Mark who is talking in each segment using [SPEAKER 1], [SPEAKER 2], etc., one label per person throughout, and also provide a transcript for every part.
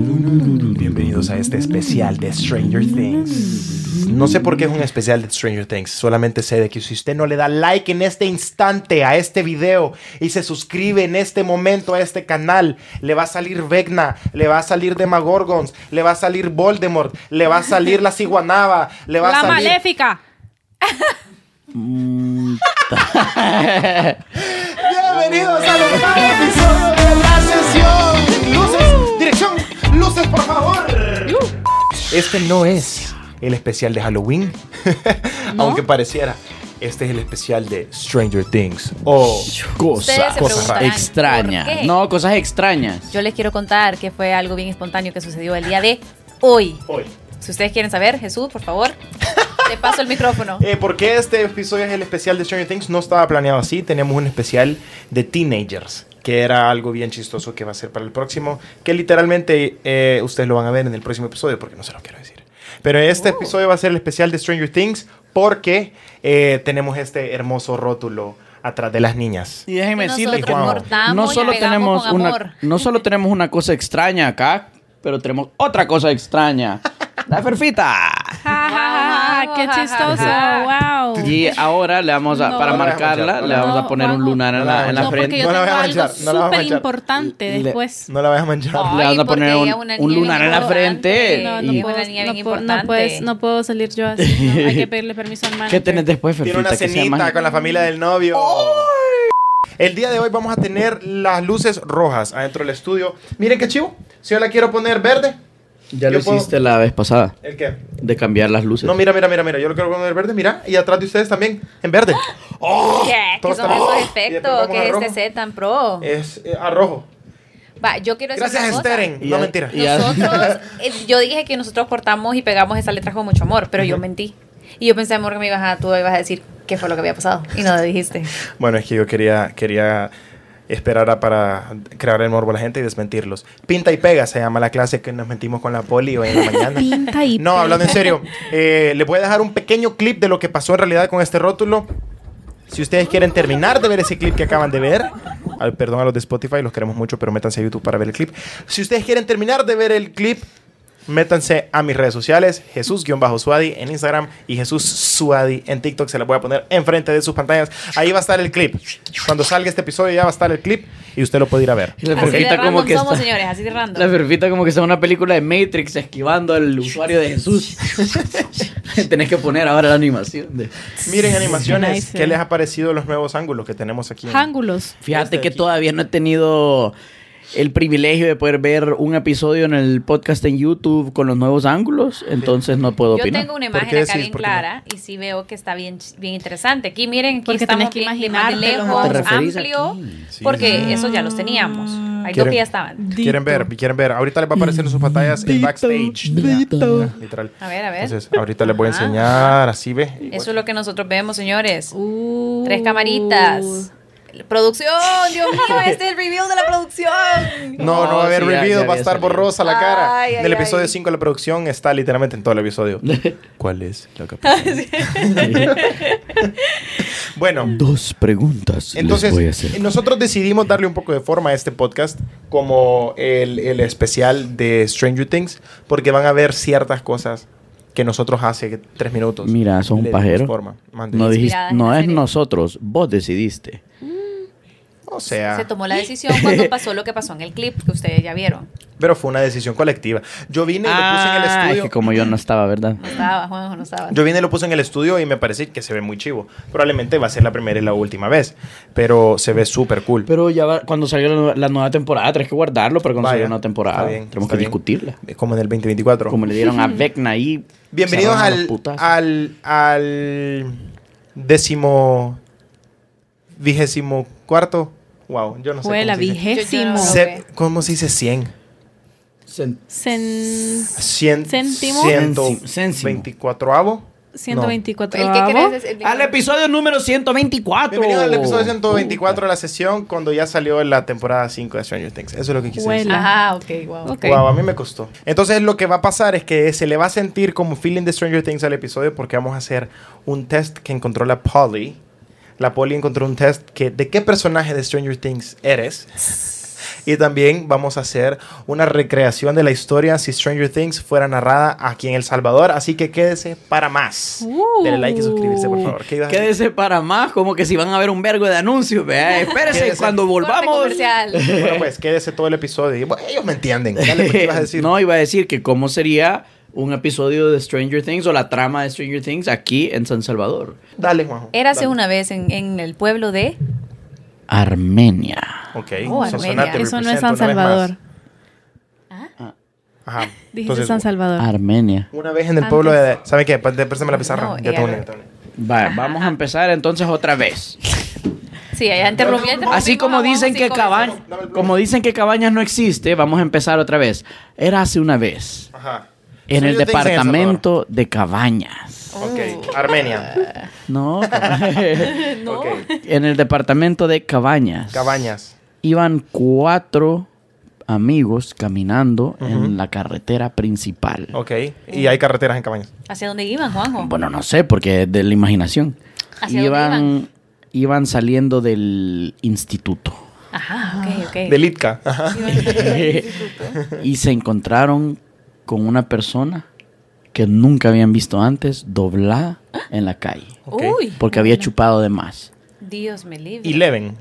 [SPEAKER 1] Bienvenidos a este especial de Stranger Things. No sé por qué es un especial de Stranger Things, solamente sé de que si usted no le da like en este instante a este video y se suscribe en este momento a este canal, le va a salir Vecna, le va a salir Demagorgons, le va a salir Voldemort, le va a salir la Ciguanaba, le va a
[SPEAKER 2] La
[SPEAKER 1] salir...
[SPEAKER 2] maléfica.
[SPEAKER 1] Bienvenidos a los episodio de la sesión. Luces, dirección, luces, por favor. Este no es el especial de Halloween,
[SPEAKER 2] ¿No?
[SPEAKER 1] aunque pareciera. Este es el especial de Stranger Things Oh, o
[SPEAKER 2] Ustedes
[SPEAKER 3] cosas
[SPEAKER 2] se
[SPEAKER 1] cosas
[SPEAKER 2] preguntarán, ¿por
[SPEAKER 3] extrañas.
[SPEAKER 2] qué?
[SPEAKER 3] No, cosas extrañas.
[SPEAKER 2] Yo les quiero contar que fue algo bien espontáneo que sucedió el día de hoy.
[SPEAKER 1] hoy.
[SPEAKER 2] Si ustedes quieren saber, Jesús, por favor, te paso el micrófono.
[SPEAKER 1] Eh, ¿Por qué este episodio es el especial de Stranger Things? No estaba planeado así. Tenemos un especial de teenagers, que era algo bien chistoso que va a ser para el próximo, que literalmente eh, ustedes lo van a ver en el próximo episodio, porque no se lo quiero decir. Pero este episodio va a ser el especial de Stranger Things porque eh, tenemos este hermoso rótulo atrás de las niñas.
[SPEAKER 3] Y déjenme
[SPEAKER 2] Que
[SPEAKER 3] decirle
[SPEAKER 1] nosotros
[SPEAKER 3] que
[SPEAKER 2] cortamos
[SPEAKER 3] no
[SPEAKER 2] y
[SPEAKER 3] solo
[SPEAKER 2] pegamos
[SPEAKER 3] tenemos
[SPEAKER 2] con amor.
[SPEAKER 3] una no solo tenemos una cosa extraña acá, pero tenemos otra cosa extraña. La ferfita.
[SPEAKER 4] Ja, ja, ja, ja, qué
[SPEAKER 2] Wow,
[SPEAKER 4] chistoso, wow.
[SPEAKER 3] Y ahora le vamos a
[SPEAKER 4] No.
[SPEAKER 3] para
[SPEAKER 4] No la voy a
[SPEAKER 3] marcarla
[SPEAKER 1] manchar, no
[SPEAKER 3] le
[SPEAKER 1] la
[SPEAKER 3] vamos
[SPEAKER 4] voy
[SPEAKER 3] a
[SPEAKER 4] a-
[SPEAKER 3] poner un
[SPEAKER 4] Juanjo,
[SPEAKER 3] lunar en la, en la
[SPEAKER 4] No, porque
[SPEAKER 3] frente.
[SPEAKER 4] yo
[SPEAKER 1] No la
[SPEAKER 4] tengo
[SPEAKER 1] vas a
[SPEAKER 4] algo
[SPEAKER 1] manchar, no la vas a
[SPEAKER 4] súper
[SPEAKER 1] manchar.
[SPEAKER 4] importante
[SPEAKER 3] Le-
[SPEAKER 4] después.
[SPEAKER 1] No la vayas a manchar.
[SPEAKER 2] Ah.
[SPEAKER 3] Le van a poner un- un lunar en la frente.
[SPEAKER 4] No, no
[SPEAKER 3] Y-
[SPEAKER 4] puedo,
[SPEAKER 2] una niña
[SPEAKER 4] no
[SPEAKER 2] bien
[SPEAKER 4] puedo- no
[SPEAKER 2] importante.
[SPEAKER 4] puedes- no puedo salir yo así. no. Hay que pedirle permiso al manager.
[SPEAKER 3] ¿Qué tenés después, ferfita?
[SPEAKER 1] Tiene una
[SPEAKER 3] que sea más-
[SPEAKER 1] cenita con la familia del novio. El día de hoy vamos a tener las luces rojas adentro del estudio. Miren qué chivo. Si yo la quiero poner verde.
[SPEAKER 3] Ya lo
[SPEAKER 1] yo puedo-
[SPEAKER 3] hiciste la vez pasada
[SPEAKER 1] ¿El qué?
[SPEAKER 3] de cambiar las luces.
[SPEAKER 1] No, mira, mira, mira, mira. Yo lo quiero poner verde, mira. Y atrás de ustedes también, en verde.
[SPEAKER 2] ¿Qué? ¿Qué
[SPEAKER 1] Todos
[SPEAKER 2] son
[SPEAKER 1] estamos-
[SPEAKER 2] esos
[SPEAKER 1] Y después vamos
[SPEAKER 2] efectos?
[SPEAKER 1] al
[SPEAKER 2] que
[SPEAKER 1] rojo.
[SPEAKER 2] este set tan pro?
[SPEAKER 1] Es eh, a rojo.
[SPEAKER 2] Va, yo quiero decir
[SPEAKER 1] Gracias,
[SPEAKER 2] una cosa.
[SPEAKER 1] Steren.
[SPEAKER 3] Y
[SPEAKER 1] No,
[SPEAKER 3] ya-
[SPEAKER 1] mentira.
[SPEAKER 3] y ya-
[SPEAKER 2] Nosotros, eh, yo dije que nosotros cortamos y pegamos esa letra con mucho amor, pero yo mentí. Y yo pensé, amor, que me ibas a, tú ibas a decir qué fue lo que había pasado. Y no lo dijiste.
[SPEAKER 1] Bueno, es que yo quería, quería esperar a- para crear el morbo a la gente y desmentirlos. Pinta y pega se llama la clase que nos mentimos con la poli hoy en la mañana.
[SPEAKER 4] Pinta y
[SPEAKER 1] no, hablando en serio, eh, les voy a dejar un pequeño clip de lo que pasó en realidad con este rótulo. Si ustedes quieren terminar de ver ese clip que acaban de ver, al- perdón a los de Spotify, los queremos mucho, pero métanse a YouTube para ver el clip. Si ustedes quieren terminar de ver el clip, métanse a mis redes sociales, Jesús-Suadi en Instagram y Jesús Suadi en TikTok. Se las voy a poner enfrente de sus pantallas. Ahí va a estar el clip. Cuando salga este episodio ya va a estar el clip y usted lo puede ir a ver.
[SPEAKER 3] La
[SPEAKER 2] Así de
[SPEAKER 3] ferfita como
[SPEAKER 2] random
[SPEAKER 3] que
[SPEAKER 2] somos,
[SPEAKER 3] está
[SPEAKER 2] señores, así de random.
[SPEAKER 3] La perfita como que está en una película de Matrix esquivando al usuario de Jesús. Tenés que poner ahora la animación. de-
[SPEAKER 1] Miren animaciones,
[SPEAKER 4] Nice,
[SPEAKER 1] ¿qué
[SPEAKER 4] eh.
[SPEAKER 1] les ha parecido los nuevos ángulos que tenemos aquí? en-
[SPEAKER 4] Ángulos.
[SPEAKER 3] Fíjate que todavía no he tenido el privilegio de poder ver un episodio en el podcast en YouTube con los nuevos ángulos, entonces no puedo
[SPEAKER 2] Yo
[SPEAKER 3] opinar.
[SPEAKER 2] tengo una
[SPEAKER 1] ¿Por
[SPEAKER 2] imagen
[SPEAKER 1] qué
[SPEAKER 2] acá
[SPEAKER 1] decís?
[SPEAKER 2] bien
[SPEAKER 1] ¿Por qué no?
[SPEAKER 2] clara y sí veo que está bien, ch- bien interesante. Aquí miren, aquí
[SPEAKER 4] Porque
[SPEAKER 2] estamos
[SPEAKER 4] tenés que
[SPEAKER 2] bien
[SPEAKER 4] imaginártelo,
[SPEAKER 2] lejos,
[SPEAKER 3] ¿no? ¿Te referís
[SPEAKER 2] amplio,
[SPEAKER 3] aquí?
[SPEAKER 2] porque esos ya los teníamos. Hay dos
[SPEAKER 1] ¿Quieren-
[SPEAKER 2] que ya estaban.
[SPEAKER 1] Quieren ver, quieren ver. Ahorita les va a aparecer en sus pantallas el backstage. Ya, Literal.
[SPEAKER 2] A ver, a ver.
[SPEAKER 1] Entonces, ahorita les voy a
[SPEAKER 2] Ajá.
[SPEAKER 1] enseñar, así ve.
[SPEAKER 2] Eso es lo que nosotros vemos, señores.
[SPEAKER 4] Uh.
[SPEAKER 2] Tres camaritas. Producción, Dios mío, este es el reveal de la producción.
[SPEAKER 1] No, no va a haber
[SPEAKER 3] Sí, ya-
[SPEAKER 1] review,
[SPEAKER 3] ya
[SPEAKER 1] va a
[SPEAKER 3] había
[SPEAKER 1] estar
[SPEAKER 3] salido.
[SPEAKER 1] borrosa la cara.
[SPEAKER 2] Ay,
[SPEAKER 1] en
[SPEAKER 2] ay,
[SPEAKER 1] el
[SPEAKER 2] ay.
[SPEAKER 1] episodio 5 la producción está literalmente en todo el episodio. ¿Cuál es la capacidad? bueno,
[SPEAKER 3] Dos preguntas
[SPEAKER 1] entonces nosotros decidimos darle un poco de forma a este podcast como el, el especial de Stranger Things porque van a ver ciertas cosas que nosotros hace tres minutos.
[SPEAKER 3] Mira, sos un
[SPEAKER 1] le dimos
[SPEAKER 3] pajero.
[SPEAKER 1] forma. Mande.
[SPEAKER 3] No, dijiste-
[SPEAKER 2] Inspiradas en
[SPEAKER 3] no
[SPEAKER 2] la
[SPEAKER 3] es
[SPEAKER 2] serie.
[SPEAKER 3] nosotros, vos decidiste.
[SPEAKER 1] o sea,
[SPEAKER 2] Se tomó la decisión cuando pasó lo que pasó en el clip que ustedes ya vieron.
[SPEAKER 1] pero fue una decisión colectiva. Yo vine y lo puse en el
[SPEAKER 3] Ah,
[SPEAKER 1] estudio.
[SPEAKER 3] es que como yo no estaba, ¿verdad?
[SPEAKER 2] No estaba, Juanjo, no estaba.
[SPEAKER 1] Yo vine y lo puse en el estudio y me parece que se ve muy chivo. Probablemente va a ser la primera y la última vez, pero se ve súper cool.
[SPEAKER 3] Pero ya va- cuando salga la, nueva- la nueva temporada, tenés que guardarlo, pero cuando
[SPEAKER 1] Vaya,
[SPEAKER 3] salga la nueva temporada,
[SPEAKER 1] está bien,
[SPEAKER 3] tenemos
[SPEAKER 1] está
[SPEAKER 3] que
[SPEAKER 1] bien.
[SPEAKER 3] discutirla.
[SPEAKER 1] Es Como en el 2024.
[SPEAKER 3] Como le dieron a Vecna ahí.
[SPEAKER 1] Bienvenidos
[SPEAKER 3] cerraron a los
[SPEAKER 1] al,
[SPEAKER 3] putazos.
[SPEAKER 1] al, al décimo, vigésimo cuarto. Wow, yo no sé.
[SPEAKER 4] Fue la
[SPEAKER 1] cómo se dice.
[SPEAKER 4] vigésimo.
[SPEAKER 2] Yo- yo-
[SPEAKER 1] Se- ¿Cómo se dice 100?
[SPEAKER 3] Sen-
[SPEAKER 4] Sen-
[SPEAKER 1] Cien,
[SPEAKER 4] Céntimo.
[SPEAKER 1] Ciento,
[SPEAKER 3] Cénsimo.
[SPEAKER 1] 24avo.
[SPEAKER 4] 124
[SPEAKER 2] ¿El que crees es el
[SPEAKER 3] Al episodio número Uh, 124.
[SPEAKER 1] Bienvenidos al
[SPEAKER 3] Oh.
[SPEAKER 1] episodio 124 de la sesión cuando ya salió la temporada 5 de Stranger Things. Eso es lo que quise
[SPEAKER 4] Huele.
[SPEAKER 1] decir.
[SPEAKER 2] Ajá, ok, wow.
[SPEAKER 4] Ok.
[SPEAKER 1] Guau, a mí me costó. Entonces lo que va a pasar es que se le va a sentir como feeling de Stranger Things al episodio porque vamos a hacer un test que encontró la Polly. La Polly encontró un test que de qué personaje de Stranger Things eres. Y también vamos a hacer una recreación de la historia si Stranger Things fuera narrada aquí en El Salvador. Así que quédese para más.
[SPEAKER 4] Uh.
[SPEAKER 1] Denle like y suscribirse, por favor. ¿Qué ibas a decir?
[SPEAKER 3] Quédese para más, como que si van a ver un vergo de anuncios, vea. Espérese,
[SPEAKER 1] Quédese.
[SPEAKER 3] cuando
[SPEAKER 2] Corte
[SPEAKER 3] volvamos.
[SPEAKER 2] comercial.
[SPEAKER 1] Bueno, pues quédese todo el episodio. Y, bueno, ellos me entienden. Dale, pues, ¿qué ibas a decir?
[SPEAKER 3] No, iba a decir que cómo sería un episodio de Stranger Things o la trama de Stranger Things aquí en San Salvador.
[SPEAKER 1] Dale, Juanjo.
[SPEAKER 2] Érase
[SPEAKER 1] Dale.
[SPEAKER 2] una vez en, en el pueblo de.
[SPEAKER 3] Armenia.
[SPEAKER 1] Ok.
[SPEAKER 2] Oh,
[SPEAKER 1] Sonsonate
[SPEAKER 2] Armenia.
[SPEAKER 4] Eso no
[SPEAKER 1] representa una
[SPEAKER 4] es San
[SPEAKER 1] vez más.
[SPEAKER 4] Salvador.
[SPEAKER 1] Ajá.
[SPEAKER 4] Dijiste
[SPEAKER 1] Entonces, ah.
[SPEAKER 4] San Salvador.
[SPEAKER 3] Armenia.
[SPEAKER 1] Una vez en el
[SPEAKER 4] Antes.
[SPEAKER 1] pueblo de... ¿Sabe qué? Pa- de- Préstame la pizarra.
[SPEAKER 2] No,
[SPEAKER 1] ya
[SPEAKER 2] ya.
[SPEAKER 1] tengo una, ya tengo una.
[SPEAKER 3] Vaya, vamos a empezar entonces otra vez.
[SPEAKER 2] Sí, allá interrumpí.
[SPEAKER 3] Así como dicen que
[SPEAKER 2] caballo
[SPEAKER 3] cabañas, como dicen que cabañas no existe, vamos a empezar otra vez. Era hace una vez
[SPEAKER 1] Ajá. Stranger
[SPEAKER 3] en el
[SPEAKER 1] Things El
[SPEAKER 3] departamento de cabañas.
[SPEAKER 1] Salvador. Ok. Armenia.
[SPEAKER 3] No,
[SPEAKER 1] No.
[SPEAKER 3] en el departamento de cabañas.
[SPEAKER 1] Cabañas.
[SPEAKER 3] Iban cuatro amigos caminando en la carretera principal.
[SPEAKER 1] Ok. Y hay carreteras en cabañas.
[SPEAKER 2] ¿Hacia dónde iban, Juanjo?
[SPEAKER 3] Bueno, no sé, porque es de la imaginación.
[SPEAKER 2] ¿Hacia dónde
[SPEAKER 3] Iban, iban saliendo del instituto
[SPEAKER 2] Ajá, ok, ok.
[SPEAKER 1] Del Itka. Ajá.
[SPEAKER 3] y se encontraron con una persona que nunca habían visto antes doblada en la calle
[SPEAKER 1] Ok.
[SPEAKER 2] Uy.
[SPEAKER 3] porque había chupado de más.
[SPEAKER 2] Dios me libre.
[SPEAKER 1] Eleven.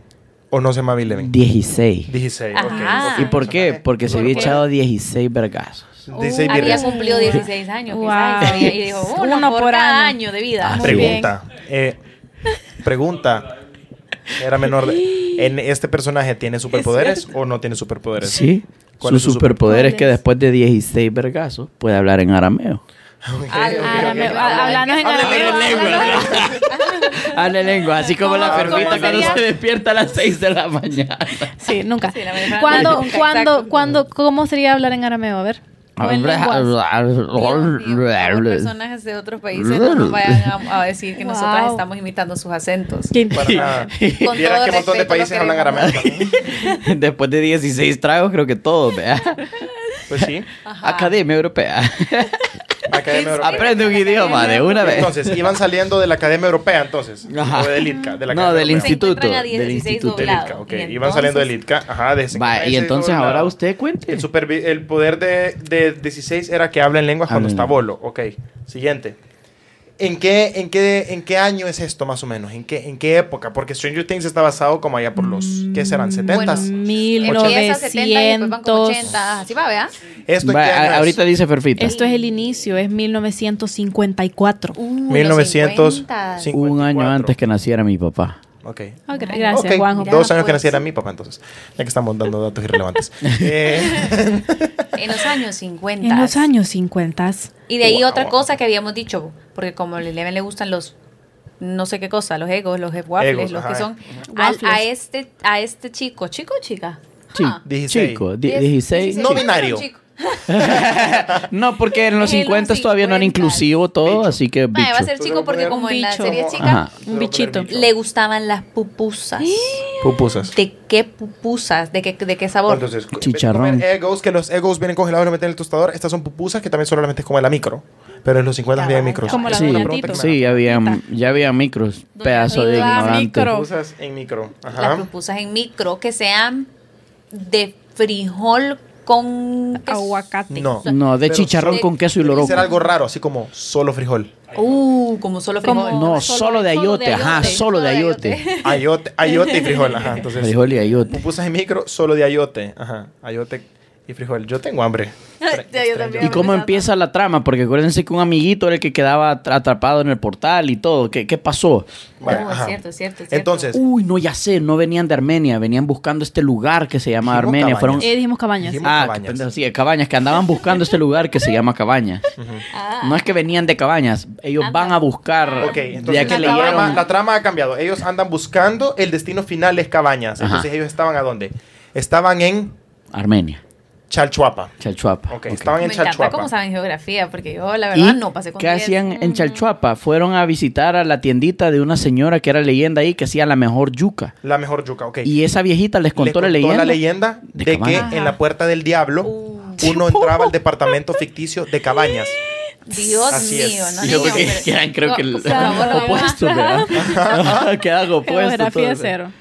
[SPEAKER 1] ¿O no se llama Eleven?
[SPEAKER 3] 16.
[SPEAKER 1] 16. ok.
[SPEAKER 2] Ajá.
[SPEAKER 3] ¿Y por qué? Porque se había
[SPEAKER 1] ¿Por qué?
[SPEAKER 3] echado 16 vergazos.
[SPEAKER 2] Uh,
[SPEAKER 1] 16
[SPEAKER 2] había
[SPEAKER 1] viernes.
[SPEAKER 2] cumplido 16 años.
[SPEAKER 4] Wow.
[SPEAKER 2] quizás, y sabía- y dijo, uno,
[SPEAKER 4] Uno
[SPEAKER 2] por,
[SPEAKER 4] por
[SPEAKER 2] cada
[SPEAKER 4] año.
[SPEAKER 2] año de vida.
[SPEAKER 3] Ah,
[SPEAKER 4] Muy bien.
[SPEAKER 1] Pregunta. eh, pregunta. Era menor de. ¿En este personaje tiene superpoderes o no tiene superpoderes?
[SPEAKER 3] Sí.
[SPEAKER 1] ¿Cuál
[SPEAKER 3] Su
[SPEAKER 1] es su
[SPEAKER 3] superpoder es que después
[SPEAKER 4] superpoder?
[SPEAKER 3] de 16 vergazos puede hablar en arameo.
[SPEAKER 1] Ok,
[SPEAKER 2] Al-
[SPEAKER 1] ok, ok.
[SPEAKER 4] Árabe,
[SPEAKER 2] ok.
[SPEAKER 4] ah, Hablanos en
[SPEAKER 2] Háblale en
[SPEAKER 4] árabe.
[SPEAKER 2] lengua.
[SPEAKER 3] Hable lengua, así como Ah, la
[SPEAKER 1] ¿Cómo-
[SPEAKER 3] permita
[SPEAKER 1] cómo
[SPEAKER 3] cuando
[SPEAKER 1] sería?
[SPEAKER 3] se despierta a las 6 de la mañana.
[SPEAKER 4] Sí, nunca.
[SPEAKER 2] Sí, la verdad,
[SPEAKER 4] ¿Cuándo,
[SPEAKER 2] nunca,
[SPEAKER 4] cuándo,
[SPEAKER 2] exacto.
[SPEAKER 4] cuándo, cómo sería hablar en arameo? A ver. O en lenguas.
[SPEAKER 2] Dios mío, como personajes de otros países no nos vayan a, a decir que
[SPEAKER 4] Wow.
[SPEAKER 2] nosotras estamos imitando sus acentos.
[SPEAKER 4] Qué-
[SPEAKER 1] Para nada.
[SPEAKER 2] Con
[SPEAKER 1] Vieras
[SPEAKER 2] todo
[SPEAKER 1] que un montón de
[SPEAKER 2] respeto, lo
[SPEAKER 1] países hablan
[SPEAKER 2] queremos.
[SPEAKER 1] arameo. también.
[SPEAKER 3] Después de 16 tragos, creo que todos, ¿verdad?
[SPEAKER 1] Pues sí.
[SPEAKER 3] Academia Europea.
[SPEAKER 1] Academia Europea.
[SPEAKER 3] Aprende un idioma de una vez.
[SPEAKER 1] Entonces, iban saliendo de la Academia Europea, entonces.
[SPEAKER 3] Ajá.
[SPEAKER 1] O del ITCA. De la
[SPEAKER 3] No,
[SPEAKER 1] Academia
[SPEAKER 3] del
[SPEAKER 1] Europea.
[SPEAKER 3] instituto,
[SPEAKER 2] Se encuentran a
[SPEAKER 3] del
[SPEAKER 2] 16
[SPEAKER 3] instituto.
[SPEAKER 1] Del
[SPEAKER 2] doblados.
[SPEAKER 1] ITCA, ok.
[SPEAKER 2] Y
[SPEAKER 1] Iban saliendo del
[SPEAKER 2] entonces-
[SPEAKER 1] ITCA. Ajá, de
[SPEAKER 3] Va, y
[SPEAKER 1] 16
[SPEAKER 3] entonces
[SPEAKER 1] doblado.
[SPEAKER 3] ahora usted cuente.
[SPEAKER 1] El, supervi- el poder de, de 16 era que habla en lenguas cuando
[SPEAKER 3] Habla en
[SPEAKER 1] está
[SPEAKER 3] lengua.
[SPEAKER 1] bolo. Ok, siguiente. ¿En qué, en, qué, ¿En qué año es esto más o menos? ¿En qué, ¿En qué época? Porque Stranger Things está basado como allá por los, ¿qué
[SPEAKER 3] Mm,
[SPEAKER 1] serán? ¿70s?
[SPEAKER 2] Empieza 70 y después van como 80.
[SPEAKER 4] 1900.
[SPEAKER 2] Así va, ¿verdad?
[SPEAKER 1] ¿Esto en Este
[SPEAKER 3] Va,
[SPEAKER 1] qué año
[SPEAKER 3] a-
[SPEAKER 1] es?
[SPEAKER 3] ahorita dice Ferfita.
[SPEAKER 4] Esto es el inicio, es 1954.
[SPEAKER 2] Uh,
[SPEAKER 1] 1950.
[SPEAKER 2] los
[SPEAKER 3] Un año
[SPEAKER 1] 54.
[SPEAKER 3] antes que naciera mi papá.
[SPEAKER 1] Ok.
[SPEAKER 4] Ok, Ah, gracias,
[SPEAKER 1] Ok,
[SPEAKER 4] Juanjo.
[SPEAKER 1] Dos años que
[SPEAKER 2] pues.
[SPEAKER 1] naciera mi papá, entonces. Ya que estamos dando datos irrelevantes. Eh,
[SPEAKER 2] 50. En los años 50.
[SPEAKER 4] En los años 50.
[SPEAKER 2] Y de ahí
[SPEAKER 1] Wow.
[SPEAKER 2] otra cosa que habíamos dicho, porque como a Eleven le gustan los no sé qué cosa, los egos, los waffles,
[SPEAKER 1] Egos,
[SPEAKER 2] los
[SPEAKER 1] ajá.
[SPEAKER 2] que son
[SPEAKER 4] Ajá.
[SPEAKER 2] al- a
[SPEAKER 4] Waffles.
[SPEAKER 2] este a este chico, chico o chica.
[SPEAKER 3] Chi-
[SPEAKER 2] Ah.
[SPEAKER 1] 16.
[SPEAKER 3] Chico, di-
[SPEAKER 2] Diez-
[SPEAKER 3] 16.
[SPEAKER 1] No binario.
[SPEAKER 2] Un chico.
[SPEAKER 3] No, porque en los
[SPEAKER 2] En los
[SPEAKER 3] 50 todavía no era
[SPEAKER 2] 50s.
[SPEAKER 3] inclusivo todo,
[SPEAKER 1] Bicho.
[SPEAKER 3] así que
[SPEAKER 2] Mae, va a
[SPEAKER 3] bicho.
[SPEAKER 2] ser chico porque como en la
[SPEAKER 4] Bicho.
[SPEAKER 2] serie chica
[SPEAKER 3] Ajá.
[SPEAKER 4] Un bichito.
[SPEAKER 2] le gustaban las pupusas.
[SPEAKER 4] ¿Eh?
[SPEAKER 1] Pupusas.
[SPEAKER 2] ¿De qué pupusas? ¿De qué, de qué sabor?
[SPEAKER 1] Entonces,
[SPEAKER 3] Chicharrón.
[SPEAKER 1] comer Egos, que los egos vienen congelados y los meten en el tostador. Estas son pupusas que también solamente es como la micro. Pero en los 50 había
[SPEAKER 2] Cabal,
[SPEAKER 1] micros.
[SPEAKER 4] Como las
[SPEAKER 1] Esa es
[SPEAKER 4] de
[SPEAKER 1] pregunta
[SPEAKER 4] Tito.
[SPEAKER 1] que me
[SPEAKER 3] Sí,
[SPEAKER 1] hago.
[SPEAKER 3] había, ya había micros. Pedazo de
[SPEAKER 4] Viva
[SPEAKER 3] ignorante.
[SPEAKER 4] micro.
[SPEAKER 1] Pupusas en micro. Ajá.
[SPEAKER 2] Las pupusas en micro que sean de frijol con queso.
[SPEAKER 4] Aguacate.
[SPEAKER 1] No.
[SPEAKER 3] No, de
[SPEAKER 1] Pero
[SPEAKER 3] chicharrón
[SPEAKER 1] solo-
[SPEAKER 3] con queso y
[SPEAKER 1] tiene que
[SPEAKER 3] loroco.
[SPEAKER 1] ser algo raro, así como solo frijol.
[SPEAKER 2] Uh, como solo
[SPEAKER 4] Como-
[SPEAKER 2] frijol.
[SPEAKER 3] No, solo, de
[SPEAKER 4] solo
[SPEAKER 3] ayote,
[SPEAKER 4] de
[SPEAKER 3] ajá,
[SPEAKER 4] ayote.
[SPEAKER 3] solo de ayote.
[SPEAKER 1] Ayote, ayote y frijol. Ajá. Entonces,
[SPEAKER 3] Frijol y ayote.
[SPEAKER 1] pupusas en micro, solo de ayote. Ajá. Ayote y frijol. Yo tengo hambre.
[SPEAKER 2] Ya, yo también.
[SPEAKER 3] ¿Y cómo empieza la trama? Porque acuérdense que un amiguito era el que quedaba atra- atrapado en el portal y todo. ¿Qué, qué pasó?
[SPEAKER 1] Vale,
[SPEAKER 2] Oh, es
[SPEAKER 1] ajá.
[SPEAKER 2] cierto, es cierto, es cierto.
[SPEAKER 1] Entonces,
[SPEAKER 3] Uy, no, ya sé, no venían de Armenia, venían buscando este lugar que se llama
[SPEAKER 1] Dijimos
[SPEAKER 3] Armenia. Fueron,
[SPEAKER 1] cabañas.
[SPEAKER 4] Eh, dijimos cabañas.
[SPEAKER 1] Dijimos-
[SPEAKER 3] ah,
[SPEAKER 1] Cabañas.
[SPEAKER 3] qué pendejo, sí, de cabañas, que andaban buscando este lugar que se llama cabañas.
[SPEAKER 2] Ah.
[SPEAKER 3] No es que venían de cabañas, ellos van a buscar.
[SPEAKER 2] Uh,
[SPEAKER 1] Ok, entonces
[SPEAKER 3] ya que
[SPEAKER 1] la, trama,
[SPEAKER 3] leyeron.
[SPEAKER 1] la trama ha cambiado. Ellos andan buscando, el destino final es Cabañas.
[SPEAKER 3] Ajá.
[SPEAKER 1] Entonces ellos estaban a dónde? Estaban en
[SPEAKER 3] Armenia,
[SPEAKER 1] Chalchuapa.
[SPEAKER 3] Chalchuapa.
[SPEAKER 1] Ok,
[SPEAKER 3] ok.
[SPEAKER 1] estaban
[SPEAKER 2] Me
[SPEAKER 1] en
[SPEAKER 2] encanta
[SPEAKER 1] Chalchuapa.
[SPEAKER 2] cómo saben geografía, porque yo la
[SPEAKER 3] ¿Y
[SPEAKER 2] verdad no pasé con
[SPEAKER 3] qué
[SPEAKER 2] diez. Mm.
[SPEAKER 3] hacían
[SPEAKER 4] Mm.
[SPEAKER 3] en Chalchuapa? Fueron a visitar a la tiendita de una señora que era leyenda ahí que hacía la mejor yuca.
[SPEAKER 1] La mejor yuca, ok.
[SPEAKER 3] Y esa viejita les contó, la,
[SPEAKER 1] Les
[SPEAKER 3] leyenda.
[SPEAKER 1] leyenda de,
[SPEAKER 3] de
[SPEAKER 1] que
[SPEAKER 3] Cabañas.
[SPEAKER 1] en la puerta del diablo
[SPEAKER 2] Uh,
[SPEAKER 1] uno entraba al departamento ficticio de Cabañas.
[SPEAKER 2] Dios
[SPEAKER 1] Así es.
[SPEAKER 2] mío, no
[SPEAKER 3] Y yo
[SPEAKER 2] niño,
[SPEAKER 3] creo que
[SPEAKER 2] pero-
[SPEAKER 3] eran, creo que
[SPEAKER 2] No,
[SPEAKER 3] el
[SPEAKER 2] por favor, no,
[SPEAKER 3] opuesto, ¿verdad? Quedan opuestos.
[SPEAKER 4] Geografía
[SPEAKER 3] todo.
[SPEAKER 4] cero.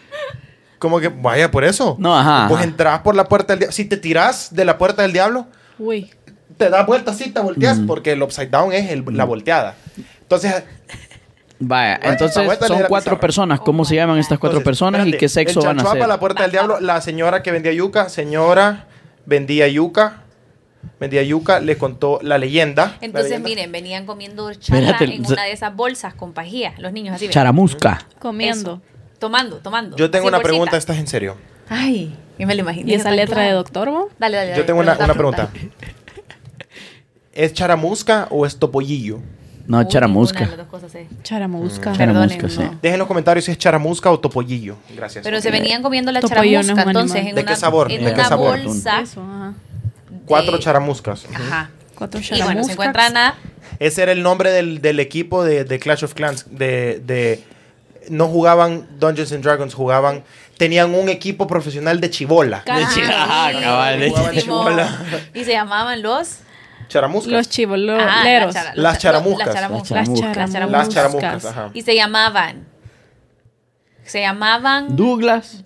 [SPEAKER 1] como que, vaya, por eso.
[SPEAKER 3] No, ajá,
[SPEAKER 1] Vos
[SPEAKER 3] ajá.
[SPEAKER 1] entras por la puerta del diablo. Si te tirás de la puerta del diablo,
[SPEAKER 4] Uy.
[SPEAKER 1] te das vuelta así, te volteas, porque el upside down es el- la volteada. Entonces,
[SPEAKER 3] Vaya,
[SPEAKER 1] Bueno,
[SPEAKER 3] entonces
[SPEAKER 1] la vuelta
[SPEAKER 3] son
[SPEAKER 1] ligera
[SPEAKER 3] cuatro
[SPEAKER 1] pizarra.
[SPEAKER 3] personas. ¿Cómo se llaman estas cuatro
[SPEAKER 1] entonces,
[SPEAKER 3] personas y
[SPEAKER 1] espérate,
[SPEAKER 3] qué sexo
[SPEAKER 1] el
[SPEAKER 3] van a
[SPEAKER 1] chanchuapa,
[SPEAKER 3] hacer?
[SPEAKER 1] la puerta del diablo, la señora que vendía yuca, señora vendía yuca, vendía yuca, le contó la leyenda.
[SPEAKER 2] Entonces,
[SPEAKER 1] mire
[SPEAKER 2] miren, venían comiendo charla
[SPEAKER 3] Espérate,
[SPEAKER 2] en
[SPEAKER 3] se-
[SPEAKER 2] una de esas bolsas con pajía, los niños así. ven.
[SPEAKER 3] Charamusca.
[SPEAKER 4] Comiendo.
[SPEAKER 2] Eso. Tomando, tomando.
[SPEAKER 1] Yo tengo
[SPEAKER 2] Sin
[SPEAKER 1] una
[SPEAKER 2] bolsita.
[SPEAKER 1] pregunta, esta es en serio.
[SPEAKER 2] Ay, yo me lo imagino.
[SPEAKER 4] ¿Y esa letra de doctor, vos?
[SPEAKER 2] Dale, dale, dale.
[SPEAKER 1] Yo tengo una,
[SPEAKER 2] dale,
[SPEAKER 1] una pregunta.
[SPEAKER 2] dale, dale.
[SPEAKER 1] ¿Es charamusca o es topollillo?
[SPEAKER 3] No,
[SPEAKER 2] Uy,
[SPEAKER 3] charamusca.
[SPEAKER 2] ninguna de las dos cosas es.
[SPEAKER 4] Charamusca.
[SPEAKER 1] Mm,
[SPEAKER 3] Chara-
[SPEAKER 2] Perdonen,
[SPEAKER 3] Charamusca, sí.
[SPEAKER 2] no.
[SPEAKER 1] Dejen en los comentarios si es charamusca o topollillo. Gracias.
[SPEAKER 2] Pero se venían comiendo la
[SPEAKER 4] Topollón es un
[SPEAKER 2] charamusca, entonces,
[SPEAKER 4] animal.
[SPEAKER 2] en
[SPEAKER 1] ¿De
[SPEAKER 2] una,
[SPEAKER 1] qué sabor?
[SPEAKER 2] en
[SPEAKER 3] ¿De qué
[SPEAKER 2] una
[SPEAKER 1] sabor?
[SPEAKER 2] bolsa.
[SPEAKER 4] Eso, ajá.
[SPEAKER 2] de-
[SPEAKER 1] Cuatro charamuscas.
[SPEAKER 2] Ajá.
[SPEAKER 4] Cuatro
[SPEAKER 2] Y bueno,
[SPEAKER 4] charamuscas.
[SPEAKER 2] se encuentran a...
[SPEAKER 1] Ese era el nombre del, del equipo de, de Clash of Clans. De, de- no jugaban Dungeons and Dragons, jugaban. Tenían un equipo profesional de chibola.
[SPEAKER 2] Ajá,
[SPEAKER 3] chi- ajá,
[SPEAKER 2] sí,
[SPEAKER 3] cabal, de
[SPEAKER 2] buenísimo.
[SPEAKER 1] chibola.
[SPEAKER 2] Y se llamaban los...
[SPEAKER 1] Charamuscas.
[SPEAKER 4] Los chivoleros.
[SPEAKER 2] Ah, la chara-
[SPEAKER 1] Las
[SPEAKER 2] la-
[SPEAKER 1] charamuscas.
[SPEAKER 2] Las charamuscas.
[SPEAKER 4] Las
[SPEAKER 3] Las
[SPEAKER 4] charamuscas.
[SPEAKER 1] Las charamuscas, ajá.
[SPEAKER 2] Y se llamaban... Se llamaban...
[SPEAKER 3] Douglas.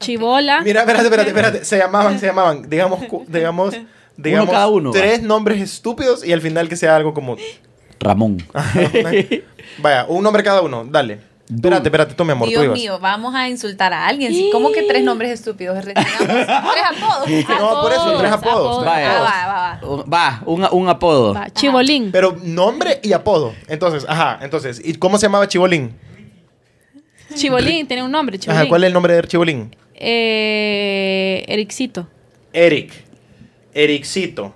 [SPEAKER 4] Chivola.
[SPEAKER 1] Mira, espérate, espérate, espérate. Se llamaban, se llamaban. Digamos, cu- digamos, digamos.
[SPEAKER 3] cada uno, va.
[SPEAKER 1] Tres nombres estúpidos y al final que sea algo como.
[SPEAKER 3] Ramón.
[SPEAKER 1] Vaya, un nombre cada uno. Dale. Espérate, espérate, tú, mi amor, tú
[SPEAKER 2] Dios
[SPEAKER 1] ibas.
[SPEAKER 2] mío, vamos a insultar a alguien. ¿sí? ¿Cómo que tres nombres estúpidos? Retiramos tres apodos.
[SPEAKER 1] No, por eso, tres apodos. tres
[SPEAKER 3] Vaya.
[SPEAKER 2] Ah,
[SPEAKER 1] apodos.
[SPEAKER 2] va, va, va.
[SPEAKER 3] Va, un, un apodo.
[SPEAKER 4] Va, Chivolín.
[SPEAKER 1] Pero nombre y apodo. Entonces, ajá, entonces, ¿y cómo se llamaba Chibolín?
[SPEAKER 4] Chivolín, tiene un nombre, Chivolín.
[SPEAKER 1] Ajá, ¿cuál es el nombre de Chibolín?
[SPEAKER 4] Eh, Ericito.
[SPEAKER 1] Eric. Ericito.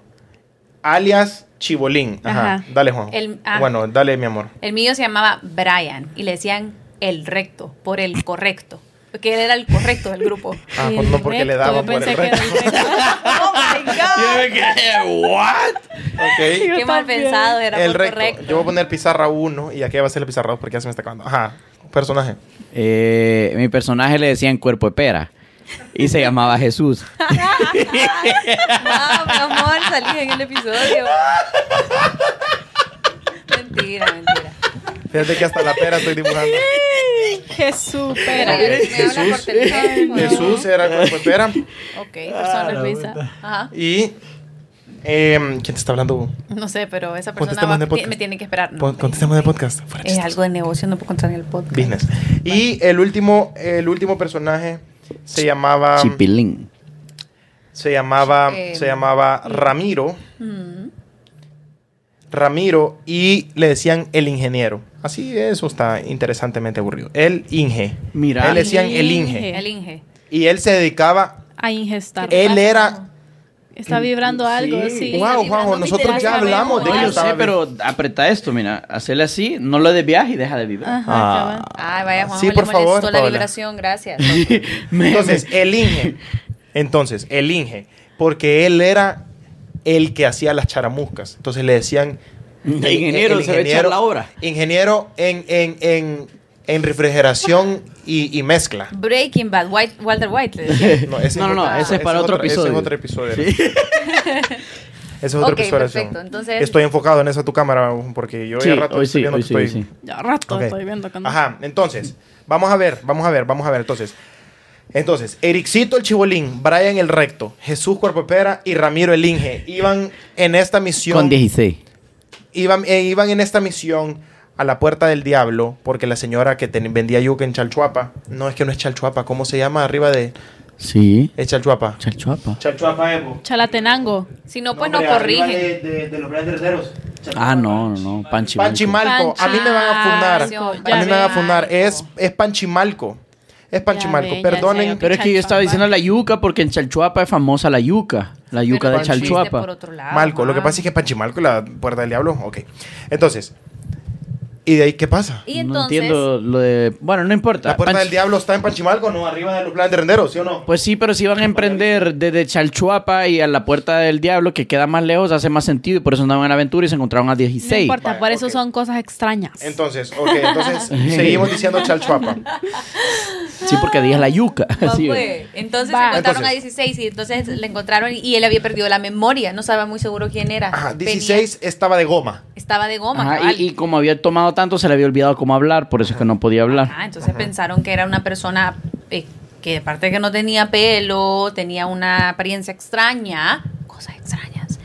[SPEAKER 1] Alias Chibolín. Ajá.
[SPEAKER 4] Ajá.
[SPEAKER 1] Dale, Juan.
[SPEAKER 2] El- ah.
[SPEAKER 1] Bueno, dale, mi amor.
[SPEAKER 2] El mío se llamaba Brian y le decían el recto, por el correcto. Porque él era el correcto del grupo.
[SPEAKER 1] Ah,
[SPEAKER 4] El
[SPEAKER 1] pues no porque le
[SPEAKER 4] recto,
[SPEAKER 1] daba
[SPEAKER 4] yo
[SPEAKER 1] por el
[SPEAKER 4] pensé que
[SPEAKER 1] recto.
[SPEAKER 4] era el recto.
[SPEAKER 2] ¡Oh, my God!
[SPEAKER 3] ¿What?
[SPEAKER 1] Ok.
[SPEAKER 4] Yo
[SPEAKER 2] Qué mal
[SPEAKER 4] también.
[SPEAKER 2] pensado era
[SPEAKER 1] El
[SPEAKER 2] por
[SPEAKER 1] recto.
[SPEAKER 2] correcto.
[SPEAKER 1] Yo voy a poner pizarra 1 y aquí va a ser la pizarra 2 porque ya se me está acabando. Ajá. Personaje.
[SPEAKER 3] Eh, mi personaje le decían cuerpo de pera. Y se llamaba Jesús.
[SPEAKER 2] No, mi amor, salí en el episodio. mentira, mentira.
[SPEAKER 1] Fíjate que hasta la pera estoy dibujando.
[SPEAKER 4] Jesús,
[SPEAKER 2] Espera,
[SPEAKER 4] pera.
[SPEAKER 2] me habla por teléfono.
[SPEAKER 1] Jesús era el cuerpo de pera.
[SPEAKER 2] Ok,
[SPEAKER 4] Persona
[SPEAKER 2] persona.
[SPEAKER 4] Luisa.
[SPEAKER 2] Ajá.
[SPEAKER 1] Y. em, ¿Quién te está hablando?
[SPEAKER 2] No sé, pero esa persona
[SPEAKER 1] Contestemos
[SPEAKER 2] va-
[SPEAKER 1] en el este podcast.
[SPEAKER 2] me tiene que esperar. No,
[SPEAKER 1] Pon- Contestemos de podcast. Fuera
[SPEAKER 2] es
[SPEAKER 1] chistes.
[SPEAKER 2] algo de negocio, no puedo contar en el podcast.
[SPEAKER 1] Business. Y el último, el último personaje se llamaba.
[SPEAKER 3] Chipilín.
[SPEAKER 1] Se llamaba,
[SPEAKER 2] Eh,
[SPEAKER 1] se llamaba Ramiro.
[SPEAKER 2] Mm.
[SPEAKER 1] Ramiro y le decían el ingeniero. Así eso está interesantemente aburrido. El Inge.
[SPEAKER 3] Mira.
[SPEAKER 1] Él le decían el Inge.
[SPEAKER 4] Inge.
[SPEAKER 2] El Inge.
[SPEAKER 1] Y él se dedicaba.
[SPEAKER 4] A ingestar.
[SPEAKER 1] Él era.
[SPEAKER 4] Está vibrando algo,
[SPEAKER 1] Sí.
[SPEAKER 4] sí.
[SPEAKER 1] Wow,
[SPEAKER 2] Está
[SPEAKER 1] Juanjo,
[SPEAKER 2] vibrando
[SPEAKER 1] nosotros ya
[SPEAKER 2] literalmente.
[SPEAKER 1] hablamos de
[SPEAKER 2] No,
[SPEAKER 1] que
[SPEAKER 2] yo
[SPEAKER 3] yo sé,
[SPEAKER 1] estaba-
[SPEAKER 3] pero apreta esto, mira. Hacerle así, no lo desviajes y deja de
[SPEAKER 2] Ah.
[SPEAKER 3] vibrar.
[SPEAKER 4] Ajá, cabal.
[SPEAKER 2] Ay, vaya, Juanjo,
[SPEAKER 1] Ah, Sí,
[SPEAKER 2] le
[SPEAKER 1] por
[SPEAKER 2] molestó
[SPEAKER 1] favor,
[SPEAKER 2] la
[SPEAKER 1] Paola.
[SPEAKER 2] liberación, gracias.
[SPEAKER 3] Me-
[SPEAKER 1] Entonces, el Inge. Entonces, el Inge. Porque él era el que hacía las charamuscas. Entonces le decían.
[SPEAKER 3] El ingeniero se va a echar la obra.
[SPEAKER 1] Ingeniero en, en, en, en refrigeración y, y mezcla.
[SPEAKER 2] Breaking Bad, White, Walter White. le decía.
[SPEAKER 1] No, ese
[SPEAKER 3] No, no, no,
[SPEAKER 1] otro-
[SPEAKER 3] ese es para otro
[SPEAKER 1] otra- Ese es
[SPEAKER 3] episodio.
[SPEAKER 1] otro episodio.
[SPEAKER 3] Sí.
[SPEAKER 1] Ese es otro
[SPEAKER 2] Ok,
[SPEAKER 1] episodio.
[SPEAKER 2] perfecto.
[SPEAKER 1] sí.
[SPEAKER 2] Entonces-
[SPEAKER 1] Estoy enfocado en esa tu cámara porque yo
[SPEAKER 3] Sí,
[SPEAKER 1] ya rato
[SPEAKER 3] hoy
[SPEAKER 1] estoy
[SPEAKER 3] sí,
[SPEAKER 1] viendo
[SPEAKER 3] hoy
[SPEAKER 1] que
[SPEAKER 3] sí, hoy
[SPEAKER 1] estoy-
[SPEAKER 3] sí.
[SPEAKER 4] Ya rato
[SPEAKER 1] Ok.
[SPEAKER 4] estoy viendo que no.
[SPEAKER 1] Ajá, entonces, vamos a ver, vamos a ver, vamos a ver. Entonces, entonces, Ericito el Chibolín, Brian el Recto, Jesús Cuerpo de Pera y Ramiro el Inge iban en esta misión.
[SPEAKER 3] Con 16.
[SPEAKER 1] iban, eh, iban en esta misión a la puerta del diablo porque la señora que ten- vendía yuca en Chalchuapa. No, es que no es Chalchuapa, ¿cómo se llama arriba de.
[SPEAKER 3] Sí.
[SPEAKER 1] Es Chalchuapa.
[SPEAKER 3] Chalchuapa.
[SPEAKER 1] Chalchuapa Evo.
[SPEAKER 4] Chalatenango.
[SPEAKER 2] Si no, pues no corrigen.
[SPEAKER 1] los terceros.
[SPEAKER 3] Ah, no, no, no. Panchimalco.
[SPEAKER 1] Panchimalco. A mí me van a fundar. A mí me van a fundar. Es, es Panchimalco. Es Panchimalco.
[SPEAKER 4] ven, ya
[SPEAKER 1] Perdonen.
[SPEAKER 4] sé,
[SPEAKER 3] Pero es que yo estaba diciendo la yuca porque en Chalchuapa es famosa la yuca. La yuca
[SPEAKER 2] Pero
[SPEAKER 3] de
[SPEAKER 2] tú fuiste
[SPEAKER 3] Chalchuapa.
[SPEAKER 2] por otro lado,
[SPEAKER 1] Malco. Lo que
[SPEAKER 2] ajá.
[SPEAKER 1] pasa es que Panchimalco, la puerta del diablo. Ok. Entonces. ¿Y de ahí qué pasa?
[SPEAKER 2] Y
[SPEAKER 3] no
[SPEAKER 2] entonces,
[SPEAKER 3] entiendo lo de... Bueno, no importa.
[SPEAKER 1] ¿La puerta
[SPEAKER 3] Panch-
[SPEAKER 1] del diablo está en Panchimalco no? Arriba de los planes de renderos, ¿sí o no?
[SPEAKER 3] Pues sí, pero si van a emprender desde Chalchuapa y a la Puerta del Diablo, que queda más lejos, hace más sentido y por eso andaban en aventura y se encontraron a
[SPEAKER 4] No
[SPEAKER 3] 16.
[SPEAKER 4] importa,
[SPEAKER 1] Vale,
[SPEAKER 4] por eso
[SPEAKER 1] ok.
[SPEAKER 4] son cosas extrañas.
[SPEAKER 1] Entonces, ok, entonces seguimos diciendo Chalchuapa.
[SPEAKER 3] sí, porque dije la yuca.
[SPEAKER 2] va,
[SPEAKER 3] Sí.
[SPEAKER 2] pues. entonces
[SPEAKER 4] Va.
[SPEAKER 2] se encontraron a
[SPEAKER 1] Entonces.
[SPEAKER 2] 16 y entonces le encontraron y él había perdido la memoria. No sabía muy seguro quién era.
[SPEAKER 1] Ajá,
[SPEAKER 2] Venía-
[SPEAKER 1] 16 estaba de goma.
[SPEAKER 2] estaba de goma.
[SPEAKER 3] Ajá,
[SPEAKER 2] cabal.
[SPEAKER 3] y, y como había
[SPEAKER 2] Ah,
[SPEAKER 3] tomado tanto, se le había olvidado cómo hablar, por eso es que no podía hablar.
[SPEAKER 2] Ajá, entonces pensaron que era una persona eh, que aparte de que no tenía pelo, tenía una apariencia extraña, cosas extrañas.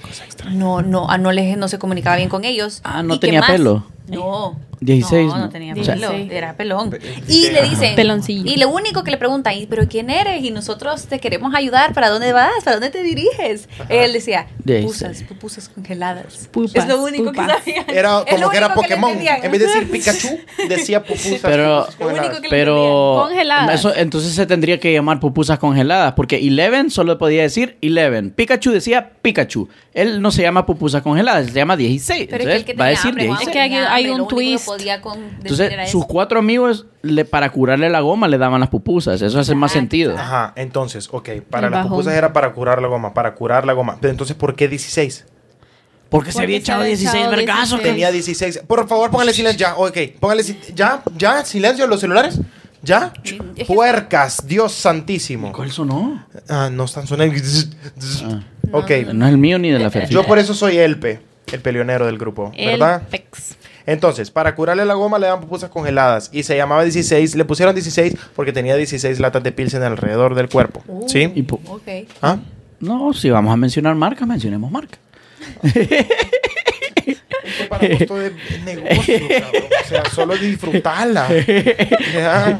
[SPEAKER 2] No, no, ah, no, les, no se comunicaba bien con ellos.
[SPEAKER 3] Ah, no
[SPEAKER 2] ¿Y qué
[SPEAKER 3] tenía
[SPEAKER 2] más?
[SPEAKER 3] pelo.
[SPEAKER 2] No.
[SPEAKER 3] 16,
[SPEAKER 2] No, no
[SPEAKER 3] ¿no?
[SPEAKER 2] tenía
[SPEAKER 4] O sea-
[SPEAKER 2] pelo.
[SPEAKER 4] 16.
[SPEAKER 2] Era pelón.
[SPEAKER 1] eh,
[SPEAKER 2] Y le dicen.
[SPEAKER 4] Peloncillo.
[SPEAKER 2] Y lo único que le preguntan, "¿Y ¿pero quién eres? Y nosotros te queremos ayudar. ¿Para dónde vas? ¿Para dónde te diriges? Él decía,
[SPEAKER 3] De ahí
[SPEAKER 2] pupusas,
[SPEAKER 3] sale.
[SPEAKER 2] pupusas congeladas.
[SPEAKER 4] Pupas,
[SPEAKER 2] es lo único
[SPEAKER 4] pupas.
[SPEAKER 2] que sabían.
[SPEAKER 1] Era
[SPEAKER 2] Es lo
[SPEAKER 1] como que era
[SPEAKER 2] único le
[SPEAKER 1] Pokémon.
[SPEAKER 2] entendían.
[SPEAKER 1] en vez de decir Pikachu, decía pupusas.
[SPEAKER 3] Pero-
[SPEAKER 1] pupusas
[SPEAKER 2] Lo único
[SPEAKER 1] congeladas.
[SPEAKER 2] que le
[SPEAKER 3] Pero
[SPEAKER 4] Congeladas.
[SPEAKER 3] eso- entonces se tendría que llamar pupusas congeladas, porque Eleven solo podía decir Eleven. Pikachu decía Pikachu. Él no se llama pupusas congeladas, se llama 16.
[SPEAKER 2] Pero es que el
[SPEAKER 3] entonces
[SPEAKER 2] que
[SPEAKER 3] va a
[SPEAKER 2] tenía
[SPEAKER 3] decir
[SPEAKER 2] hambre, Juan,
[SPEAKER 3] 16.
[SPEAKER 4] Es que hay-
[SPEAKER 2] tenía
[SPEAKER 4] hay
[SPEAKER 2] hambre,
[SPEAKER 4] un
[SPEAKER 2] lo único que
[SPEAKER 4] twist.
[SPEAKER 2] podía con- decir era
[SPEAKER 3] Entonces
[SPEAKER 2] eso.
[SPEAKER 3] sus cuatro amigos le, para curarle la goma le daban las pupusas. Eso hace más
[SPEAKER 2] Exacto.
[SPEAKER 3] sentido.
[SPEAKER 1] Ajá, entonces, ok, para
[SPEAKER 4] El
[SPEAKER 1] las
[SPEAKER 4] bajón.
[SPEAKER 1] pupusas era para curar la goma, para curar la goma. Pero entonces, ¿por qué 16?
[SPEAKER 3] Porque se
[SPEAKER 4] Porque
[SPEAKER 3] había
[SPEAKER 4] se
[SPEAKER 3] echado
[SPEAKER 4] había
[SPEAKER 3] 16
[SPEAKER 4] echado
[SPEAKER 3] vergazos.
[SPEAKER 4] 16.
[SPEAKER 2] Eh.
[SPEAKER 1] Tenía 16. Por favor, póngale silencio ya. Ok, póngale si- ya, ya, silencio los celulares. ¿Ya?
[SPEAKER 2] Eh, que-
[SPEAKER 1] Puercas, Dios santísimo.
[SPEAKER 3] ¿Cuál sonó?
[SPEAKER 1] Ah, no están sonando. Ah. Ok,
[SPEAKER 3] No es el mío ni de la Ferfi.
[SPEAKER 1] yo por eso soy Elpe, el peleonero del grupo,
[SPEAKER 4] El
[SPEAKER 1] ¿verdad?
[SPEAKER 4] pex.
[SPEAKER 1] Entonces, para curarle la goma le dan pupusas congeladas y se llamaba 16, le pusieron 16 porque tenía 16 latas de pilsen alrededor del cuerpo.
[SPEAKER 2] Uh.
[SPEAKER 3] Y
[SPEAKER 1] ¿Sí?
[SPEAKER 3] pu-
[SPEAKER 2] Ok.
[SPEAKER 1] ¿Ah?
[SPEAKER 3] No, si vamos a mencionar marcas, mencionemos marcas.
[SPEAKER 1] para gusto de negocio, cabrón. O sea, solo disfrutarla. Ya.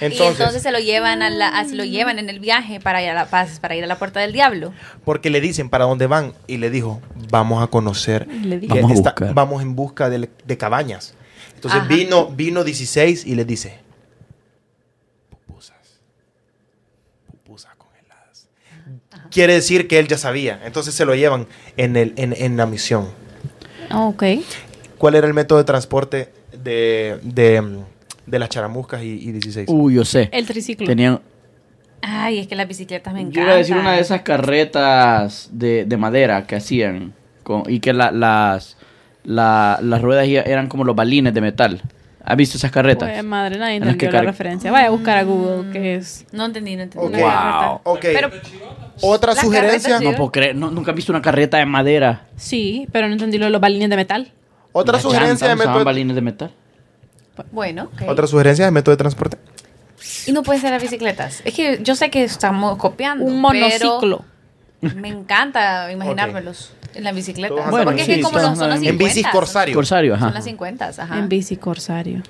[SPEAKER 2] y entonces se lo llevan a la, a- se lo llevan en el viaje para ir a la paz, para ir a la puerta del diablo.
[SPEAKER 1] Porque le dicen para dónde van y le dijo, vamos a conocer,
[SPEAKER 4] Le dijo.
[SPEAKER 1] que
[SPEAKER 3] Vamos a buscar.
[SPEAKER 1] vamos en busca de, de cabañas. Entonces
[SPEAKER 2] Ajá.
[SPEAKER 1] vino vino 16 y le dice, pupusas, pupusas congeladas. Quiere decir que él ya sabía. Entonces se lo llevan en, el, en, en la misión.
[SPEAKER 4] Ok.
[SPEAKER 1] ¿Cuál era el método de transporte de, de, mm, de las charamuscas y, y 16?
[SPEAKER 3] Uy, yo sé.
[SPEAKER 4] El triciclo.
[SPEAKER 3] Tenían.
[SPEAKER 2] Ay, es que las bicicletas me encantan.
[SPEAKER 3] Yo iba a decir una de esas carretas de, de madera que hacían con- y que la- las, la- las ruedas ya eran como los balines de metal. ¿Has visto esas carretas?
[SPEAKER 4] Pues, madre, nadie
[SPEAKER 3] En las que
[SPEAKER 4] entendió la
[SPEAKER 3] carga-
[SPEAKER 4] referencia. Vaya a buscar a Google, que es...
[SPEAKER 2] No entendí, no entendí.
[SPEAKER 1] Ok.
[SPEAKER 2] No, la
[SPEAKER 3] Wow.
[SPEAKER 2] verdad.
[SPEAKER 1] Ok.
[SPEAKER 2] Pero-
[SPEAKER 1] Otra
[SPEAKER 2] Las
[SPEAKER 1] sugerencia.
[SPEAKER 2] carretas,
[SPEAKER 3] No puedo creer, no- nunca he visto una carreta de madera.
[SPEAKER 4] Sí, pero no entendí lo de los balines de metal.
[SPEAKER 1] Otra
[SPEAKER 3] Las
[SPEAKER 1] sugerencia,
[SPEAKER 3] llantas
[SPEAKER 1] de
[SPEAKER 3] usaban
[SPEAKER 1] método,
[SPEAKER 3] balines de metal.
[SPEAKER 2] Bueno, ok.
[SPEAKER 1] otra sugerencia de método de transporte.
[SPEAKER 2] y no pueden ser las bicicletas. Es que yo sé que estamos copiando.
[SPEAKER 4] Un
[SPEAKER 2] pero
[SPEAKER 4] monociclo.
[SPEAKER 2] Me encanta imaginármelos en la bicicleta.
[SPEAKER 1] Todos
[SPEAKER 3] andan
[SPEAKER 2] Porque
[SPEAKER 3] en
[SPEAKER 2] es que
[SPEAKER 3] bici,
[SPEAKER 2] como
[SPEAKER 3] todos
[SPEAKER 2] los, son los
[SPEAKER 3] andan
[SPEAKER 2] 50.
[SPEAKER 1] en bici. En bicis corsario.
[SPEAKER 3] Corsario,
[SPEAKER 2] Son
[SPEAKER 3] ajá.
[SPEAKER 2] las 50, ajá.
[SPEAKER 4] En bici corsario.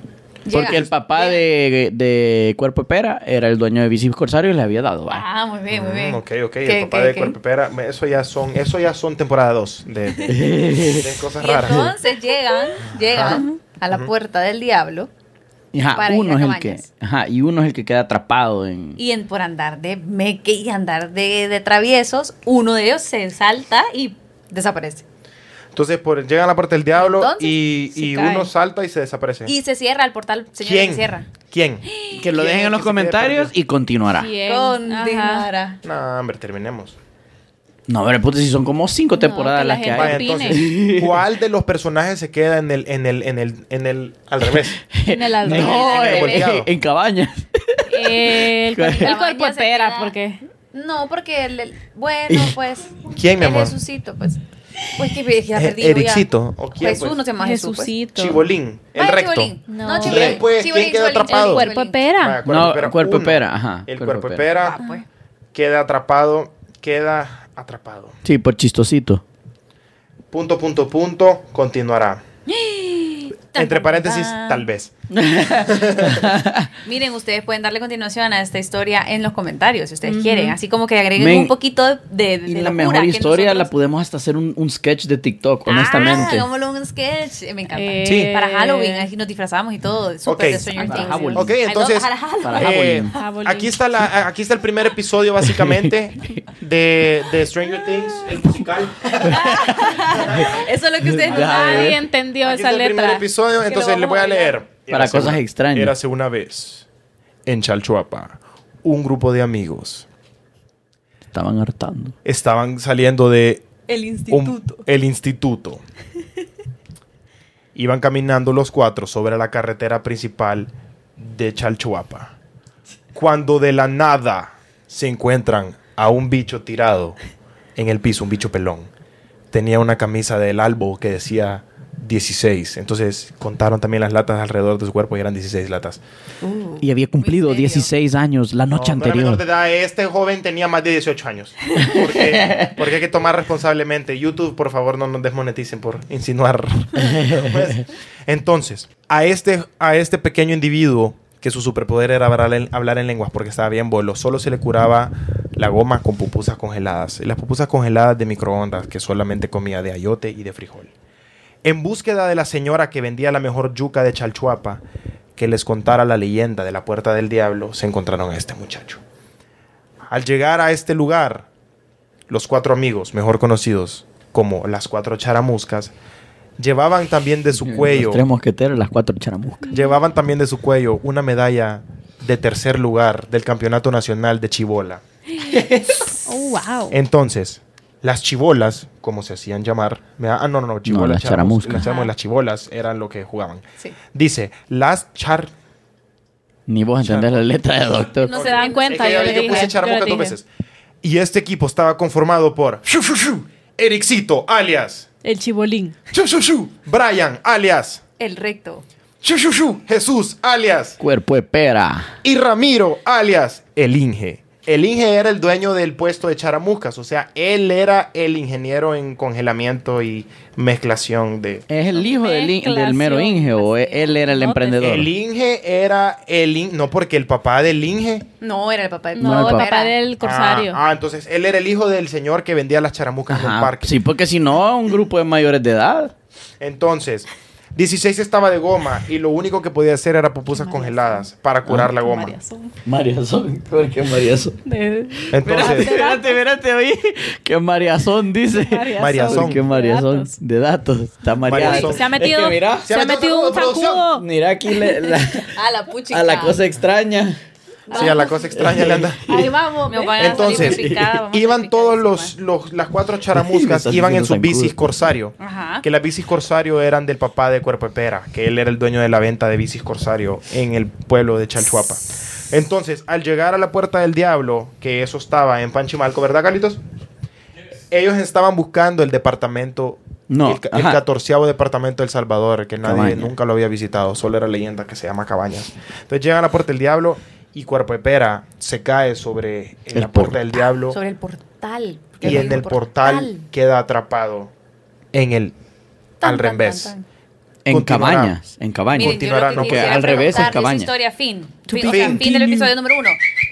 [SPEAKER 3] Porque el papá de, de Cuerpo de Pera era el dueño de Bicis Corsario y le había dado. va.
[SPEAKER 2] Ah, muy bien, muy bien.
[SPEAKER 1] Mm, ok, ok.
[SPEAKER 2] ¿Qué,
[SPEAKER 1] el papá
[SPEAKER 2] qué,
[SPEAKER 1] de
[SPEAKER 2] qué?
[SPEAKER 1] Cuerpepera. me- Eso ya son, eso ya son temporada 2 de, de- de cosas
[SPEAKER 2] Y
[SPEAKER 1] raras.
[SPEAKER 2] entonces llegan, llegan a la puerta del diablo
[SPEAKER 3] Y, ajá,
[SPEAKER 2] para ir
[SPEAKER 3] uno
[SPEAKER 2] a
[SPEAKER 3] es el que,
[SPEAKER 2] cabañas.
[SPEAKER 3] ajá, y uno es el que queda atrapado en.
[SPEAKER 2] y en por andar de meque y andar de, de traviesos, uno de ellos se salta y desaparece.
[SPEAKER 1] Entonces por, llegan a la puerta del diablo
[SPEAKER 2] Entonces,
[SPEAKER 1] y,
[SPEAKER 4] se
[SPEAKER 1] y
[SPEAKER 4] cae.
[SPEAKER 1] uno salta y se desaparece.
[SPEAKER 2] Y se cierra el portal, señor,
[SPEAKER 1] ¿Quién?
[SPEAKER 2] se cierra.
[SPEAKER 1] ¿Quién?
[SPEAKER 3] Que lo
[SPEAKER 1] ¿Quién
[SPEAKER 3] dejen
[SPEAKER 1] es que se
[SPEAKER 3] en los
[SPEAKER 1] quede
[SPEAKER 3] comentarios
[SPEAKER 1] perdido?
[SPEAKER 3] y
[SPEAKER 2] Ah.
[SPEAKER 3] continuará.
[SPEAKER 4] Bien, ajá.
[SPEAKER 2] Continuará.
[SPEAKER 1] No, hombre, terminemos.
[SPEAKER 3] No, pero puta, si son como cinco
[SPEAKER 4] No,
[SPEAKER 3] temporadas
[SPEAKER 4] que la
[SPEAKER 3] las que
[SPEAKER 4] gente
[SPEAKER 3] hay.
[SPEAKER 1] Vaya,
[SPEAKER 4] opine.
[SPEAKER 1] entonces, ¿cuál de los personajes se queda en el, en el, en el, en el, al revés?
[SPEAKER 4] En el
[SPEAKER 3] No,
[SPEAKER 4] albergue.
[SPEAKER 1] en el
[SPEAKER 3] eh,
[SPEAKER 1] volteado.
[SPEAKER 3] en cabañas.
[SPEAKER 4] El, cuer- el
[SPEAKER 2] La
[SPEAKER 4] cuerpo
[SPEAKER 2] baña
[SPEAKER 4] de
[SPEAKER 2] se
[SPEAKER 4] pera,
[SPEAKER 2] queda-
[SPEAKER 4] porque...
[SPEAKER 2] No, porque el, el- bueno, pues
[SPEAKER 1] ¿Quién, mi
[SPEAKER 2] el
[SPEAKER 1] amor?
[SPEAKER 2] Jesucito, pues. Pues que ya
[SPEAKER 1] Eh,
[SPEAKER 2] perdí yo ya.
[SPEAKER 1] Ericito, ¿o quién,
[SPEAKER 2] Jesús
[SPEAKER 1] pues?
[SPEAKER 2] no se llama Jesús. pues.
[SPEAKER 4] Jesucito.
[SPEAKER 1] Chibolín, el
[SPEAKER 2] Vaya,
[SPEAKER 1] recto.
[SPEAKER 2] Chibolín.
[SPEAKER 4] No.
[SPEAKER 2] No,
[SPEAKER 4] ¿Quién,
[SPEAKER 2] Chibolín.
[SPEAKER 1] pues?
[SPEAKER 2] Chibolín,
[SPEAKER 1] ¿Quién quedó
[SPEAKER 2] Chibolín,
[SPEAKER 1] atrapado?
[SPEAKER 4] El
[SPEAKER 2] Chibolín.
[SPEAKER 4] cuerpo de
[SPEAKER 1] Vaya,
[SPEAKER 4] pera.
[SPEAKER 1] Cuerpo de
[SPEAKER 3] No,
[SPEAKER 1] Pera
[SPEAKER 3] Cuerpo de
[SPEAKER 1] uno.
[SPEAKER 3] Pera, ajá,
[SPEAKER 1] El
[SPEAKER 3] Cuerpo de
[SPEAKER 1] cuerpo de
[SPEAKER 3] Pera.
[SPEAKER 1] pera
[SPEAKER 2] Ah, pues.
[SPEAKER 1] queda atrapado, queda atrapado.
[SPEAKER 3] Sí, por chistosito.
[SPEAKER 1] Punto, punto, punto, continuará. Entre paréntesis, tal vez.
[SPEAKER 2] Miren, ustedes pueden darle continuación a esta historia en los comentarios, si ustedes quieren. Así como que agreguen
[SPEAKER 3] Men,
[SPEAKER 2] un poquito de, de, de
[SPEAKER 3] Y la
[SPEAKER 2] locura
[SPEAKER 3] mejor
[SPEAKER 2] que
[SPEAKER 3] historia la
[SPEAKER 2] nosotros-
[SPEAKER 3] pudimos hasta hacer un, un sketch de TikTok,
[SPEAKER 2] Ah,
[SPEAKER 3] honestamente.
[SPEAKER 2] hagámoslo un sketch. Eh, Me encanta.
[SPEAKER 4] Eh, Sí.
[SPEAKER 2] Para Halloween, aquí nos disfrazamos y todo. Súper
[SPEAKER 1] Ok.
[SPEAKER 2] de Stranger
[SPEAKER 3] Para
[SPEAKER 2] Things.
[SPEAKER 3] Halloween.
[SPEAKER 1] Ok,
[SPEAKER 2] I love
[SPEAKER 1] entonces,
[SPEAKER 2] Halloween.
[SPEAKER 3] Para
[SPEAKER 1] eh,
[SPEAKER 3] Halloween.
[SPEAKER 4] Halloween.
[SPEAKER 1] aquí, está la, aquí está el primer episodio, básicamente, de, de Stranger Things, el musical.
[SPEAKER 2] Eso es lo que ustedes no
[SPEAKER 3] Ya,
[SPEAKER 2] saben.
[SPEAKER 4] Nadie entendió
[SPEAKER 1] Aquí
[SPEAKER 4] esa
[SPEAKER 1] está el primer
[SPEAKER 4] letra.
[SPEAKER 1] episodio,
[SPEAKER 2] Que
[SPEAKER 1] entonces
[SPEAKER 2] lo
[SPEAKER 1] le voy a
[SPEAKER 2] vamos a bailar.
[SPEAKER 1] leer.
[SPEAKER 3] Para
[SPEAKER 1] Érase
[SPEAKER 3] cosas
[SPEAKER 1] una-
[SPEAKER 3] extrañas.
[SPEAKER 1] Érase una vez, en Chalchuapa, un grupo de amigos
[SPEAKER 3] Estaban hartando.
[SPEAKER 1] estaban saliendo de
[SPEAKER 2] El
[SPEAKER 1] un-
[SPEAKER 2] instituto.
[SPEAKER 1] el instituto. Iban caminando los cuatro sobre la carretera principal de Chalchuapa. Cuando de la nada se encuentran a un bicho tirado en el piso, un bicho pelón. Tenía una camisa del Albo que decía 16. Entonces contaron también las latas alrededor de su cuerpo y eran 16 latas.
[SPEAKER 3] Y había cumplido
[SPEAKER 2] Misterio.
[SPEAKER 3] 16 años la noche
[SPEAKER 1] No, no era menor
[SPEAKER 3] anterior.
[SPEAKER 1] de edad. Este joven tenía más de 18 años. Porque, porque hay que tomar responsablemente. YouTube, por favor, no nos desmoneticen por insinuar. Pues, entonces, a este, a este pequeño individuo que su superpoder era hablar en, hablar en lenguas porque estaba bien bolo, solo se le curaba la goma con pupusas congeladas. Y las pupusas congeladas de microondas que solamente comía de ayote y de frijol. En búsqueda de la señora que vendía la mejor yuca de Chalchuapa, que les contara la leyenda de la puerta del diablo, se encontraron a este muchacho. Al llegar a este lugar, los cuatro amigos, mejor conocidos como las cuatro charamuscas, llevaban también de su cuello,
[SPEAKER 3] Los tres mosqueteros y las cuatro charamuscas.
[SPEAKER 1] llevaban también de su cuello una medalla de tercer lugar del Campeonato Nacional de Chibola.
[SPEAKER 4] Oh, wow.
[SPEAKER 1] Entonces, las chibolas, como se hacían llamar, me da- ah, no, no, no, chibolas,
[SPEAKER 3] las
[SPEAKER 1] charamus-
[SPEAKER 3] charamuscas.
[SPEAKER 1] las charamus- las chibolas eran lo que jugaban.
[SPEAKER 2] Sí.
[SPEAKER 1] Dice, las char
[SPEAKER 3] Ni vos entendés la letra de doctor.
[SPEAKER 2] No se dan cuenta,
[SPEAKER 1] Es que
[SPEAKER 2] yo
[SPEAKER 1] yo,
[SPEAKER 2] le
[SPEAKER 1] yo
[SPEAKER 2] dije,
[SPEAKER 1] puse charamusca
[SPEAKER 4] yo le
[SPEAKER 1] dos
[SPEAKER 4] dije.
[SPEAKER 1] veces. Y este equipo estaba conformado por Shu, shu, shu, Ericito, alias
[SPEAKER 4] El chibolín.
[SPEAKER 1] Shu, shu, shu, Brian, alias
[SPEAKER 2] El recto.
[SPEAKER 1] Shu, shu, shu, Jesús, alias
[SPEAKER 3] Cuerpo de pera.
[SPEAKER 1] y Ramiro, alias El Inge. El Inge era el dueño del puesto de charamuscas, o sea, él era el ingeniero en congelamiento y mezclación de...
[SPEAKER 3] ¿Es el hijo del, in- del mero
[SPEAKER 4] Mezclación.
[SPEAKER 3] Inge o e- él era el
[SPEAKER 4] No,
[SPEAKER 3] emprendedor?
[SPEAKER 1] El Inge era el... In- No, porque el papá del Inge...
[SPEAKER 2] No, era el papá del
[SPEAKER 4] No,
[SPEAKER 3] No, el
[SPEAKER 4] el
[SPEAKER 3] papá.
[SPEAKER 4] papá del corsario.
[SPEAKER 1] Ah, ah, entonces él era el hijo del señor que vendía las charamuscas en el
[SPEAKER 3] Ajá.
[SPEAKER 1] parque.
[SPEAKER 3] Sí, porque si no, un grupo de mayores de edad.
[SPEAKER 1] Entonces, 16 estaba de goma y lo único que podía hacer era pupusas congeladas para curar ah, la goma.
[SPEAKER 4] Varias son.
[SPEAKER 3] Mariazón. ¿Por qué Mariazón?
[SPEAKER 4] De-
[SPEAKER 3] Espérate,
[SPEAKER 1] Entonces,
[SPEAKER 3] espérate, espérate, oí. Que Mariazón dice.
[SPEAKER 4] Varias
[SPEAKER 1] Mariazón.
[SPEAKER 4] son.
[SPEAKER 3] ¿Por qué Mariazón?
[SPEAKER 4] Datos.
[SPEAKER 3] De datos. Está Mariazón.
[SPEAKER 1] Mariazón.
[SPEAKER 4] Se ha metido,
[SPEAKER 3] Es que mira,
[SPEAKER 4] se ha metido un zancudo.
[SPEAKER 3] mira aquí le- la-
[SPEAKER 2] A Ah, la puchica.
[SPEAKER 3] a la cosa extraña.
[SPEAKER 1] sí, a la cosa extraña le anda.
[SPEAKER 4] Ahí vamos.
[SPEAKER 2] Me
[SPEAKER 4] ¿ves?
[SPEAKER 2] van a
[SPEAKER 1] Entonces,
[SPEAKER 2] salir picada, vamos a
[SPEAKER 1] iban
[SPEAKER 2] salir
[SPEAKER 1] todos
[SPEAKER 2] picadísimas.
[SPEAKER 1] los, los- las cuatro
[SPEAKER 3] Me
[SPEAKER 1] charamuscas
[SPEAKER 3] estás
[SPEAKER 1] iban en
[SPEAKER 3] diciendo
[SPEAKER 1] sus bicis
[SPEAKER 3] zancudo.
[SPEAKER 1] Corsario.
[SPEAKER 2] Ajá.
[SPEAKER 1] Que las bicis Corsario eran del papá de Cuerpo de Pera, que él era el dueño de la venta de bicis Corsario en el pueblo de Chalchuapa. Entonces, al llegar a la Puerta del Diablo, que eso estaba en Panchimalco, ¿verdad, Carlitos? Ellos estaban buscando el departamento,
[SPEAKER 3] No,
[SPEAKER 1] el, ca- el
[SPEAKER 3] ajá.
[SPEAKER 1] catorceavo departamento del Salvador, que nadie
[SPEAKER 3] Cabañas.
[SPEAKER 1] nunca lo había visitado, solo era leyenda que se llama Cabañas. Entonces llegan a la Puerta del Diablo y Cuerpo de Pera se cae sobre eh,
[SPEAKER 3] El
[SPEAKER 1] la Puerta
[SPEAKER 3] portal.
[SPEAKER 1] del Diablo
[SPEAKER 2] Sobre el portal. Porque
[SPEAKER 1] y
[SPEAKER 2] yo
[SPEAKER 1] en
[SPEAKER 2] digo
[SPEAKER 1] el portal, queda atrapado en el
[SPEAKER 2] Tan,
[SPEAKER 1] al
[SPEAKER 2] tan,
[SPEAKER 1] revés.
[SPEAKER 2] tan,
[SPEAKER 3] En
[SPEAKER 1] Continuará.
[SPEAKER 3] cabañas. En cabañas.
[SPEAKER 2] Miren, yo
[SPEAKER 1] Continuará,
[SPEAKER 2] lo
[SPEAKER 1] no,
[SPEAKER 2] que
[SPEAKER 1] que
[SPEAKER 2] quisiera
[SPEAKER 3] al revés es
[SPEAKER 2] preguntar de
[SPEAKER 3] cabaña.
[SPEAKER 2] esa historia fin.
[SPEAKER 4] To
[SPEAKER 2] Fin, o
[SPEAKER 1] be
[SPEAKER 2] sea, fin del
[SPEAKER 1] continued.
[SPEAKER 2] episodio número uno.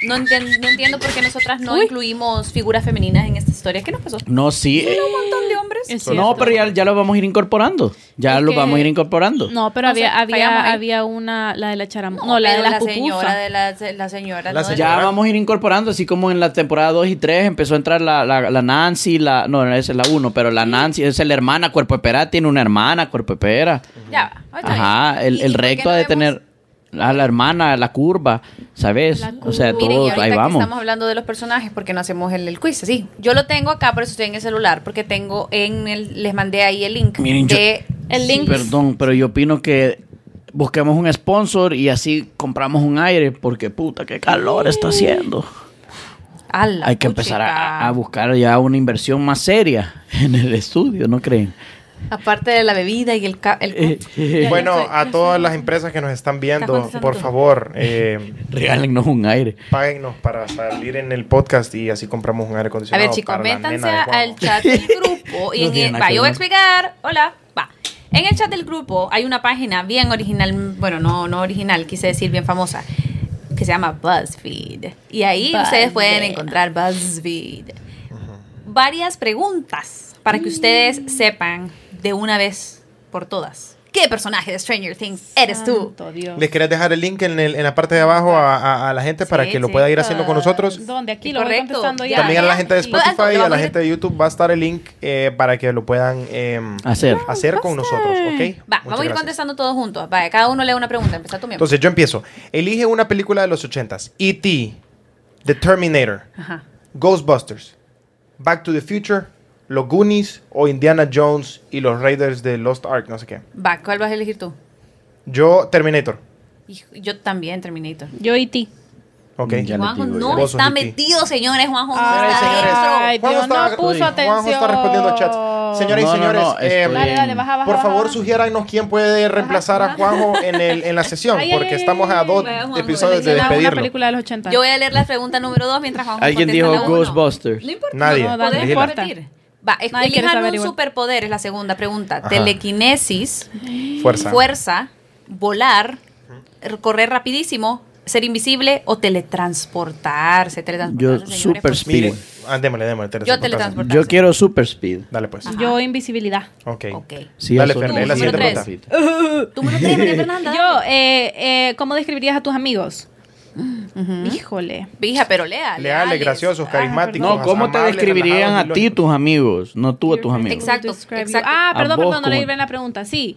[SPEAKER 2] No, enten- no entiendo por qué nosotras no
[SPEAKER 4] Uy.
[SPEAKER 2] incluimos figuras femeninas en esta historia. ¿Qué nos pasó?
[SPEAKER 3] No, sí. eh,
[SPEAKER 2] Un montón de hombres.
[SPEAKER 4] Es
[SPEAKER 3] No,
[SPEAKER 4] cierto.
[SPEAKER 3] pero ya, ya lo vamos a ir incorporando. Ya
[SPEAKER 4] Es
[SPEAKER 3] lo
[SPEAKER 4] que-
[SPEAKER 3] vamos a ir incorporando.
[SPEAKER 4] No, pero
[SPEAKER 2] No
[SPEAKER 4] había,
[SPEAKER 2] sé, fallamos ahí.
[SPEAKER 4] había, había una, la de la charamú. No, la de
[SPEAKER 2] pero
[SPEAKER 4] las
[SPEAKER 2] señora,
[SPEAKER 4] pupusas.
[SPEAKER 2] de la, la señora.
[SPEAKER 1] La
[SPEAKER 2] no de-
[SPEAKER 3] Ya vamos a ir incorporando, así como en la temporada 2 y 3 empezó a entrar la, la- la Nancy, la, no, esa es la 1, pero la Nancy esa es la hermana, cuerpo de pera, tiene una hermana, cuerpo de pera.
[SPEAKER 2] Ya, va, ahorita
[SPEAKER 3] Ajá,
[SPEAKER 2] bien.
[SPEAKER 3] el,
[SPEAKER 2] ¿Y
[SPEAKER 3] el
[SPEAKER 2] por qué
[SPEAKER 3] recto
[SPEAKER 2] no
[SPEAKER 3] ha de
[SPEAKER 2] vemos?
[SPEAKER 3] tener a la hermana, la curva, ¿sabes?
[SPEAKER 4] La
[SPEAKER 3] O sea,
[SPEAKER 2] Miren, y
[SPEAKER 3] todo,
[SPEAKER 2] ahorita
[SPEAKER 3] ahí
[SPEAKER 2] que
[SPEAKER 3] vamos.
[SPEAKER 2] estamos hablando de los personajes, porque no hacemos el, el quiz así. Yo lo tengo acá, por eso estoy en el celular, porque tengo en el, les mandé ahí el link
[SPEAKER 3] Miren, yo-
[SPEAKER 2] de
[SPEAKER 4] El link.
[SPEAKER 3] Perdón, pero yo opino que busquemos un sponsor y así compramos un aire, porque puta, qué calor está haciendo.
[SPEAKER 2] A la
[SPEAKER 3] Hay que
[SPEAKER 2] puchica.
[SPEAKER 3] empezar a, a buscar ya una inversión más seria en el estudio, ¿no creen?
[SPEAKER 2] Aparte de la bebida y el... ca- el-
[SPEAKER 3] Eh,
[SPEAKER 1] Bueno,
[SPEAKER 2] estoy-
[SPEAKER 1] a todas las empresas que nos están viendo,
[SPEAKER 2] contestando
[SPEAKER 1] por
[SPEAKER 2] tú.
[SPEAKER 1] favor, eh,
[SPEAKER 3] Regálennos un aire.
[SPEAKER 1] páguennos para salir en el podcast y así compramos un aire
[SPEAKER 2] A
[SPEAKER 1] acondicionado.
[SPEAKER 2] ver, chicos,
[SPEAKER 1] para la
[SPEAKER 2] métanse
[SPEAKER 1] nena de Juanjo.
[SPEAKER 2] al chat del grupo y
[SPEAKER 3] No
[SPEAKER 2] en
[SPEAKER 3] tiene
[SPEAKER 2] el,
[SPEAKER 3] nada
[SPEAKER 2] va,
[SPEAKER 3] que
[SPEAKER 2] yo voy a
[SPEAKER 3] ver.
[SPEAKER 2] explicar. Hola, va. En el chat del grupo hay una página bien original, bueno, no, no original, quise decir bien famosa, que se llama BuzzFeed. Y ahí ustedes
[SPEAKER 4] Buzzfeed.
[SPEAKER 2] pueden encontrar BuzzFeed. Varias preguntas para que ustedes
[SPEAKER 1] Mm.
[SPEAKER 2] sepan de una vez por todas. ¿Qué personaje de Stranger Things eres tú?
[SPEAKER 4] Santo Dios.
[SPEAKER 1] Les quería dejar el link en, el- en la parte de abajo a, a- a la gente para
[SPEAKER 2] Sí,
[SPEAKER 1] que lo
[SPEAKER 2] sí.
[SPEAKER 1] pueda ir haciendo con nosotros.
[SPEAKER 4] ¿Dónde? Aquí lo voy
[SPEAKER 2] Correcto.
[SPEAKER 4] contestando ya.
[SPEAKER 1] También a la gente de
[SPEAKER 2] Y- Lo-
[SPEAKER 1] Spotify
[SPEAKER 2] lo
[SPEAKER 1] y a la
[SPEAKER 2] vamos a-
[SPEAKER 1] gente de YouTube va a estar el link eh, para que lo puedan em,
[SPEAKER 3] Hacer.
[SPEAKER 1] hacer con nosotros, ¿ok?
[SPEAKER 2] Va,
[SPEAKER 1] Muchas
[SPEAKER 2] vamos a ir
[SPEAKER 1] gracias.
[SPEAKER 2] contestando todos juntos. Va, cada uno lee una pregunta, empieza tú mismo.
[SPEAKER 1] Entonces yo empiezo. Elige una película de los 80s. E.T., The Terminator,
[SPEAKER 2] Ajá.
[SPEAKER 1] Ghostbusters, Back to the Future, Los Goonies o Indiana Jones y los Raiders de Lost Ark, no sé qué.
[SPEAKER 2] Va, ¿cuál vas a elegir tú?
[SPEAKER 1] Yo, Terminator.
[SPEAKER 2] Hijo, Yo también, Terminator.
[SPEAKER 4] Yo y ti.
[SPEAKER 1] Ok.
[SPEAKER 3] Ya le
[SPEAKER 2] Juanjo no
[SPEAKER 3] digo,
[SPEAKER 1] ya.
[SPEAKER 2] está
[SPEAKER 1] Vos sos
[SPEAKER 2] metido, señores. Juanjo no
[SPEAKER 1] Ay,
[SPEAKER 2] está
[SPEAKER 1] señores.
[SPEAKER 2] dentro.
[SPEAKER 4] Ay, Dios,
[SPEAKER 1] Juanjo
[SPEAKER 4] no
[SPEAKER 1] está-
[SPEAKER 4] puso
[SPEAKER 1] Juanjo
[SPEAKER 4] atención.
[SPEAKER 1] está respondiendo chats.
[SPEAKER 4] o...?
[SPEAKER 1] Señoras y
[SPEAKER 3] No, no,
[SPEAKER 1] señores,
[SPEAKER 3] no,
[SPEAKER 1] eh,
[SPEAKER 3] estoy-
[SPEAKER 4] Dale, dale, baja, baja.
[SPEAKER 1] por
[SPEAKER 4] baja,
[SPEAKER 1] favor
[SPEAKER 4] baja.
[SPEAKER 1] sugiéranos quién puede reemplazar a Juanjo en, el, en la sesión,
[SPEAKER 4] Ay, ay,
[SPEAKER 1] porque
[SPEAKER 4] ay,
[SPEAKER 1] estamos
[SPEAKER 4] ay,
[SPEAKER 1] a
[SPEAKER 4] ay,
[SPEAKER 1] dos
[SPEAKER 2] ay, Juanjo,
[SPEAKER 1] episodios de
[SPEAKER 4] Selecciona Una
[SPEAKER 1] despedirlo.
[SPEAKER 4] película de los 80.
[SPEAKER 2] Yo voy a leer la pregunta número dos mientras Juan
[SPEAKER 3] Alguien
[SPEAKER 2] contesta
[SPEAKER 3] dijo
[SPEAKER 2] la uno.
[SPEAKER 3] Ghostbusters.
[SPEAKER 2] No importa.
[SPEAKER 1] Nadie.
[SPEAKER 4] No, dale,
[SPEAKER 2] Podés
[SPEAKER 1] Vigila.
[SPEAKER 4] corta.
[SPEAKER 2] repetir. Va, es-
[SPEAKER 4] Nadie quiere
[SPEAKER 2] elijan
[SPEAKER 4] saber
[SPEAKER 2] un
[SPEAKER 4] igual.
[SPEAKER 2] superpoder, es la segunda pregunta.
[SPEAKER 1] Ajá.
[SPEAKER 2] Telequinesis,
[SPEAKER 1] Fuerza.
[SPEAKER 2] fuerza, volar, r- correr rapidísimo, ser invisible o teletransportarse.
[SPEAKER 3] Yo
[SPEAKER 2] teletransportarse señores,
[SPEAKER 3] super
[SPEAKER 2] pues,
[SPEAKER 1] Mire,
[SPEAKER 3] speed.
[SPEAKER 1] ah, démosle, démosle.
[SPEAKER 2] Yo
[SPEAKER 1] teletransportarse.
[SPEAKER 2] teletransportarse.
[SPEAKER 3] Yo quiero super speed.
[SPEAKER 1] Dale pues.
[SPEAKER 2] Ajá.
[SPEAKER 4] Yo, invisibilidad.
[SPEAKER 1] Ok.
[SPEAKER 2] Ok.
[SPEAKER 3] Sí,
[SPEAKER 1] Dale,
[SPEAKER 3] yo soy
[SPEAKER 1] Fer, lee la
[SPEAKER 2] siguiente
[SPEAKER 3] muy super
[SPEAKER 1] pregunta.
[SPEAKER 3] speed.
[SPEAKER 2] Número tres, María Fernanda.
[SPEAKER 4] Yo, eh, eh, ¿cómo describirías a tus amigos? Híjole.
[SPEAKER 2] Vija, pero lea. Ah,
[SPEAKER 1] Leales, graciosos, carismáticos.
[SPEAKER 3] No, ¿cómo te
[SPEAKER 1] amables,
[SPEAKER 3] describirían
[SPEAKER 1] relajados y
[SPEAKER 3] a ti
[SPEAKER 1] lógicos.
[SPEAKER 3] tus amigos? No tú a tus amigos.
[SPEAKER 2] Exacto,
[SPEAKER 4] Describe you.
[SPEAKER 2] exacto.
[SPEAKER 4] Ah,
[SPEAKER 3] A
[SPEAKER 4] perdón,
[SPEAKER 3] vos,
[SPEAKER 4] perdón, no leí
[SPEAKER 3] ¿cómo?
[SPEAKER 4] bien la pregunta. Sí.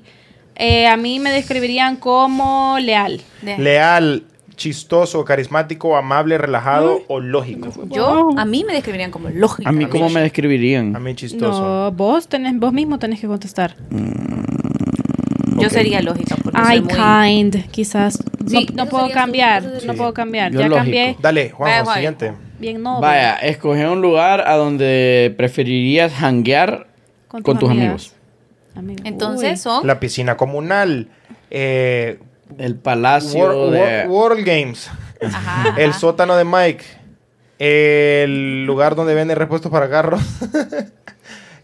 [SPEAKER 4] Eh, a mí me describirían como leal.
[SPEAKER 2] Le
[SPEAKER 1] Leal, chistoso, carismático, amable, relajado o lógico.
[SPEAKER 2] yo, a mí me describirían como lógica.
[SPEAKER 3] A mí, ¿cómo me
[SPEAKER 1] A
[SPEAKER 3] describirían?
[SPEAKER 1] mí chistoso.
[SPEAKER 4] No, vos tenés, vos mismo tenés que contestar.
[SPEAKER 2] Yo sería lógica. Porque soy
[SPEAKER 4] I
[SPEAKER 2] muy...
[SPEAKER 4] kind, quizás.
[SPEAKER 2] Sí,
[SPEAKER 4] no
[SPEAKER 2] eso
[SPEAKER 4] no
[SPEAKER 2] sería
[SPEAKER 4] puedo
[SPEAKER 2] su-
[SPEAKER 4] cambiar,
[SPEAKER 2] eso sería
[SPEAKER 4] no
[SPEAKER 1] su-
[SPEAKER 4] puedo cambiar.
[SPEAKER 3] Yo
[SPEAKER 4] ya
[SPEAKER 3] lógico.
[SPEAKER 4] cambié.
[SPEAKER 1] Dale,
[SPEAKER 2] Vaya,
[SPEAKER 1] Juanjo,
[SPEAKER 2] Juanjo.
[SPEAKER 1] siguiente.
[SPEAKER 4] Bien, no.
[SPEAKER 3] Vaya, escoge un lugar a donde preferirías hanguear con tus, amigos.
[SPEAKER 4] Amigos.
[SPEAKER 2] Entonces
[SPEAKER 4] Uy.
[SPEAKER 2] son
[SPEAKER 1] La piscina comunal. eh,
[SPEAKER 3] El palacio
[SPEAKER 1] Wor-
[SPEAKER 3] de...
[SPEAKER 1] Wor- World Games.
[SPEAKER 2] Ajá,
[SPEAKER 1] El
[SPEAKER 2] ajá.
[SPEAKER 1] sótano de Mike. El lugar donde venden repuestos para carros.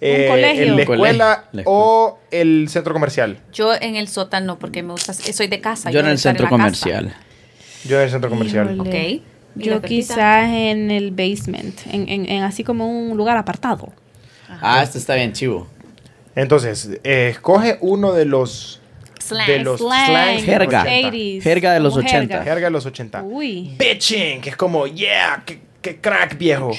[SPEAKER 1] Eh,
[SPEAKER 4] colegio.
[SPEAKER 1] en La
[SPEAKER 4] Un
[SPEAKER 1] escuela
[SPEAKER 3] colegio.
[SPEAKER 1] o el centro comercial.
[SPEAKER 2] Yo en el sótano porque me gusta, soy de casa.
[SPEAKER 3] Yo en
[SPEAKER 2] de
[SPEAKER 3] el
[SPEAKER 2] estar
[SPEAKER 3] centro
[SPEAKER 2] la
[SPEAKER 3] comercial.
[SPEAKER 1] Yo en el centro comercial.
[SPEAKER 4] Híjole.
[SPEAKER 2] casa. Ok. ¿Y la
[SPEAKER 4] Yo
[SPEAKER 2] perrita?
[SPEAKER 4] quizás en el basement, en, en- en así como un lugar apartado.
[SPEAKER 3] Ah, este está bien chivo.
[SPEAKER 1] Entonces, eh, escoge uno de los.
[SPEAKER 2] Slang.
[SPEAKER 1] De los
[SPEAKER 4] Slang.
[SPEAKER 1] slangs de los
[SPEAKER 3] Jerga.
[SPEAKER 1] 80.
[SPEAKER 4] 80s.
[SPEAKER 3] Jerga de los
[SPEAKER 4] Como
[SPEAKER 3] 80.
[SPEAKER 1] Jerga de los 80.
[SPEAKER 4] Uy.
[SPEAKER 1] Bitching, que es como, yeah, que, que crack viejo.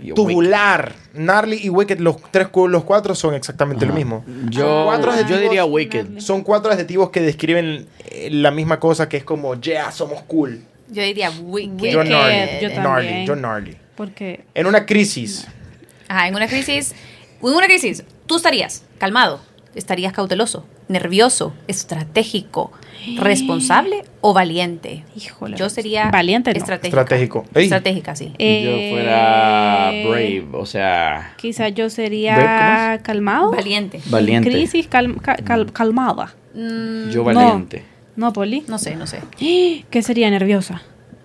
[SPEAKER 3] Yo,
[SPEAKER 1] Tubular. Gnarly y Wicked, los, tres, cu- los cuatro son exactamente lo mismo. Son
[SPEAKER 3] yo,
[SPEAKER 1] cuatro
[SPEAKER 3] yo
[SPEAKER 1] adjetivos-
[SPEAKER 3] diría Wicked.
[SPEAKER 1] Son cuatro adjetivos que describen eh, la misma cosa que es como, yeah, somos cool.
[SPEAKER 2] Yo diría wicked. Eh,
[SPEAKER 1] Yo gnarly.
[SPEAKER 4] Yo también.
[SPEAKER 1] gnarly, yo gnarly.
[SPEAKER 4] Porque
[SPEAKER 1] En una crisis,
[SPEAKER 2] Ajá, en una crisis, en una crisis, tú estarías calmado, estarías cauteloso, nervioso, estratégico, responsable o valiente.
[SPEAKER 4] Híjole.
[SPEAKER 2] Yo sería
[SPEAKER 4] Valiente, no.
[SPEAKER 2] estratégica.
[SPEAKER 1] Estratégico. Ey.
[SPEAKER 2] Estratégica, sí.
[SPEAKER 4] eh,
[SPEAKER 3] Yo fuera Brave, o sea...
[SPEAKER 4] Quizás yo
[SPEAKER 3] Brave, ¿cómo
[SPEAKER 4] sería calmado.
[SPEAKER 2] Valiente.
[SPEAKER 3] Valiente.
[SPEAKER 4] En crisis cal- cal- cal- calmada.
[SPEAKER 2] Mm,
[SPEAKER 3] Yo valiente.
[SPEAKER 4] No, Poli.
[SPEAKER 2] no sé, no sé.
[SPEAKER 4] ¿Qué sería nerviosa?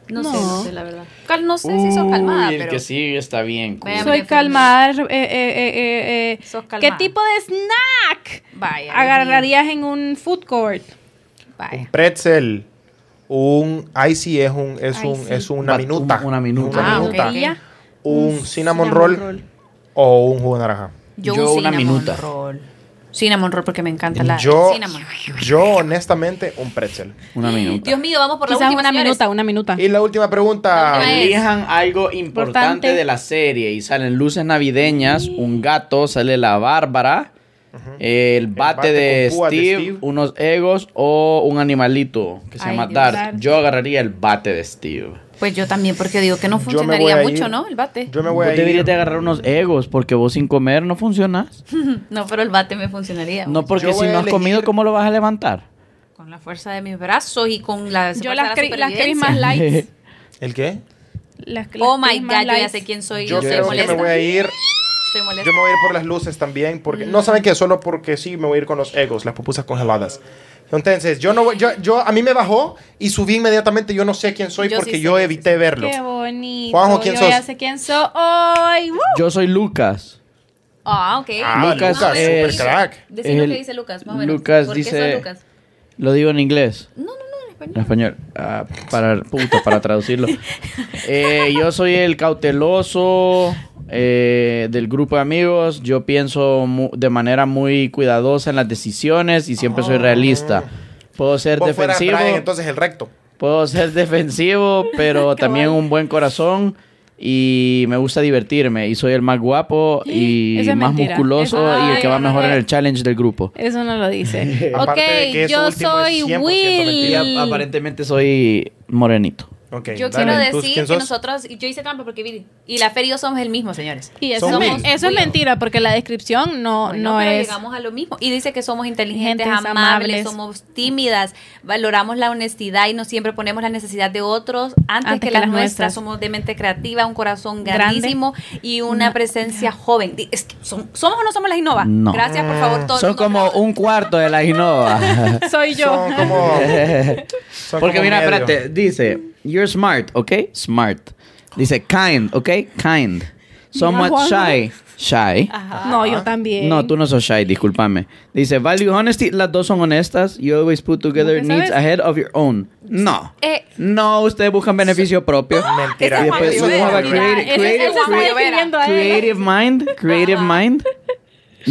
[SPEAKER 2] No,
[SPEAKER 4] No.
[SPEAKER 2] sé, no sé, la verdad. Cal- no sé si sos calmada,
[SPEAKER 3] Uy, el
[SPEAKER 2] pero
[SPEAKER 3] que sí está bien. cool.
[SPEAKER 2] Vaya,
[SPEAKER 4] Soy
[SPEAKER 2] María
[SPEAKER 4] calmada. eh, eh, eh, eh, eh.
[SPEAKER 2] Sos
[SPEAKER 4] ¿Qué
[SPEAKER 2] calmada.
[SPEAKER 4] tipo de snack
[SPEAKER 2] vaya.
[SPEAKER 4] agarrarías en un food court?
[SPEAKER 1] un
[SPEAKER 2] Vaya.
[SPEAKER 1] pretzel, un icy es un es
[SPEAKER 4] Icy.
[SPEAKER 1] un es una
[SPEAKER 3] Bat-
[SPEAKER 1] minuta,
[SPEAKER 3] una minuta.
[SPEAKER 1] Una
[SPEAKER 2] Ah, ok.
[SPEAKER 1] minuta.
[SPEAKER 4] Sería
[SPEAKER 1] un cinnamon roll o un jugo de naranja.
[SPEAKER 2] Yo,
[SPEAKER 3] Yo
[SPEAKER 2] un
[SPEAKER 3] una
[SPEAKER 2] cinnamon
[SPEAKER 3] minuta.
[SPEAKER 2] roll. Cinnamon roll porque me encanta la
[SPEAKER 1] Yo
[SPEAKER 2] cinnamon.
[SPEAKER 1] yo honestamente un pretzel.
[SPEAKER 3] Una minuta.
[SPEAKER 2] Dios mío, vamos por la
[SPEAKER 4] Quizás
[SPEAKER 2] última,
[SPEAKER 4] una
[SPEAKER 2] señores.
[SPEAKER 4] minuta, una minuta.
[SPEAKER 2] Ah.
[SPEAKER 1] Y la última pregunta,
[SPEAKER 2] La última es-
[SPEAKER 3] Ah, Elijan algo importante
[SPEAKER 4] Importante.
[SPEAKER 3] de la serie y salen luces navideñas, un gato, sale la Bárbara, el bate,
[SPEAKER 1] bate
[SPEAKER 3] de,
[SPEAKER 1] con púas de
[SPEAKER 3] Steve,
[SPEAKER 1] Steve.
[SPEAKER 3] unos egos o un animalito que se
[SPEAKER 2] Ay,
[SPEAKER 3] llama
[SPEAKER 2] Dios.
[SPEAKER 3] Dart. Yo agarraría el bate de Steve.
[SPEAKER 2] Pues yo también, porque digo que no
[SPEAKER 1] yo me voy
[SPEAKER 2] funcionaría
[SPEAKER 1] a
[SPEAKER 2] mucho,
[SPEAKER 1] ir-
[SPEAKER 2] ¿no? El bate.
[SPEAKER 1] Yo me
[SPEAKER 3] Vos
[SPEAKER 1] voy a
[SPEAKER 3] deberías
[SPEAKER 1] ir.
[SPEAKER 3] de agarrar unos egos porque vos sin comer no funcionas.
[SPEAKER 2] No, pero el bate me funcionaría.
[SPEAKER 3] No porque
[SPEAKER 1] Yo
[SPEAKER 3] si
[SPEAKER 1] voy a
[SPEAKER 3] no has comido,
[SPEAKER 1] elegir-
[SPEAKER 3] ¿cómo lo vas a levantar?
[SPEAKER 2] Con la fuerza de mis brazos y con la.
[SPEAKER 4] yo
[SPEAKER 2] fuerza
[SPEAKER 4] las,
[SPEAKER 2] de
[SPEAKER 4] cri- las
[SPEAKER 2] supervivencia.
[SPEAKER 4] Christmas lights.
[SPEAKER 1] ¿El qué?
[SPEAKER 4] Las, las
[SPEAKER 2] Oh my
[SPEAKER 4] Christmas
[SPEAKER 2] god, yo ya
[SPEAKER 4] lights.
[SPEAKER 2] sé quién soy.
[SPEAKER 1] Yo
[SPEAKER 2] estoy
[SPEAKER 1] creo que
[SPEAKER 2] molesta.
[SPEAKER 1] me voy a ir.
[SPEAKER 2] Estoy molesta.
[SPEAKER 1] Yo me voy a ir por las luces también, porque no saben que solo porque sí me voy a ir con los egos, las pupusas congeladas. Entonces, yo no voy- yo, yo a mí me bajó y subí inmediatamente, yo no sé quién soy
[SPEAKER 2] Yo sí
[SPEAKER 1] porque
[SPEAKER 2] sé
[SPEAKER 1] yo
[SPEAKER 2] quién
[SPEAKER 1] evité verlo.
[SPEAKER 4] Qué bonito.
[SPEAKER 1] Juanjo, ¿quién
[SPEAKER 4] yo
[SPEAKER 1] sos?
[SPEAKER 4] ya sé quién soy. ¡Woo!
[SPEAKER 3] Yo soy Lucas.
[SPEAKER 2] Ah, ok.
[SPEAKER 1] Ah,
[SPEAKER 3] Lucas
[SPEAKER 2] Más o menos.
[SPEAKER 3] es-
[SPEAKER 1] super crack.
[SPEAKER 2] Decí lo
[SPEAKER 3] El-
[SPEAKER 2] que dice Lucas, más o menos.
[SPEAKER 3] Lucas
[SPEAKER 2] ¿Por qué
[SPEAKER 3] dice-
[SPEAKER 2] sos Lucas?
[SPEAKER 3] Lo digo en inglés.
[SPEAKER 2] No, no, no, en español.
[SPEAKER 3] En español. Ah, para, puta, para traducirlo. Eh, yo soy el cauteloso eh, del grupo de amigos. Yo pienso mu- de manera muy cuidadosa en las decisiones y siempre soy realista. Puedo ser
[SPEAKER 1] Ah. Vos fueras
[SPEAKER 3] defensivo.
[SPEAKER 1] Brian, entonces el recto.
[SPEAKER 3] Puedo ser defensivo, pero también un buen corazón. Y me gusta divertirme. Y soy el más guapo y
[SPEAKER 4] Eso es
[SPEAKER 3] más
[SPEAKER 4] mentira.
[SPEAKER 3] musculoso
[SPEAKER 4] Eso-
[SPEAKER 3] y el que va
[SPEAKER 4] Ay,
[SPEAKER 3] mejor en
[SPEAKER 4] ay.
[SPEAKER 3] el challenge del grupo.
[SPEAKER 4] Eso no lo dice.
[SPEAKER 1] Aparte de que
[SPEAKER 4] ok,
[SPEAKER 1] eso
[SPEAKER 4] yo
[SPEAKER 1] último es
[SPEAKER 4] soy
[SPEAKER 1] 100%
[SPEAKER 3] Y
[SPEAKER 1] mentira.
[SPEAKER 4] Will.
[SPEAKER 3] a- aparentemente soy morenito.
[SPEAKER 1] Ok,
[SPEAKER 2] Yo
[SPEAKER 1] dale.
[SPEAKER 2] quiero
[SPEAKER 1] ¿Tú
[SPEAKER 2] decir que
[SPEAKER 1] quién sos?
[SPEAKER 2] nosotros, yo hice trampa porque Viri y la Fer y yo somos el mismo, señores.
[SPEAKER 4] Y eso,
[SPEAKER 1] Son
[SPEAKER 4] somos-
[SPEAKER 1] mil.
[SPEAKER 4] eso es mentira, porque la descripción no,
[SPEAKER 2] Bueno,
[SPEAKER 4] no
[SPEAKER 2] pero
[SPEAKER 4] es.
[SPEAKER 2] llegamos a lo mismo. Y dice que somos inteligentes,
[SPEAKER 4] Gentes
[SPEAKER 2] amables,
[SPEAKER 4] amables.
[SPEAKER 2] somos tímidas, valoramos la honestidad y no siempre ponemos la necesidad de otros antes, que,
[SPEAKER 4] Antes que
[SPEAKER 2] las
[SPEAKER 4] las
[SPEAKER 2] nuestras.
[SPEAKER 4] nuestras.
[SPEAKER 2] Somos de mente creativa, un corazón
[SPEAKER 4] Grande.
[SPEAKER 2] grandísimo y una
[SPEAKER 4] Una-
[SPEAKER 2] presencia joven. Di- es que son- ¿Somos o no somos las Innova?
[SPEAKER 3] No.
[SPEAKER 2] Gracias, por favor, todos.
[SPEAKER 3] Son como un cuarto de la Innova.
[SPEAKER 4] Soy yo.
[SPEAKER 1] Son como. son
[SPEAKER 3] Oh. Porque
[SPEAKER 1] como
[SPEAKER 3] mira,
[SPEAKER 1] medio.
[SPEAKER 3] espérate, dice, you're smart, ¿ok? Smart. Dice, kind, ¿ok? Kind. Somewhat
[SPEAKER 4] Juanjo.
[SPEAKER 3] shy. Shy.
[SPEAKER 4] No, yo también.
[SPEAKER 3] No, tú no sos shy, discúlpame. Dice, value honesty, las dos son honestas. You always put together
[SPEAKER 4] ¿Cómo que
[SPEAKER 3] needs
[SPEAKER 4] sabes?
[SPEAKER 3] ahead of your own. No.
[SPEAKER 2] Eh.
[SPEAKER 3] no, ustedes buscan beneficio propio.
[SPEAKER 1] Mentira.
[SPEAKER 2] Ese
[SPEAKER 1] Y
[SPEAKER 2] Juan
[SPEAKER 1] después-
[SPEAKER 2] Rivera.
[SPEAKER 1] Juan
[SPEAKER 2] Mira,
[SPEAKER 1] Rivera.
[SPEAKER 2] ese es
[SPEAKER 4] Él- él se
[SPEAKER 2] el Juan
[SPEAKER 4] está
[SPEAKER 2] Rivera.
[SPEAKER 4] escribiendo a él.
[SPEAKER 3] Creative mind, creative
[SPEAKER 2] Ajá.
[SPEAKER 3] mind,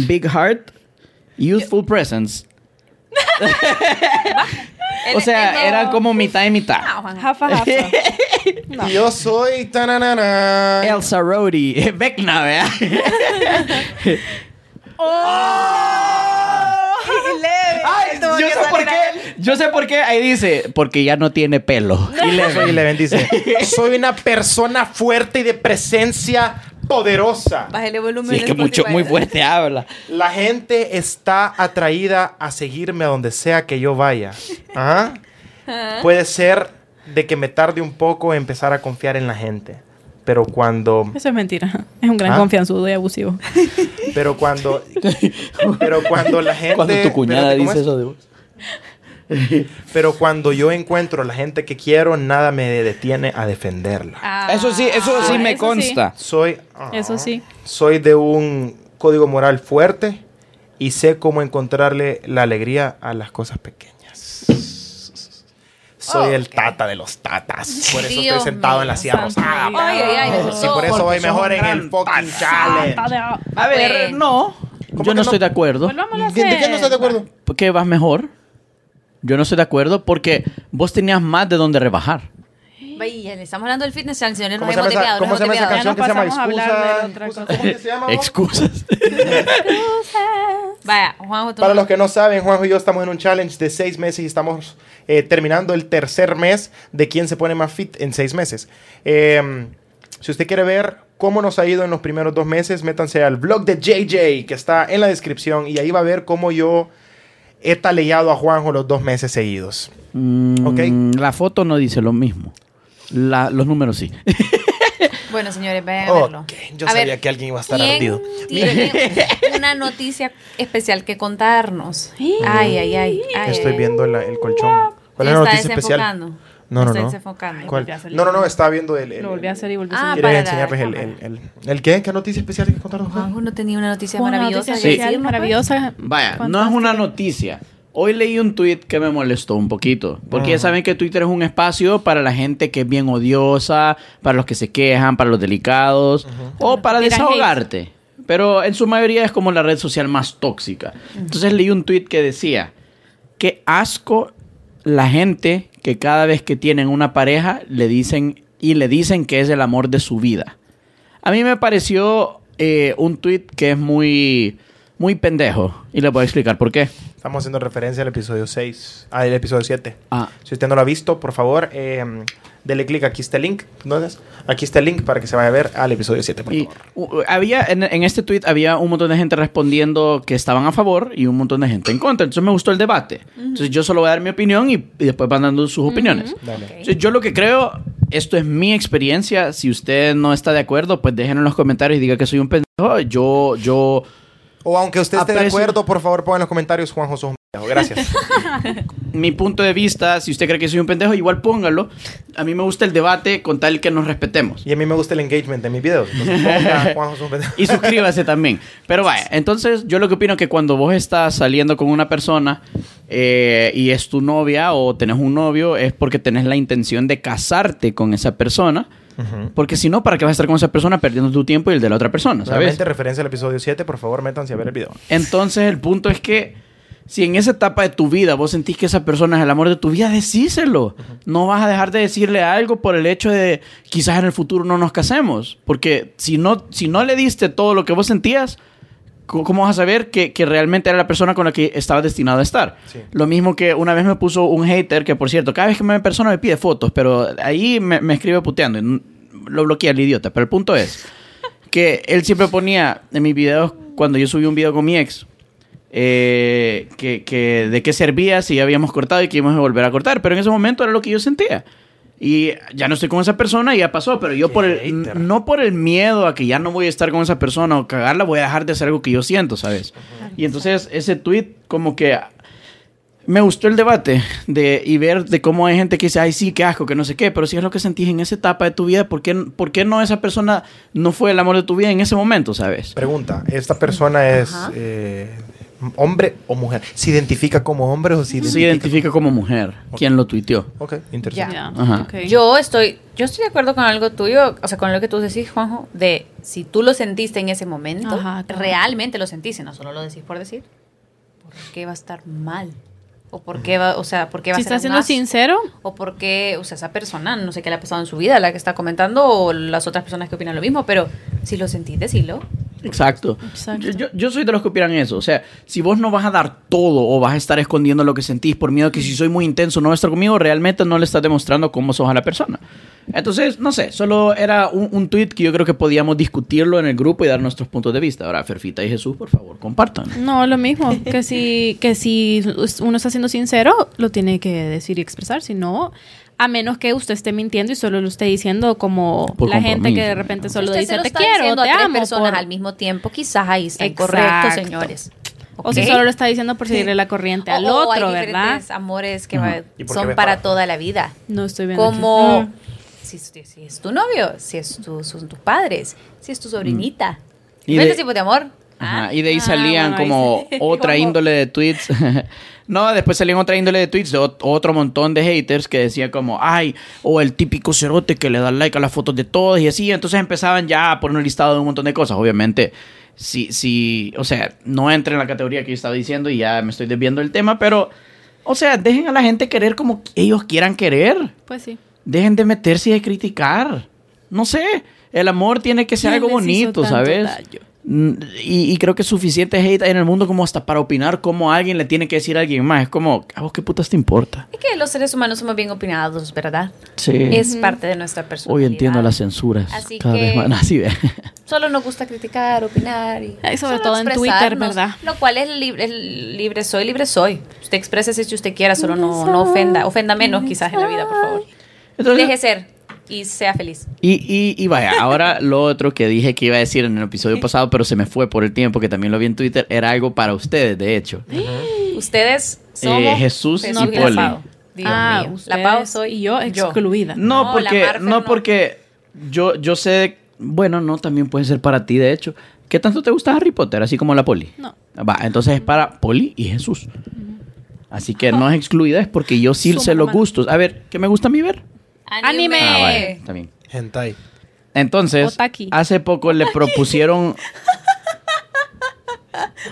[SPEAKER 3] big heart, youthful presence. O
[SPEAKER 2] Él- él
[SPEAKER 3] sea,
[SPEAKER 2] no-
[SPEAKER 3] era como mitad y mitad.
[SPEAKER 2] Ah, Juan.
[SPEAKER 4] Jafa, jafa.
[SPEAKER 1] Y Yo soy tananana.
[SPEAKER 3] Elsa Rhodey, Vecna, ¿verdad? Oh. Ay, yo sé por qué, yo sé por qué, ahí dice, porque ya no tiene pelo.
[SPEAKER 1] Y le, y le bendice. Soy una persona fuerte y de presencia poderosa.
[SPEAKER 2] Bájale volumen.
[SPEAKER 3] Sí, es
[SPEAKER 2] al
[SPEAKER 3] que mucho,
[SPEAKER 2] Spotify.
[SPEAKER 3] muy fuerte habla.
[SPEAKER 1] La gente está atraída a seguirme a donde sea que yo vaya. Ajá. Puede ser de que me tarde un poco en empezar a confiar en la gente. Pero cuando.
[SPEAKER 4] Eso es mentira. Es un gran
[SPEAKER 1] ¿Ah?
[SPEAKER 4] confianzudo y abusivo.
[SPEAKER 3] Ah.
[SPEAKER 1] Pero cuando. Pero cuando la gente.
[SPEAKER 3] Cuando tu cuñada
[SPEAKER 1] espérate, ¿cómo
[SPEAKER 3] dice
[SPEAKER 1] es?
[SPEAKER 3] eso de vos.
[SPEAKER 1] Pero cuando yo encuentro la gente que quiero, nada me detiene a defenderla.
[SPEAKER 2] Ah,
[SPEAKER 3] Eso sí, eso sí me
[SPEAKER 4] eso sí.
[SPEAKER 3] consta.
[SPEAKER 1] Soy. ah,
[SPEAKER 4] Eso sí.
[SPEAKER 1] Soy de un código moral fuerte y sé cómo encontrarle la alegría a las cosas pequeñas. Soy el tata de los tatas. Por eso estoy
[SPEAKER 2] Dios
[SPEAKER 1] sentado
[SPEAKER 2] mío,
[SPEAKER 1] en la silla
[SPEAKER 4] santo
[SPEAKER 1] rosada.
[SPEAKER 4] Dios.
[SPEAKER 2] Ay, ay, ay, me
[SPEAKER 1] Y
[SPEAKER 2] gustó.
[SPEAKER 1] por eso voy
[SPEAKER 3] Porque somos
[SPEAKER 1] mejor en el
[SPEAKER 3] gran
[SPEAKER 1] fucking
[SPEAKER 3] taza.
[SPEAKER 1] challenge.
[SPEAKER 3] A ver,
[SPEAKER 2] Bueno.
[SPEAKER 3] no.
[SPEAKER 1] ¿Cómo
[SPEAKER 3] Yo
[SPEAKER 1] que
[SPEAKER 3] Pues, no
[SPEAKER 1] no?
[SPEAKER 3] estoy de acuerdo.
[SPEAKER 4] Volvámoslo a
[SPEAKER 1] ¿De, de qué
[SPEAKER 4] hacer.
[SPEAKER 1] no estás de acuerdo?
[SPEAKER 3] ¿Por qué vas mejor? Yo no estoy de acuerdo porque vos tenías más de dónde rebajar.
[SPEAKER 2] Vaya, le estamos hablando del fitness challenge, señores.
[SPEAKER 1] ¿Cómo
[SPEAKER 2] Nos
[SPEAKER 1] se llama
[SPEAKER 2] hemos
[SPEAKER 1] esa,
[SPEAKER 2] desviado.
[SPEAKER 1] cómo
[SPEAKER 2] nos
[SPEAKER 1] se llama
[SPEAKER 2] hemos
[SPEAKER 1] esa
[SPEAKER 2] desviado.
[SPEAKER 1] canción
[SPEAKER 4] Ya
[SPEAKER 1] que
[SPEAKER 4] no
[SPEAKER 1] se llama
[SPEAKER 4] pasamos a hablar de otra
[SPEAKER 1] Excusas?
[SPEAKER 4] cosa.
[SPEAKER 1] ¿Cómo que se llama? vos?
[SPEAKER 3] Excusas.
[SPEAKER 2] Vaya, Juanjo, tú
[SPEAKER 1] Para
[SPEAKER 2] no-
[SPEAKER 1] los que no saben, Juanjo y yo estamos en un challenge de seis meses y estamos eh, terminando el tercer mes de quién se pone más fit en seis meses. Eh, si usted quiere ver cómo nos ha ido en los primeros dos meses, métanse al blog de JJ que está en la descripción y ahí va a ver cómo yo he taleado a Juanjo los dos meses seguidos.
[SPEAKER 3] Mm, La foto no dice lo mismo. La- los números sí.
[SPEAKER 2] Bueno, señores, vayan a
[SPEAKER 1] Ok,
[SPEAKER 2] verlo.
[SPEAKER 1] yo
[SPEAKER 2] A
[SPEAKER 1] sabía
[SPEAKER 2] ver,
[SPEAKER 1] que alguien iba a estar
[SPEAKER 2] ¿quién
[SPEAKER 1] ardido.
[SPEAKER 2] Tiene una noticia especial que contarnos. Ay, ay, ay. ay,
[SPEAKER 1] Estoy
[SPEAKER 2] ay.
[SPEAKER 1] viendo la- el colchón. ¿Cuál es la
[SPEAKER 2] Está
[SPEAKER 1] noticia especial?
[SPEAKER 2] desenfocando.
[SPEAKER 1] No, no,
[SPEAKER 2] Está
[SPEAKER 1] no.
[SPEAKER 2] desenfocando.
[SPEAKER 1] ¿Cuál?
[SPEAKER 4] volví a salir.
[SPEAKER 1] No, no, no, estaba viendo el... el-
[SPEAKER 4] Lo volví a hacer y volví a
[SPEAKER 2] Ah,
[SPEAKER 1] ¿Quieres
[SPEAKER 4] hacer.
[SPEAKER 2] para la
[SPEAKER 1] enseñarles pues, el, el, el- el qué? ¿Qué noticia especial hay que contarnos? Juan?
[SPEAKER 2] Juanjo no tenía una noticia
[SPEAKER 4] Una
[SPEAKER 2] maravillosa.
[SPEAKER 4] noticia
[SPEAKER 2] que
[SPEAKER 4] especial,
[SPEAKER 2] decirnos,
[SPEAKER 4] maravillosa.
[SPEAKER 3] Vaya, no es
[SPEAKER 4] fantástica.
[SPEAKER 3] una noticia. Hoy leí un tweet que me molestó un poquito. Porque ya saben que Twitter es un espacio para la gente que es bien odiosa, para los que se quejan, para los delicados, o para
[SPEAKER 4] Tiran hate.
[SPEAKER 3] desahogarte. Pero en su mayoría es como la red social más tóxica. Entonces leí un tweet que decía: Qué asco la gente que cada vez que tienen una pareja le dicen y le dicen que es el amor de su vida. A mí me pareció eh, un tweet que es muy, muy pendejo. Y les voy a explicar por qué.
[SPEAKER 1] Estamos haciendo referencia al episodio 6, al episodio 7.
[SPEAKER 3] Ah.
[SPEAKER 1] Si usted no lo ha visto, por favor, eh, dele clic. Aquí está el link. Entonces, aquí está el link para que se vaya a ver al episodio 7, por
[SPEAKER 3] Y
[SPEAKER 1] favor.
[SPEAKER 3] u- había, en, en este tweet había un montón de gente respondiendo que estaban a favor y un montón de gente en contra. Entonces me gustó el debate. Entonces yo solo voy a dar mi opinión y, y después van dando sus opiniones.
[SPEAKER 1] Dale.
[SPEAKER 3] Entonces, yo lo que creo, esto es mi experiencia. Si usted no está de acuerdo, pues déjenlo en los comentarios y diga que soy un pendejo. Yo, yo
[SPEAKER 1] O aunque usted esté de
[SPEAKER 3] Aprecio-
[SPEAKER 1] acuerdo, por favor, ponga en los comentarios Juan José. Gracias.
[SPEAKER 3] mi punto de vista, si usted cree que soy un pendejo, igual póngalo. A mí me gusta el debate con tal que nos respetemos.
[SPEAKER 1] y a mí me gusta el engagement de mis videos. Entonces, ponga Juan José un pendejo.
[SPEAKER 3] Y suscríbase también. Pero vaya, entonces yo lo que opino es que cuando vos estás saliendo con una persona eh, y es tu novia o tenés un novio, es porque tenés la intención de casarte con esa persona. Porque si no, ¿para qué vas a estar con esa persona perdiendo tu tiempo y el de la otra persona? ¿Sabes?
[SPEAKER 1] Nuevamente, referencia al episodio 7, por favor, métanse a ver el video.
[SPEAKER 3] Entonces el punto es que si en esa etapa de tu vida vos sentís que esa persona es el amor de tu vida, decíselo. No vas a dejar de decirle algo por el hecho de quizás en el futuro no nos casemos. Porque si no, si no le diste todo lo que vos sentías, co- ¿cómo vas a saber que, que realmente era la persona con la que estaba destinado a estar?
[SPEAKER 1] Sí.
[SPEAKER 3] Lo mismo que una vez me puso un hater, que por cierto, cada vez que me ve en persona me pide fotos, pero ahí me, me escribe puteando. y n- Lo bloquea el idiota, pero el punto es que él siempre ponía en mis videos, cuando yo subí un video con mi ex, eh, que, que de qué servía si ya habíamos cortado y que íbamos a volver a cortar. Pero en ese momento era lo que yo sentía. Y ya no estoy con esa persona y ya pasó, pero yo
[SPEAKER 1] Qué
[SPEAKER 3] por el,
[SPEAKER 1] hater.
[SPEAKER 3] n- no por el miedo a que ya no voy a estar con esa persona o cagarla, voy a dejar de hacer algo que yo siento, ¿sabes? Y entonces ese tweet como que me gustó el debate de, y ver de cómo hay gente que dice, ay, sí, qué asco, que no sé qué, pero si es lo que sentís en esa etapa de tu vida, ¿por qué, por qué no esa persona no fue el amor de tu vida en ese momento, sabes?
[SPEAKER 1] Pregunta, ¿esta persona es
[SPEAKER 2] Ajá.
[SPEAKER 1] eh, hombre o mujer? ¿Se identifica como hombre o se
[SPEAKER 3] Se
[SPEAKER 1] identifica?
[SPEAKER 3] identifica como mujer.
[SPEAKER 1] Ok.
[SPEAKER 3] ¿Quién lo tuiteó?
[SPEAKER 1] Ok, interesante.
[SPEAKER 2] Ya.
[SPEAKER 3] Ajá.
[SPEAKER 2] Yo estoy, yo estoy de acuerdo con algo tuyo, o sea, con lo que tú decís, Juanjo, de si tú lo sentiste en ese momento,
[SPEAKER 4] Ajá, claro.
[SPEAKER 2] realmente lo sentiste, no solo lo decís por decir, ¿por qué va a estar mal? ¿O por qué va, o sea, por qué va
[SPEAKER 4] Si
[SPEAKER 2] a ser
[SPEAKER 4] estás siendo
[SPEAKER 2] más?
[SPEAKER 4] sincero,
[SPEAKER 2] ¿O por qué, o sea, esa persona, no sé qué le ha pasado en su vida, la que está comentando, o las otras personas que opinan lo mismo, pero si lo sentís, decilo.
[SPEAKER 3] Exacto.
[SPEAKER 4] Exacto.
[SPEAKER 3] Yo, yo- yo soy de los que opinan eso. O sea, si vos no vas a dar todo o vas a estar escondiendo lo que sentís por miedo que si soy muy intenso no va a estar conmigo, realmente no le estás demostrando cómo sos a la persona. Entonces, no sé, solo era un, un tweet que yo creo que podíamos discutirlo en el grupo y dar nuestros puntos de vista. Ahora, Ferfita y Jesús, por favor, compartan.
[SPEAKER 4] no, lo mismo. Que si, que si uno está siendo sincero, lo tiene que decir y expresar. Si no, a menos que usted esté mintiendo y solo lo esté diciendo como
[SPEAKER 3] Por
[SPEAKER 4] la gente
[SPEAKER 3] compromiso,
[SPEAKER 4] que de
[SPEAKER 3] ¿no?
[SPEAKER 4] repente
[SPEAKER 2] Si
[SPEAKER 4] solo
[SPEAKER 2] usted se
[SPEAKER 4] dice
[SPEAKER 2] lo
[SPEAKER 4] te
[SPEAKER 2] está
[SPEAKER 4] quiero,
[SPEAKER 2] diciendo
[SPEAKER 4] te
[SPEAKER 2] a tres
[SPEAKER 4] amo.
[SPEAKER 2] personas
[SPEAKER 4] por-
[SPEAKER 2] al mismo tiempo, quizás ahí está
[SPEAKER 4] Exacto.
[SPEAKER 2] incorrecto, señores.
[SPEAKER 4] O si
[SPEAKER 2] ¿Ok?
[SPEAKER 4] solo lo está diciendo por seguirle la corriente al
[SPEAKER 2] O- o hay
[SPEAKER 4] otro, ¿verdad?
[SPEAKER 2] diferentes amores que
[SPEAKER 3] Ujú.
[SPEAKER 2] va-
[SPEAKER 1] ¿Y por qué
[SPEAKER 2] son
[SPEAKER 1] ves
[SPEAKER 2] para
[SPEAKER 1] para-
[SPEAKER 2] toda la vida.
[SPEAKER 4] No estoy viendo. aquí.
[SPEAKER 2] Como
[SPEAKER 4] Mm.
[SPEAKER 2] si, es- si es tu novio, si es tu- son tus padres, si es tu sobrinita.
[SPEAKER 3] Y
[SPEAKER 2] ¿Ves
[SPEAKER 3] de-
[SPEAKER 2] el tipo de amor?
[SPEAKER 3] Ajá,
[SPEAKER 2] Ah,
[SPEAKER 3] y de ahí
[SPEAKER 4] Ah,
[SPEAKER 3] salían
[SPEAKER 4] bueno,
[SPEAKER 3] como
[SPEAKER 2] ahí sí.
[SPEAKER 3] otra
[SPEAKER 2] ¿Cómo?
[SPEAKER 3] índole de tweets. no, después salían otra índole de tweets de ot- otro montón de haters que decían como, ay, o el típico cerote que le da like a las fotos de todos y así. Entonces empezaban ya a poner un listado de un montón de cosas. Obviamente, si, si, o sea, no entra en la categoría que yo estaba diciendo y ya me estoy desviando del tema, pero, o sea, dejen a la gente querer como ellos quieran querer.
[SPEAKER 4] Pues sí.
[SPEAKER 3] Dejen de meterse y de criticar. No sé. El amor tiene que ser
[SPEAKER 4] ¿Quién
[SPEAKER 3] algo
[SPEAKER 4] les hizo
[SPEAKER 3] bonito,
[SPEAKER 4] tanto
[SPEAKER 3] ¿sabes?
[SPEAKER 4] daño?
[SPEAKER 3] Mm, Y, y creo que suficiente hate hay en el mundo como hasta para opinar cómo alguien le tiene que decir a alguien más. Es como, ¿a vos qué putas te importa?
[SPEAKER 2] Es que los seres humanos somos bien opinados, ¿verdad?
[SPEAKER 3] Sí.
[SPEAKER 2] Es parte de nuestra personalidad.
[SPEAKER 3] Hoy entiendo las censuras.
[SPEAKER 2] Así
[SPEAKER 3] cada
[SPEAKER 2] que-
[SPEAKER 3] vez más. Así ve.
[SPEAKER 2] Solo nos gusta criticar, opinar y
[SPEAKER 4] Ay, sobre
[SPEAKER 2] solo
[SPEAKER 4] todo en Twitter,
[SPEAKER 2] expresarnos,
[SPEAKER 4] ¿verdad?
[SPEAKER 2] Lo cual es libre, es libre soy, libre soy. Usted exprésese si usted quiera, solo no, no ofenda, ofenda menos quizás en la vida, por favor.
[SPEAKER 3] Entonces-
[SPEAKER 2] Deje ser y sea feliz.
[SPEAKER 3] Y, y, y vaya, ahora lo otro que dije que iba a decir en el episodio pasado, pero se me fue por el tiempo, que también lo vi en Twitter, era algo para ustedes, de hecho.
[SPEAKER 2] Ustedes somos
[SPEAKER 3] Eh, Jesús
[SPEAKER 2] Jesús
[SPEAKER 4] y
[SPEAKER 2] y
[SPEAKER 4] Poli.
[SPEAKER 2] la Pau. Dios
[SPEAKER 4] ah,
[SPEAKER 2] mío.
[SPEAKER 4] ustedes
[SPEAKER 2] la Pau soy
[SPEAKER 4] y yo excluida.
[SPEAKER 3] No,
[SPEAKER 2] No, la
[SPEAKER 3] porque,
[SPEAKER 2] Marfer
[SPEAKER 3] no,
[SPEAKER 2] no.
[SPEAKER 3] porque yo, yo sé, bueno, no, también puede ser para ti, de hecho. ¿Qué tanto te gusta Harry Potter, así como la Poli?
[SPEAKER 4] No.
[SPEAKER 3] Va, entonces es para Poli y Jesús. Así que no es excluida, es porque yo sí
[SPEAKER 4] Suma
[SPEAKER 3] sé los
[SPEAKER 4] mano. Eh.
[SPEAKER 3] gustos. A ver, ¿qué me gusta a mí ver?
[SPEAKER 2] Anime.
[SPEAKER 4] Anime.
[SPEAKER 3] Ah, vaya, está bien.
[SPEAKER 1] Hentai.
[SPEAKER 3] Entonces,
[SPEAKER 4] Otaki.
[SPEAKER 3] hace poco le propusieron...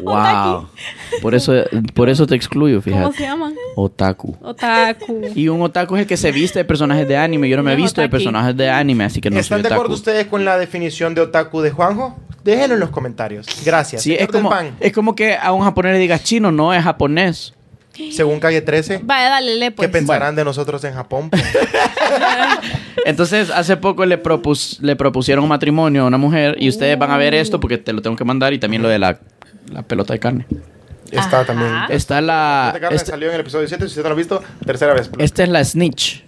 [SPEAKER 3] wow. Por eso, por eso te excluyo,
[SPEAKER 4] ¿Cómo se
[SPEAKER 3] fíjate.
[SPEAKER 4] llaman?
[SPEAKER 3] Otaku.
[SPEAKER 4] Otaku.
[SPEAKER 3] Y un otaku es el que se viste de personajes de anime. Yo no me he
[SPEAKER 4] Es
[SPEAKER 3] visto de
[SPEAKER 4] otaki.
[SPEAKER 3] personajes de anime, así que no
[SPEAKER 1] ¿Están
[SPEAKER 3] soy
[SPEAKER 1] de acuerdo
[SPEAKER 3] otaku.
[SPEAKER 1] ustedes con la definición de otaku de Juanjo? Déjenlo en los comentarios. Gracias.
[SPEAKER 3] Sí, es
[SPEAKER 1] Señor del
[SPEAKER 3] como,
[SPEAKER 1] Pan,
[SPEAKER 3] es como que a un japonés le digas chino, no es japonés.
[SPEAKER 1] según Calle 13,
[SPEAKER 4] Vaya, dale, le
[SPEAKER 1] ¿qué
[SPEAKER 4] pues.
[SPEAKER 1] pensarán de nosotros en Japón? Pues,
[SPEAKER 3] Entonces, hace poco le, propus- le propusieron un matrimonio a una mujer y ustedes van a ver esto porque te lo tengo que mandar y también lo de la, la pelota de carne.
[SPEAKER 1] Está también.
[SPEAKER 2] Ah.
[SPEAKER 3] Está
[SPEAKER 1] Esta
[SPEAKER 3] la...
[SPEAKER 1] carne
[SPEAKER 3] Ah, este-
[SPEAKER 1] salió en el episodio 7, si usted no lo ha visto, tercera vez.
[SPEAKER 3] esta es la snitch.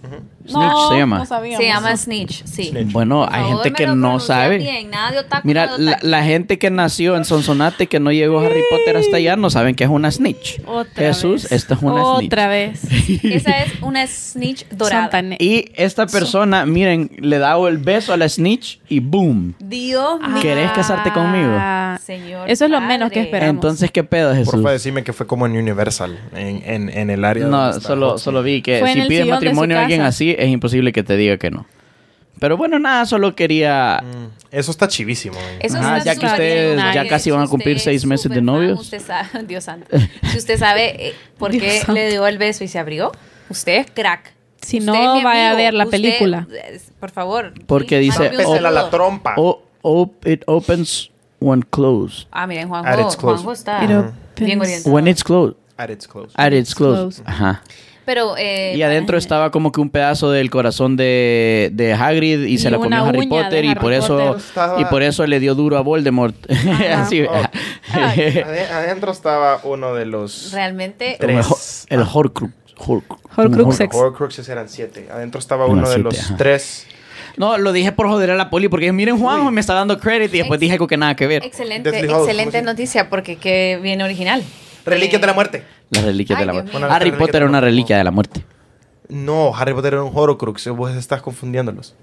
[SPEAKER 3] Snitch se llama.
[SPEAKER 2] Se llama Snitch, sí.
[SPEAKER 1] Snitch.
[SPEAKER 3] Bueno, hay
[SPEAKER 2] Por favor,
[SPEAKER 3] gente
[SPEAKER 2] me
[SPEAKER 3] que
[SPEAKER 2] lo
[SPEAKER 3] no
[SPEAKER 2] pronuncian
[SPEAKER 3] sabe.
[SPEAKER 2] bien, nada de otaku,
[SPEAKER 3] Mira,
[SPEAKER 2] nada de
[SPEAKER 3] la,
[SPEAKER 2] otaku.
[SPEAKER 3] la gente que nació en Sonsonate que no llegó a Harry Potter hasta allá no saben que es una snitch.
[SPEAKER 4] Otra
[SPEAKER 3] Jesús,
[SPEAKER 4] vez.
[SPEAKER 3] esta es una snitch.
[SPEAKER 4] Otra vez.
[SPEAKER 2] Esa es una Snitch dorada.
[SPEAKER 4] Santane-
[SPEAKER 3] Y esta persona, miren, le da el beso a la snitch y boom.
[SPEAKER 2] Dios
[SPEAKER 4] Ah.
[SPEAKER 2] mío.
[SPEAKER 3] ¿Querés casarte conmigo?
[SPEAKER 2] Señor
[SPEAKER 4] Eso es lo menos que
[SPEAKER 2] padre.
[SPEAKER 4] esperamos.
[SPEAKER 3] Entonces, ¿qué pedo, Jesús?
[SPEAKER 1] Porfa, decime que fue como en Universal, en, en, en el área.
[SPEAKER 3] No,
[SPEAKER 1] donde está
[SPEAKER 3] solo,
[SPEAKER 1] Hudson.
[SPEAKER 3] solo vi que
[SPEAKER 4] Fue en
[SPEAKER 3] si
[SPEAKER 4] el
[SPEAKER 3] pides
[SPEAKER 4] sillón de
[SPEAKER 3] matrimonio
[SPEAKER 4] su
[SPEAKER 3] a alguien
[SPEAKER 4] casa.
[SPEAKER 3] así, es imposible que te diga que no. Pero bueno, nada, solo quería...
[SPEAKER 1] Mm, Eso está chivísimo. eh. güey.
[SPEAKER 2] Eso
[SPEAKER 3] Ajá,
[SPEAKER 2] está
[SPEAKER 3] ya que
[SPEAKER 2] súper
[SPEAKER 3] ustedes
[SPEAKER 2] bien.
[SPEAKER 4] ya
[SPEAKER 3] casi van a cumplir
[SPEAKER 2] Usted es
[SPEAKER 3] seis meses de
[SPEAKER 2] súper fan,
[SPEAKER 3] novios.
[SPEAKER 2] usted sabe- Dios santo. Si usted sabe eh, por
[SPEAKER 4] Dios
[SPEAKER 2] qué
[SPEAKER 4] santo.
[SPEAKER 2] le dio el beso y se abrió, usted es crack.
[SPEAKER 4] Si
[SPEAKER 2] Usted
[SPEAKER 4] no,
[SPEAKER 2] es mi
[SPEAKER 4] vaya a
[SPEAKER 2] amigo.
[SPEAKER 4] ver la
[SPEAKER 2] Usted,
[SPEAKER 4] película.
[SPEAKER 2] eh, por favor.
[SPEAKER 3] Porque
[SPEAKER 2] mándame
[SPEAKER 3] dice, Oh.
[SPEAKER 2] un
[SPEAKER 1] Rómpesela
[SPEAKER 2] saludo.
[SPEAKER 1] la trompa.
[SPEAKER 3] O, op- it opens when closed.
[SPEAKER 2] Ah, miren, Juanjo,
[SPEAKER 1] At its close.
[SPEAKER 2] Juanjo
[SPEAKER 3] Ah.
[SPEAKER 2] está
[SPEAKER 4] It
[SPEAKER 1] Ajá.
[SPEAKER 2] bien
[SPEAKER 4] opens-
[SPEAKER 2] orientado.
[SPEAKER 3] When it's closed.
[SPEAKER 1] At its close.
[SPEAKER 3] At its closed.
[SPEAKER 4] Closed.
[SPEAKER 3] Ajá.
[SPEAKER 2] Pero, eh,
[SPEAKER 3] Y adentro estaba como que un pedazo del corazón de, de Hagrid y, se
[SPEAKER 4] Y
[SPEAKER 3] la comió
[SPEAKER 4] una
[SPEAKER 3] Harry
[SPEAKER 4] uña de
[SPEAKER 3] Potter y
[SPEAKER 4] Harry
[SPEAKER 3] por eso
[SPEAKER 4] Potter.
[SPEAKER 1] Estaba-
[SPEAKER 3] y por eso le dio duro a Voldemort. Así.
[SPEAKER 1] Oh. Ade- adentro estaba uno de los
[SPEAKER 2] realmente
[SPEAKER 1] Tres.
[SPEAKER 3] El Horcrux. Horcrux.
[SPEAKER 4] Horcrux.
[SPEAKER 1] Los
[SPEAKER 4] Sex.
[SPEAKER 1] Horcruxes eran siete. Adentro estaba
[SPEAKER 3] Eran
[SPEAKER 1] uno de
[SPEAKER 3] siete,
[SPEAKER 1] los
[SPEAKER 3] ajá.
[SPEAKER 1] tres.
[SPEAKER 3] No, lo dije por joder a la poli porque miren Juanjo me está dando credit y después dije algo que nada que ver.
[SPEAKER 2] excelente,
[SPEAKER 1] Deathly Hallows,
[SPEAKER 2] excelente
[SPEAKER 1] ¿cómo se-
[SPEAKER 2] noticia porque qué bien original.
[SPEAKER 1] Reliquias de la muerte.
[SPEAKER 3] Las reliquias
[SPEAKER 2] Ay,
[SPEAKER 3] de la
[SPEAKER 2] Dios
[SPEAKER 3] muerte.
[SPEAKER 2] mío.
[SPEAKER 1] Una
[SPEAKER 3] Harry
[SPEAKER 1] reliquia
[SPEAKER 3] Potter
[SPEAKER 1] de
[SPEAKER 3] era
[SPEAKER 1] la
[SPEAKER 3] una
[SPEAKER 1] muerte.
[SPEAKER 3] reliquia de la muerte.
[SPEAKER 1] No, Harry Potter era un Horcrux. Vos estás confundiéndolos.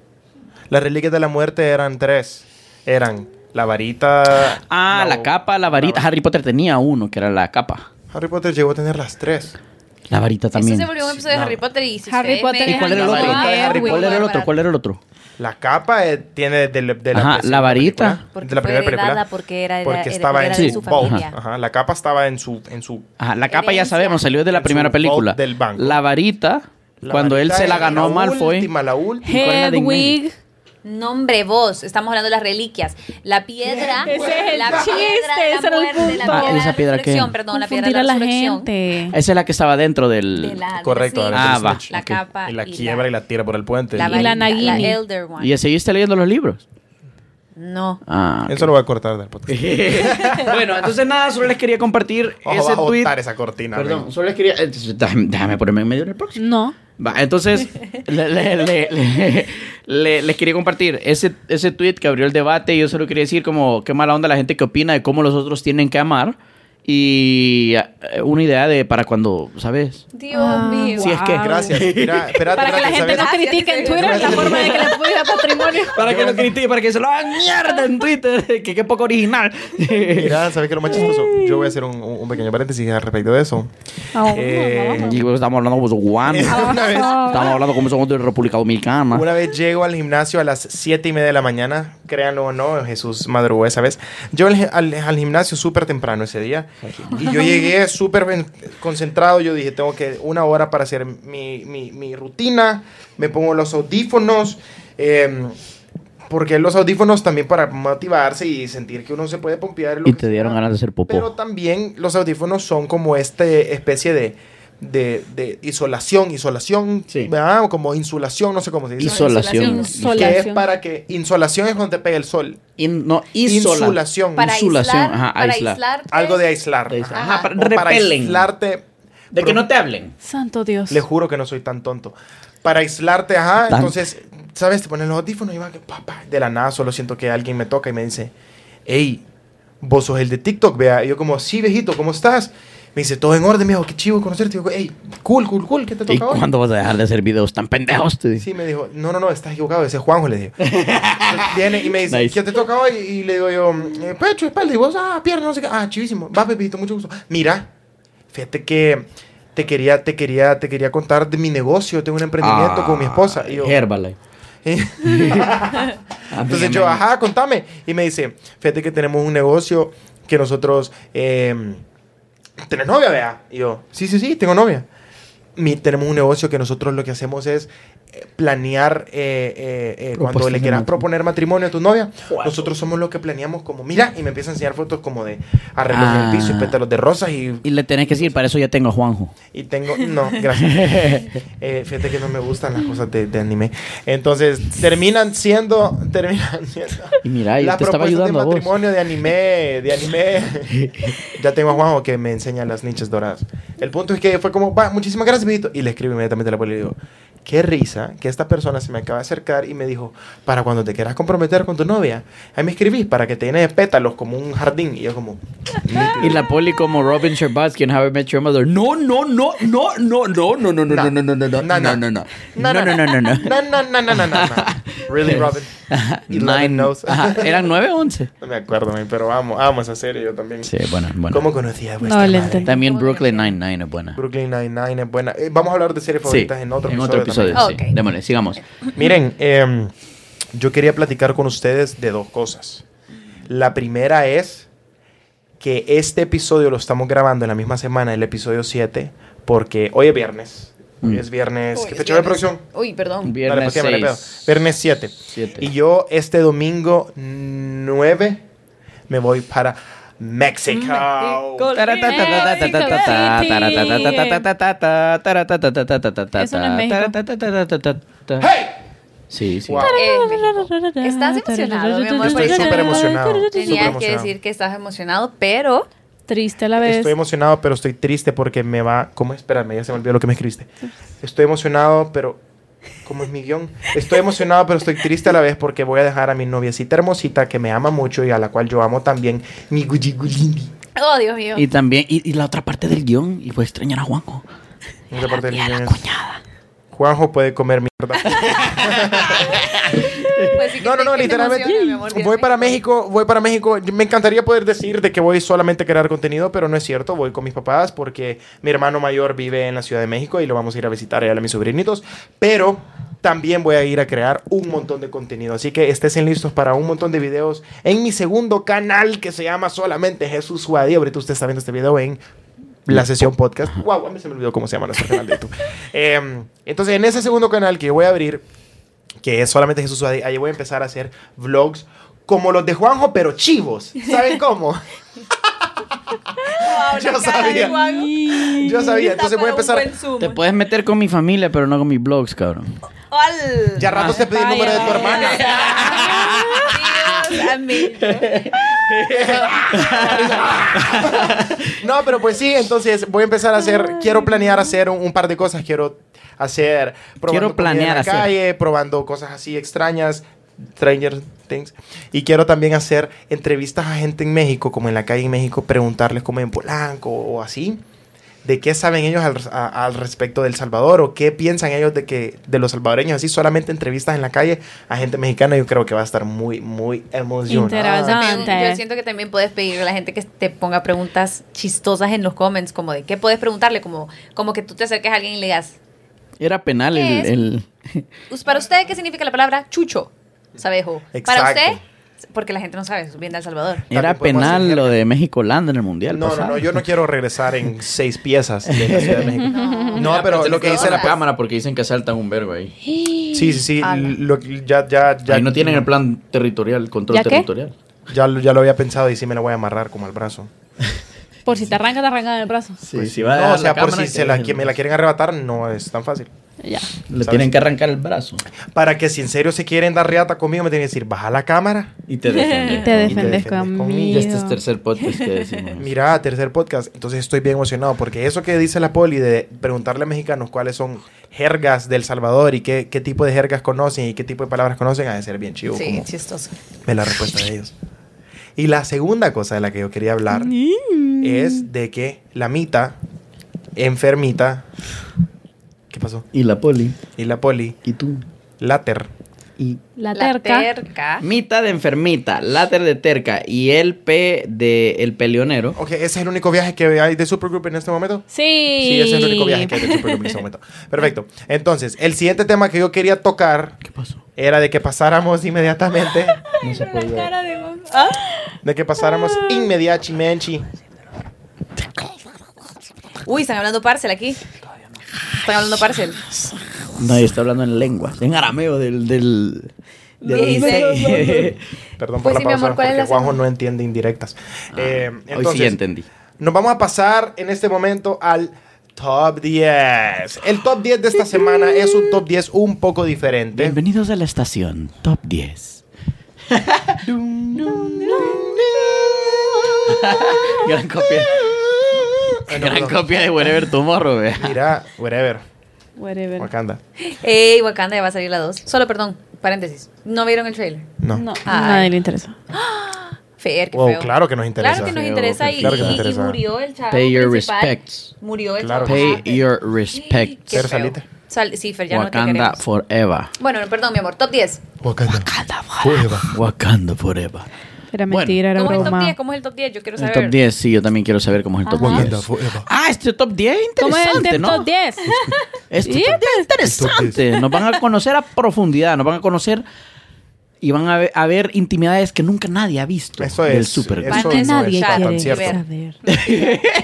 [SPEAKER 1] Las reliquias de la muerte eran tres. Eran la varita.
[SPEAKER 3] Ah, la capa, la varita. Harry Potter tenía uno que era la capa.
[SPEAKER 1] Harry Potter llegó a tener las tres.
[SPEAKER 3] La varita
[SPEAKER 2] Eso
[SPEAKER 3] también.
[SPEAKER 2] se volvió un episodio de Harry Potter y si
[SPEAKER 4] Harry
[SPEAKER 2] ustedes
[SPEAKER 4] Potter
[SPEAKER 2] me
[SPEAKER 4] y
[SPEAKER 3] ¿Y cuál era el
[SPEAKER 2] dejan
[SPEAKER 3] otro?
[SPEAKER 2] llevar,
[SPEAKER 4] Ay, güey.
[SPEAKER 3] ¿Cuál era el otro? ¿Cuál era el otro?
[SPEAKER 1] La capa eh, tiene de, de la,
[SPEAKER 3] Ajá,
[SPEAKER 1] presión
[SPEAKER 3] la
[SPEAKER 1] de
[SPEAKER 3] varita.
[SPEAKER 1] película,
[SPEAKER 2] Porque
[SPEAKER 1] de la
[SPEAKER 2] fue
[SPEAKER 1] primera película.
[SPEAKER 2] heredada, porque era- era-
[SPEAKER 1] Porque
[SPEAKER 2] era-
[SPEAKER 1] estaba
[SPEAKER 2] era
[SPEAKER 1] en
[SPEAKER 3] de
[SPEAKER 1] su
[SPEAKER 3] su
[SPEAKER 1] vault.
[SPEAKER 2] familia.
[SPEAKER 1] Ajá, la capa estaba en su en su
[SPEAKER 3] Ajá, la capa ya
[SPEAKER 2] Herencia.
[SPEAKER 3] sabemos, salió de la
[SPEAKER 1] En
[SPEAKER 3] primera
[SPEAKER 1] su
[SPEAKER 3] película.
[SPEAKER 1] vault del banco.
[SPEAKER 3] La varita,
[SPEAKER 1] la
[SPEAKER 3] cuando él
[SPEAKER 1] varita
[SPEAKER 3] se la
[SPEAKER 1] era
[SPEAKER 3] ganó a Malfoy.
[SPEAKER 1] última, la última.
[SPEAKER 3] cuál era de
[SPEAKER 4] Hedwig.
[SPEAKER 2] Nombre vos, estamos hablando de las reliquias. La piedra.
[SPEAKER 4] Ese es
[SPEAKER 2] la
[SPEAKER 4] el chiste, ese era el
[SPEAKER 2] muerte, la
[SPEAKER 4] punto.
[SPEAKER 2] piedra de
[SPEAKER 3] Ah,
[SPEAKER 2] la
[SPEAKER 3] ¿esa piedra qué?
[SPEAKER 2] resurrección, Perdón, la piedra de
[SPEAKER 4] Confundir
[SPEAKER 2] la,
[SPEAKER 4] a la
[SPEAKER 2] resurrección.
[SPEAKER 4] gente.
[SPEAKER 3] Esa es la que estaba dentro del.
[SPEAKER 2] De la, de la
[SPEAKER 1] Correcto,
[SPEAKER 2] Snitch.
[SPEAKER 3] Ah, va,
[SPEAKER 2] La
[SPEAKER 3] ok.
[SPEAKER 2] capa.
[SPEAKER 1] Y la quiebra y la tira por el puente.
[SPEAKER 4] y la
[SPEAKER 2] varita,
[SPEAKER 4] Nagini.
[SPEAKER 2] La Elder One.
[SPEAKER 3] ¿Y seguiste leyendo los libros?
[SPEAKER 2] No.
[SPEAKER 3] Ah.
[SPEAKER 1] Eso lo voy a cortar del podcast.
[SPEAKER 3] bueno, entonces nada, solo les quería compartir
[SPEAKER 1] Ojo,
[SPEAKER 3] ese
[SPEAKER 1] va a
[SPEAKER 3] tweet.
[SPEAKER 1] botar esa cortina.
[SPEAKER 3] Perdón,
[SPEAKER 1] amigo.
[SPEAKER 3] solo les quería. entonces, déjame, déjame ponerme en medio del próximo.
[SPEAKER 4] No.
[SPEAKER 3] Va, entonces, le- le- le- le- le- les quería compartir ese, ese tweet que abrió el debate. Yo solo quería decir como qué mala onda la gente que opina de cómo los otros tienen que amar. Y eh, una idea de para cuando, ¿sabes?
[SPEAKER 2] Dios
[SPEAKER 4] Ah.
[SPEAKER 2] mío.
[SPEAKER 3] Sí, es que-
[SPEAKER 4] Wow.
[SPEAKER 1] Gracias. Mira, espérate,
[SPEAKER 4] Para que la
[SPEAKER 1] espérate,
[SPEAKER 4] gente no
[SPEAKER 1] ¿sabes?
[SPEAKER 2] Gracias,
[SPEAKER 4] critique en
[SPEAKER 2] sí, sí.
[SPEAKER 4] Twitter la forma de que le pudiera patrimonio.
[SPEAKER 3] Para que lo critique, para que se lo hagan mierda en Twitter. Que qué poco original.
[SPEAKER 1] Mira, ¿sabes qué es lo más chistoso? Yo voy a hacer un, un- un pequeño paréntesis al respecto de eso.
[SPEAKER 4] Oh,
[SPEAKER 1] Eh,
[SPEAKER 3] Y luego estamos hablando como guanos.
[SPEAKER 1] una, vez,
[SPEAKER 3] Estamos hablando como somos de República Dominicana.
[SPEAKER 1] una vez llego al gimnasio a las 7 y media de la mañana, créanlo o no, Jesús madrugó esa vez. Yo al, al- al gimnasio súper temprano ese día y yo llegué súper ben- concentrado. Yo dije, tengo que una hora para hacer mi, mi- mi rutina, me pongo los audífonos. em, porque los audífonos también para motivarse y sentir que uno se puede pompear. lo
[SPEAKER 3] Y
[SPEAKER 1] que
[SPEAKER 3] te dieron
[SPEAKER 1] sea.
[SPEAKER 3] ganas de ser popó.
[SPEAKER 1] Pero también los audífonos son como esta especie de, de, de isolación, isolación,
[SPEAKER 3] Sí.
[SPEAKER 1] ¿verdad? O Como insulación, no sé cómo se dice.
[SPEAKER 3] Isolación.
[SPEAKER 4] Insolación.
[SPEAKER 1] Que es para que... Insolación es cuando te pega el sol.
[SPEAKER 3] In- no, isola-
[SPEAKER 1] Insulación.
[SPEAKER 2] Para
[SPEAKER 3] Insulación,
[SPEAKER 2] aislar.
[SPEAKER 3] ajá,
[SPEAKER 2] para
[SPEAKER 3] aislar.
[SPEAKER 2] aislarte.
[SPEAKER 1] Algo de aislar.
[SPEAKER 3] Te dicen,
[SPEAKER 1] Ajá.
[SPEAKER 3] ajá,
[SPEAKER 2] Ajá.
[SPEAKER 3] para-
[SPEAKER 1] O para
[SPEAKER 3] repelen.
[SPEAKER 1] aislarte.
[SPEAKER 3] De que no te hablen.
[SPEAKER 4] Santo Dios.
[SPEAKER 1] Le juro que no soy tan tonto. Para aislarte, ajá.
[SPEAKER 3] Tan-
[SPEAKER 1] Entonces, ¿sabes? Te ponen los audífonos y van que pa, pa. De la nada solo siento que alguien me toca y me dice, hey, vos sos el de TikTok, vea. Y yo como, sí, viejito, ¿cómo estás? Me dice, todo en orden, viejo, qué chivo conocerte. Y yo, hey, cool, cool, cool, ¿qué te
[SPEAKER 3] ¿Y
[SPEAKER 1] toca hoy?
[SPEAKER 3] cuándo vas a dejar de hacer videos tan pendejos? Te dice.
[SPEAKER 1] Sí, me dijo, no, no, no, estás equivocado, ese es Juanjo, le digo. Entonces, Viene y me dice,
[SPEAKER 3] Nice.
[SPEAKER 1] ¿qué te toca hoy? Y le digo yo, eh, pecho, espalda, y vos, ah, pierna, no sé qué. Ah, chivísimo. Va, Pepito, mucho gusto. Mira, fíjate que te quería, te quería, te quería contar de mi negocio, tengo un emprendimiento
[SPEAKER 3] Ah,
[SPEAKER 1] con mi esposa. Y yo, "Eh,
[SPEAKER 3] Herbalife. Ah, pues
[SPEAKER 1] Entonces yo, ajá, contame. Y me dice, fíjate que tenemos un negocio que nosotros... Eh, ¿Tenés novia, vea? Y yo, sí, sí, sí, tengo novia. Mi, tenemos un negocio que nosotros lo que hacemos es eh, planear eh, eh, eh, cuando
[SPEAKER 3] Propuestas
[SPEAKER 1] le
[SPEAKER 3] de
[SPEAKER 1] quieras
[SPEAKER 3] matrimonio.
[SPEAKER 1] proponer matrimonio a tu novia.
[SPEAKER 3] Wow.
[SPEAKER 1] Nosotros somos los que planeamos como, mira, y me empieza a enseñar fotos como de arreglos en
[SPEAKER 3] Ah.
[SPEAKER 1] el piso y pétalos de rosas y,
[SPEAKER 3] Y le tenés que decir, para eso ya tengo a Juanjo.
[SPEAKER 1] y tengo... No, gracias. Eh, fíjate que no me gustan las cosas de, de anime. Entonces, terminan siendo... Terminan siendo...
[SPEAKER 3] Y mira, yo
[SPEAKER 1] Las
[SPEAKER 3] te estaba
[SPEAKER 1] propuestas
[SPEAKER 3] ayudando a
[SPEAKER 1] de
[SPEAKER 3] vos.
[SPEAKER 1] matrimonio, de anime, de anime. ya tengo a Juanjo que me enseña las nichas doradas. El punto es que fue como, va, muchísimas gracias, viejito. Y le escribo inmediatamente a la poli y le digo, qué risa que esta persona se me acaba de acercar y me dijo, para cuando te quieras comprometer con tu novia, ahí me escribís para que te llenes de pétalos como un jardín. Y yo como,
[SPEAKER 3] Y la poli como Robin Scherbatsky en How I Met Your Mother. No, no, no, no, no, no, no, no, no, no, no, no, no, no,
[SPEAKER 1] No, no.
[SPEAKER 3] no, no, no, no, no, no,
[SPEAKER 1] no,
[SPEAKER 3] no, no.
[SPEAKER 1] no, no, no, no, no. Really, Robin?
[SPEAKER 3] Nine.
[SPEAKER 1] Eleven knows.
[SPEAKER 3] Ajá, ¿Eran nueve o once?
[SPEAKER 1] No me acuerdo, men, pero amo, amo esa serie yo también.
[SPEAKER 3] Sí, bueno, bueno.
[SPEAKER 1] ¿Cómo conocía a vuestra
[SPEAKER 4] No le
[SPEAKER 1] madre?
[SPEAKER 4] entendí.
[SPEAKER 3] También Brooklyn Nine-Nine es buena.
[SPEAKER 1] Brooklyn Nine-Nine es buena. Eh, vamos a hablar de series favoritas en otro episodio. también.
[SPEAKER 2] también.
[SPEAKER 3] sí.
[SPEAKER 2] Ok.
[SPEAKER 3] Démosle, sigamos.
[SPEAKER 1] Miren, em, yo quería platicar con ustedes de dos cosas. La primera es que este episodio lo estamos grabando en la misma semana, el episodio 7, porque hoy es viernes. Hoy
[SPEAKER 3] Mm.
[SPEAKER 1] es viernes.
[SPEAKER 2] Uy,
[SPEAKER 1] ¿Qué
[SPEAKER 2] es
[SPEAKER 1] fecha de
[SPEAKER 2] viernes.
[SPEAKER 1] producción?
[SPEAKER 2] Uy,
[SPEAKER 1] Dale, pues,
[SPEAKER 2] perdón.
[SPEAKER 3] Viernes
[SPEAKER 1] pateame, le pedo.
[SPEAKER 3] seis.
[SPEAKER 1] Viernes 7.
[SPEAKER 3] Siete.
[SPEAKER 1] Y yo este domingo 9 este me voy para México. ¡Hey!
[SPEAKER 3] Sí, sí.
[SPEAKER 1] Wow.
[SPEAKER 4] Eh,
[SPEAKER 2] ¿Estás emocionado, mi amor?
[SPEAKER 1] Estoy súper emocionado. Súper
[SPEAKER 2] Tenías que
[SPEAKER 1] emocionado.
[SPEAKER 2] decir que estás emocionado, pero
[SPEAKER 4] Triste a la vez.
[SPEAKER 1] Estoy emocionado, pero estoy triste porque me va. ¿Cómo? Espérame, ya se me olvidó lo que me escribiste. Estoy emocionado, pero. ¿Cómo es mi guión? Estoy emocionado, pero estoy triste a la vez porque voy a dejar a mi noviecita hermosita que me ama mucho y a la cual yo amo también. Mi Gucci Gucci.
[SPEAKER 2] oh Dios mío.
[SPEAKER 5] Y también, y, y la otra parte del guión, y voy a extrañar a Juanjo.
[SPEAKER 1] No sé por qué el guión es- Juanjo puede comer mierda.
[SPEAKER 2] Pues sí que
[SPEAKER 1] No, no,
[SPEAKER 2] te-
[SPEAKER 1] no,
[SPEAKER 2] que te
[SPEAKER 1] literalmente.
[SPEAKER 2] emociona, mi amor, Dios
[SPEAKER 1] Voy
[SPEAKER 2] mío.
[SPEAKER 1] para México, voy para México. Yo- Me encantaría poder decir de que voy solamente a crear contenido, pero no es cierto. Voy con mis papás porque mi hermano mayor vive en la Ciudad de México y lo vamos a ir a visitar allá a mis sobrinitos. Pero también voy a ir a crear un montón de contenido. Así que estén listos para un montón de videos en mi segundo canal que se llama solamente Jesús Juadí. Ahorita usted está viendo este video en la sesión podcast. Wow, a mí se me olvidó cómo se llama nuestro canal de YouTube. Em, entonces, en ese segundo canal que voy a abrir, que es solamente Jesús Suárez, ahí voy a empezar a hacer vlogs como los de Juanjo, pero chivos. ¿Saben cómo?
[SPEAKER 2] Wow, la
[SPEAKER 1] Yo
[SPEAKER 2] Oh, cara de
[SPEAKER 1] sabía.
[SPEAKER 2] Juan.
[SPEAKER 1] Yo sabía.
[SPEAKER 2] Está
[SPEAKER 1] Entonces voy a
[SPEAKER 2] para un
[SPEAKER 1] empezar.
[SPEAKER 2] buen zoom.
[SPEAKER 5] Te puedes meter con mi familia, pero no con mis blogs, cabrón.
[SPEAKER 2] ¡Al!
[SPEAKER 1] Ya rato te pedí el número de tu hermana.
[SPEAKER 2] Dios, amiguito.
[SPEAKER 1] No, pero pues sí, entonces voy a empezar a hacer, quiero planear hacer un, un par de cosas, quiero hacer, probando
[SPEAKER 5] Quiero planear
[SPEAKER 1] comida en la
[SPEAKER 5] hacer.
[SPEAKER 1] calle, probando cosas así extrañas, Stranger Things, y quiero también hacer entrevistas a gente en México, como en la calle en México, preguntarles como en Polanco o así, de qué saben ellos al, a- al respecto del Salvador o qué piensan ellos de que de los salvadoreños, así solamente entrevistas en la calle a gente mexicana, yo creo que va a estar muy, muy emocionante.
[SPEAKER 4] Interesante.
[SPEAKER 2] También, yo siento que también puedes pedirle a la gente que te ponga preguntas chistosas en los comments, como de qué puedes preguntarle, como, como que tú te acerques a alguien y le digas,
[SPEAKER 5] Era penal
[SPEAKER 2] ¿Qué es?
[SPEAKER 5] el, el-
[SPEAKER 2] "Us- para usted, ¿qué significa la palabra chucho? Sabejo. Para
[SPEAKER 1] Exacto.
[SPEAKER 2] usted, porque la gente no sabe, eso viene de El Salvador.
[SPEAKER 5] Era
[SPEAKER 1] También podemos
[SPEAKER 5] penal
[SPEAKER 1] hacer-
[SPEAKER 5] lo de México Land en el mundial.
[SPEAKER 1] No, no,
[SPEAKER 5] pasado.
[SPEAKER 1] no, yo no quiero regresar en seis piezas de la Ciudad de México. No, pero lo que dice la...
[SPEAKER 2] Hola.
[SPEAKER 3] cámara porque dicen que saltan un verbo ahí.
[SPEAKER 1] Sí, sí, sí,
[SPEAKER 2] Ala.
[SPEAKER 1] lo- ya, ya, ya,
[SPEAKER 3] Ahí no tienen el plan territorial, el control
[SPEAKER 4] ¿Ya qué?
[SPEAKER 3] territorial.
[SPEAKER 1] ya, lo- ya lo había pensado y sí me la voy a amarrar como al brazo.
[SPEAKER 4] Por si te arranca, te arranca el brazo.
[SPEAKER 3] Sí,
[SPEAKER 1] Pues sí. no, o sea, por si se la, qui- me la quieren arrebatar, no es tan fácil.
[SPEAKER 4] Ya.
[SPEAKER 3] Le tienen que arrancar el brazo.
[SPEAKER 1] Para que si en serio se quieren dar riata conmigo, me tienen que decir, baja la cámara.
[SPEAKER 3] Y te
[SPEAKER 4] Y
[SPEAKER 3] defienden.
[SPEAKER 4] te defendes
[SPEAKER 1] defendes conmigo.
[SPEAKER 4] conmigo.
[SPEAKER 1] Ya
[SPEAKER 3] este es tercer podcast que decimos.
[SPEAKER 1] Mira, tercer podcast. Entonces estoy bien emocionado porque eso que dice la poli de preguntarle a mexicanos cuáles son jergas del Salvador y qué, qué tipo de jergas conocen y qué tipo de palabras conocen, ha de ser bien chivo.
[SPEAKER 2] Sí,
[SPEAKER 1] como-
[SPEAKER 2] chistoso.
[SPEAKER 1] Ve la respuesta de ellos. Y la segunda cosa de la que yo quería hablar
[SPEAKER 2] Mm.
[SPEAKER 4] Mm,
[SPEAKER 1] es de que la mita, enfermita, ¿qué pasó?
[SPEAKER 5] Y la poli.
[SPEAKER 1] Y la poli,
[SPEAKER 5] Y tú.
[SPEAKER 1] láter.
[SPEAKER 5] Y.
[SPEAKER 4] La terca.
[SPEAKER 2] La
[SPEAKER 4] Ah.
[SPEAKER 2] terca.
[SPEAKER 5] Mita de enfermita, láter de terca y el P de el peleonero.
[SPEAKER 1] Ok, ese es el único viaje que hay de Supergroup en este momento.
[SPEAKER 4] Sí.
[SPEAKER 1] Sí, ese es el único viaje que hay de Supergroup en este momento. Perfecto. Entonces, el siguiente tema que yo quería tocar
[SPEAKER 5] ¿Qué pasó?
[SPEAKER 1] era de que pasáramos inmediatamente,
[SPEAKER 5] No se puede ver.
[SPEAKER 2] Ah.
[SPEAKER 1] de que pasáramos inmediachimenchi.
[SPEAKER 2] Uy, están hablando parcel aquí. Están hablando parcel.
[SPEAKER 5] No, yo estoy hablando en lenguas, en arameo del del del
[SPEAKER 2] Dice-
[SPEAKER 5] Licey.
[SPEAKER 1] Perdón por
[SPEAKER 2] Pues sí,
[SPEAKER 1] la
[SPEAKER 2] mi
[SPEAKER 1] pausa,
[SPEAKER 2] amor, ¿cuál es
[SPEAKER 1] porque
[SPEAKER 2] la
[SPEAKER 1] Juanjo
[SPEAKER 2] segunda?
[SPEAKER 1] no entiende indirectas. Eh,
[SPEAKER 5] Ah. Hoy sí ya entendí.
[SPEAKER 1] Nos vamos a pasar en este momento al top 10. El top 10 de esta semana es un top 10 un poco diferente.
[SPEAKER 5] Bienvenidos a la estación Top 10. Gran copia. Gran copia de Wherever Tomorrow, vea.
[SPEAKER 1] Mira, whatever,
[SPEAKER 4] Whatever.
[SPEAKER 1] Wakanda.
[SPEAKER 2] Ey, Wakanda ya va a salir la 2. Solo, perdón, paréntesis. ¿No vieron el trailer.
[SPEAKER 1] No.
[SPEAKER 4] No,
[SPEAKER 2] Ay.
[SPEAKER 4] a nadie le interesa.
[SPEAKER 2] Fer, qué
[SPEAKER 1] Wow,
[SPEAKER 2] feo.
[SPEAKER 1] claro que nos interesa.
[SPEAKER 2] Claro que nos
[SPEAKER 1] Feo,
[SPEAKER 2] interesa, y,
[SPEAKER 1] claro que nos
[SPEAKER 2] y- y
[SPEAKER 1] interesa.
[SPEAKER 2] murió el chavo.
[SPEAKER 5] Pay your
[SPEAKER 2] principal.
[SPEAKER 5] respects.
[SPEAKER 2] Muriero el
[SPEAKER 1] Claro.
[SPEAKER 2] chavo.
[SPEAKER 5] Pay
[SPEAKER 2] Ajá.
[SPEAKER 5] your
[SPEAKER 2] Qué
[SPEAKER 5] respects.
[SPEAKER 1] Fer,
[SPEAKER 2] feo.
[SPEAKER 1] salite.
[SPEAKER 2] Sal- sí, Fer, ya no te
[SPEAKER 5] Wakanda
[SPEAKER 2] queremos.
[SPEAKER 5] forever.
[SPEAKER 2] Bueno, no, perdón, mi amor. Top 10.
[SPEAKER 1] Wakanda.
[SPEAKER 5] Wakanda forever.
[SPEAKER 4] Era
[SPEAKER 5] Bueno,
[SPEAKER 4] mentira,
[SPEAKER 2] ¿Cómo
[SPEAKER 4] era
[SPEAKER 2] es el top
[SPEAKER 4] broma.
[SPEAKER 2] 10? ¿Cómo es el top 10? Yo quiero
[SPEAKER 5] El
[SPEAKER 2] saber.
[SPEAKER 5] top 10, sí, yo también quiero saber cómo es el top
[SPEAKER 4] Ajá.
[SPEAKER 5] 10. Ah, este top 10 es
[SPEAKER 4] ¿Cómo es el
[SPEAKER 5] interesante,
[SPEAKER 4] de-
[SPEAKER 5] ¿no?
[SPEAKER 4] top 10?
[SPEAKER 5] Este
[SPEAKER 4] Sí. pues.
[SPEAKER 5] top 10 es interesante. Nos van a conocer a profundidad, nos van a conocer y van a ver, a ver intimidades que nunca nadie ha visto
[SPEAKER 1] Eso
[SPEAKER 5] del
[SPEAKER 1] es.
[SPEAKER 5] Super.
[SPEAKER 1] Eso
[SPEAKER 2] Van
[SPEAKER 1] es,
[SPEAKER 2] a
[SPEAKER 1] eso
[SPEAKER 2] nadie
[SPEAKER 1] es,
[SPEAKER 2] quiere
[SPEAKER 1] tan cierto.
[SPEAKER 2] ver.
[SPEAKER 4] saber.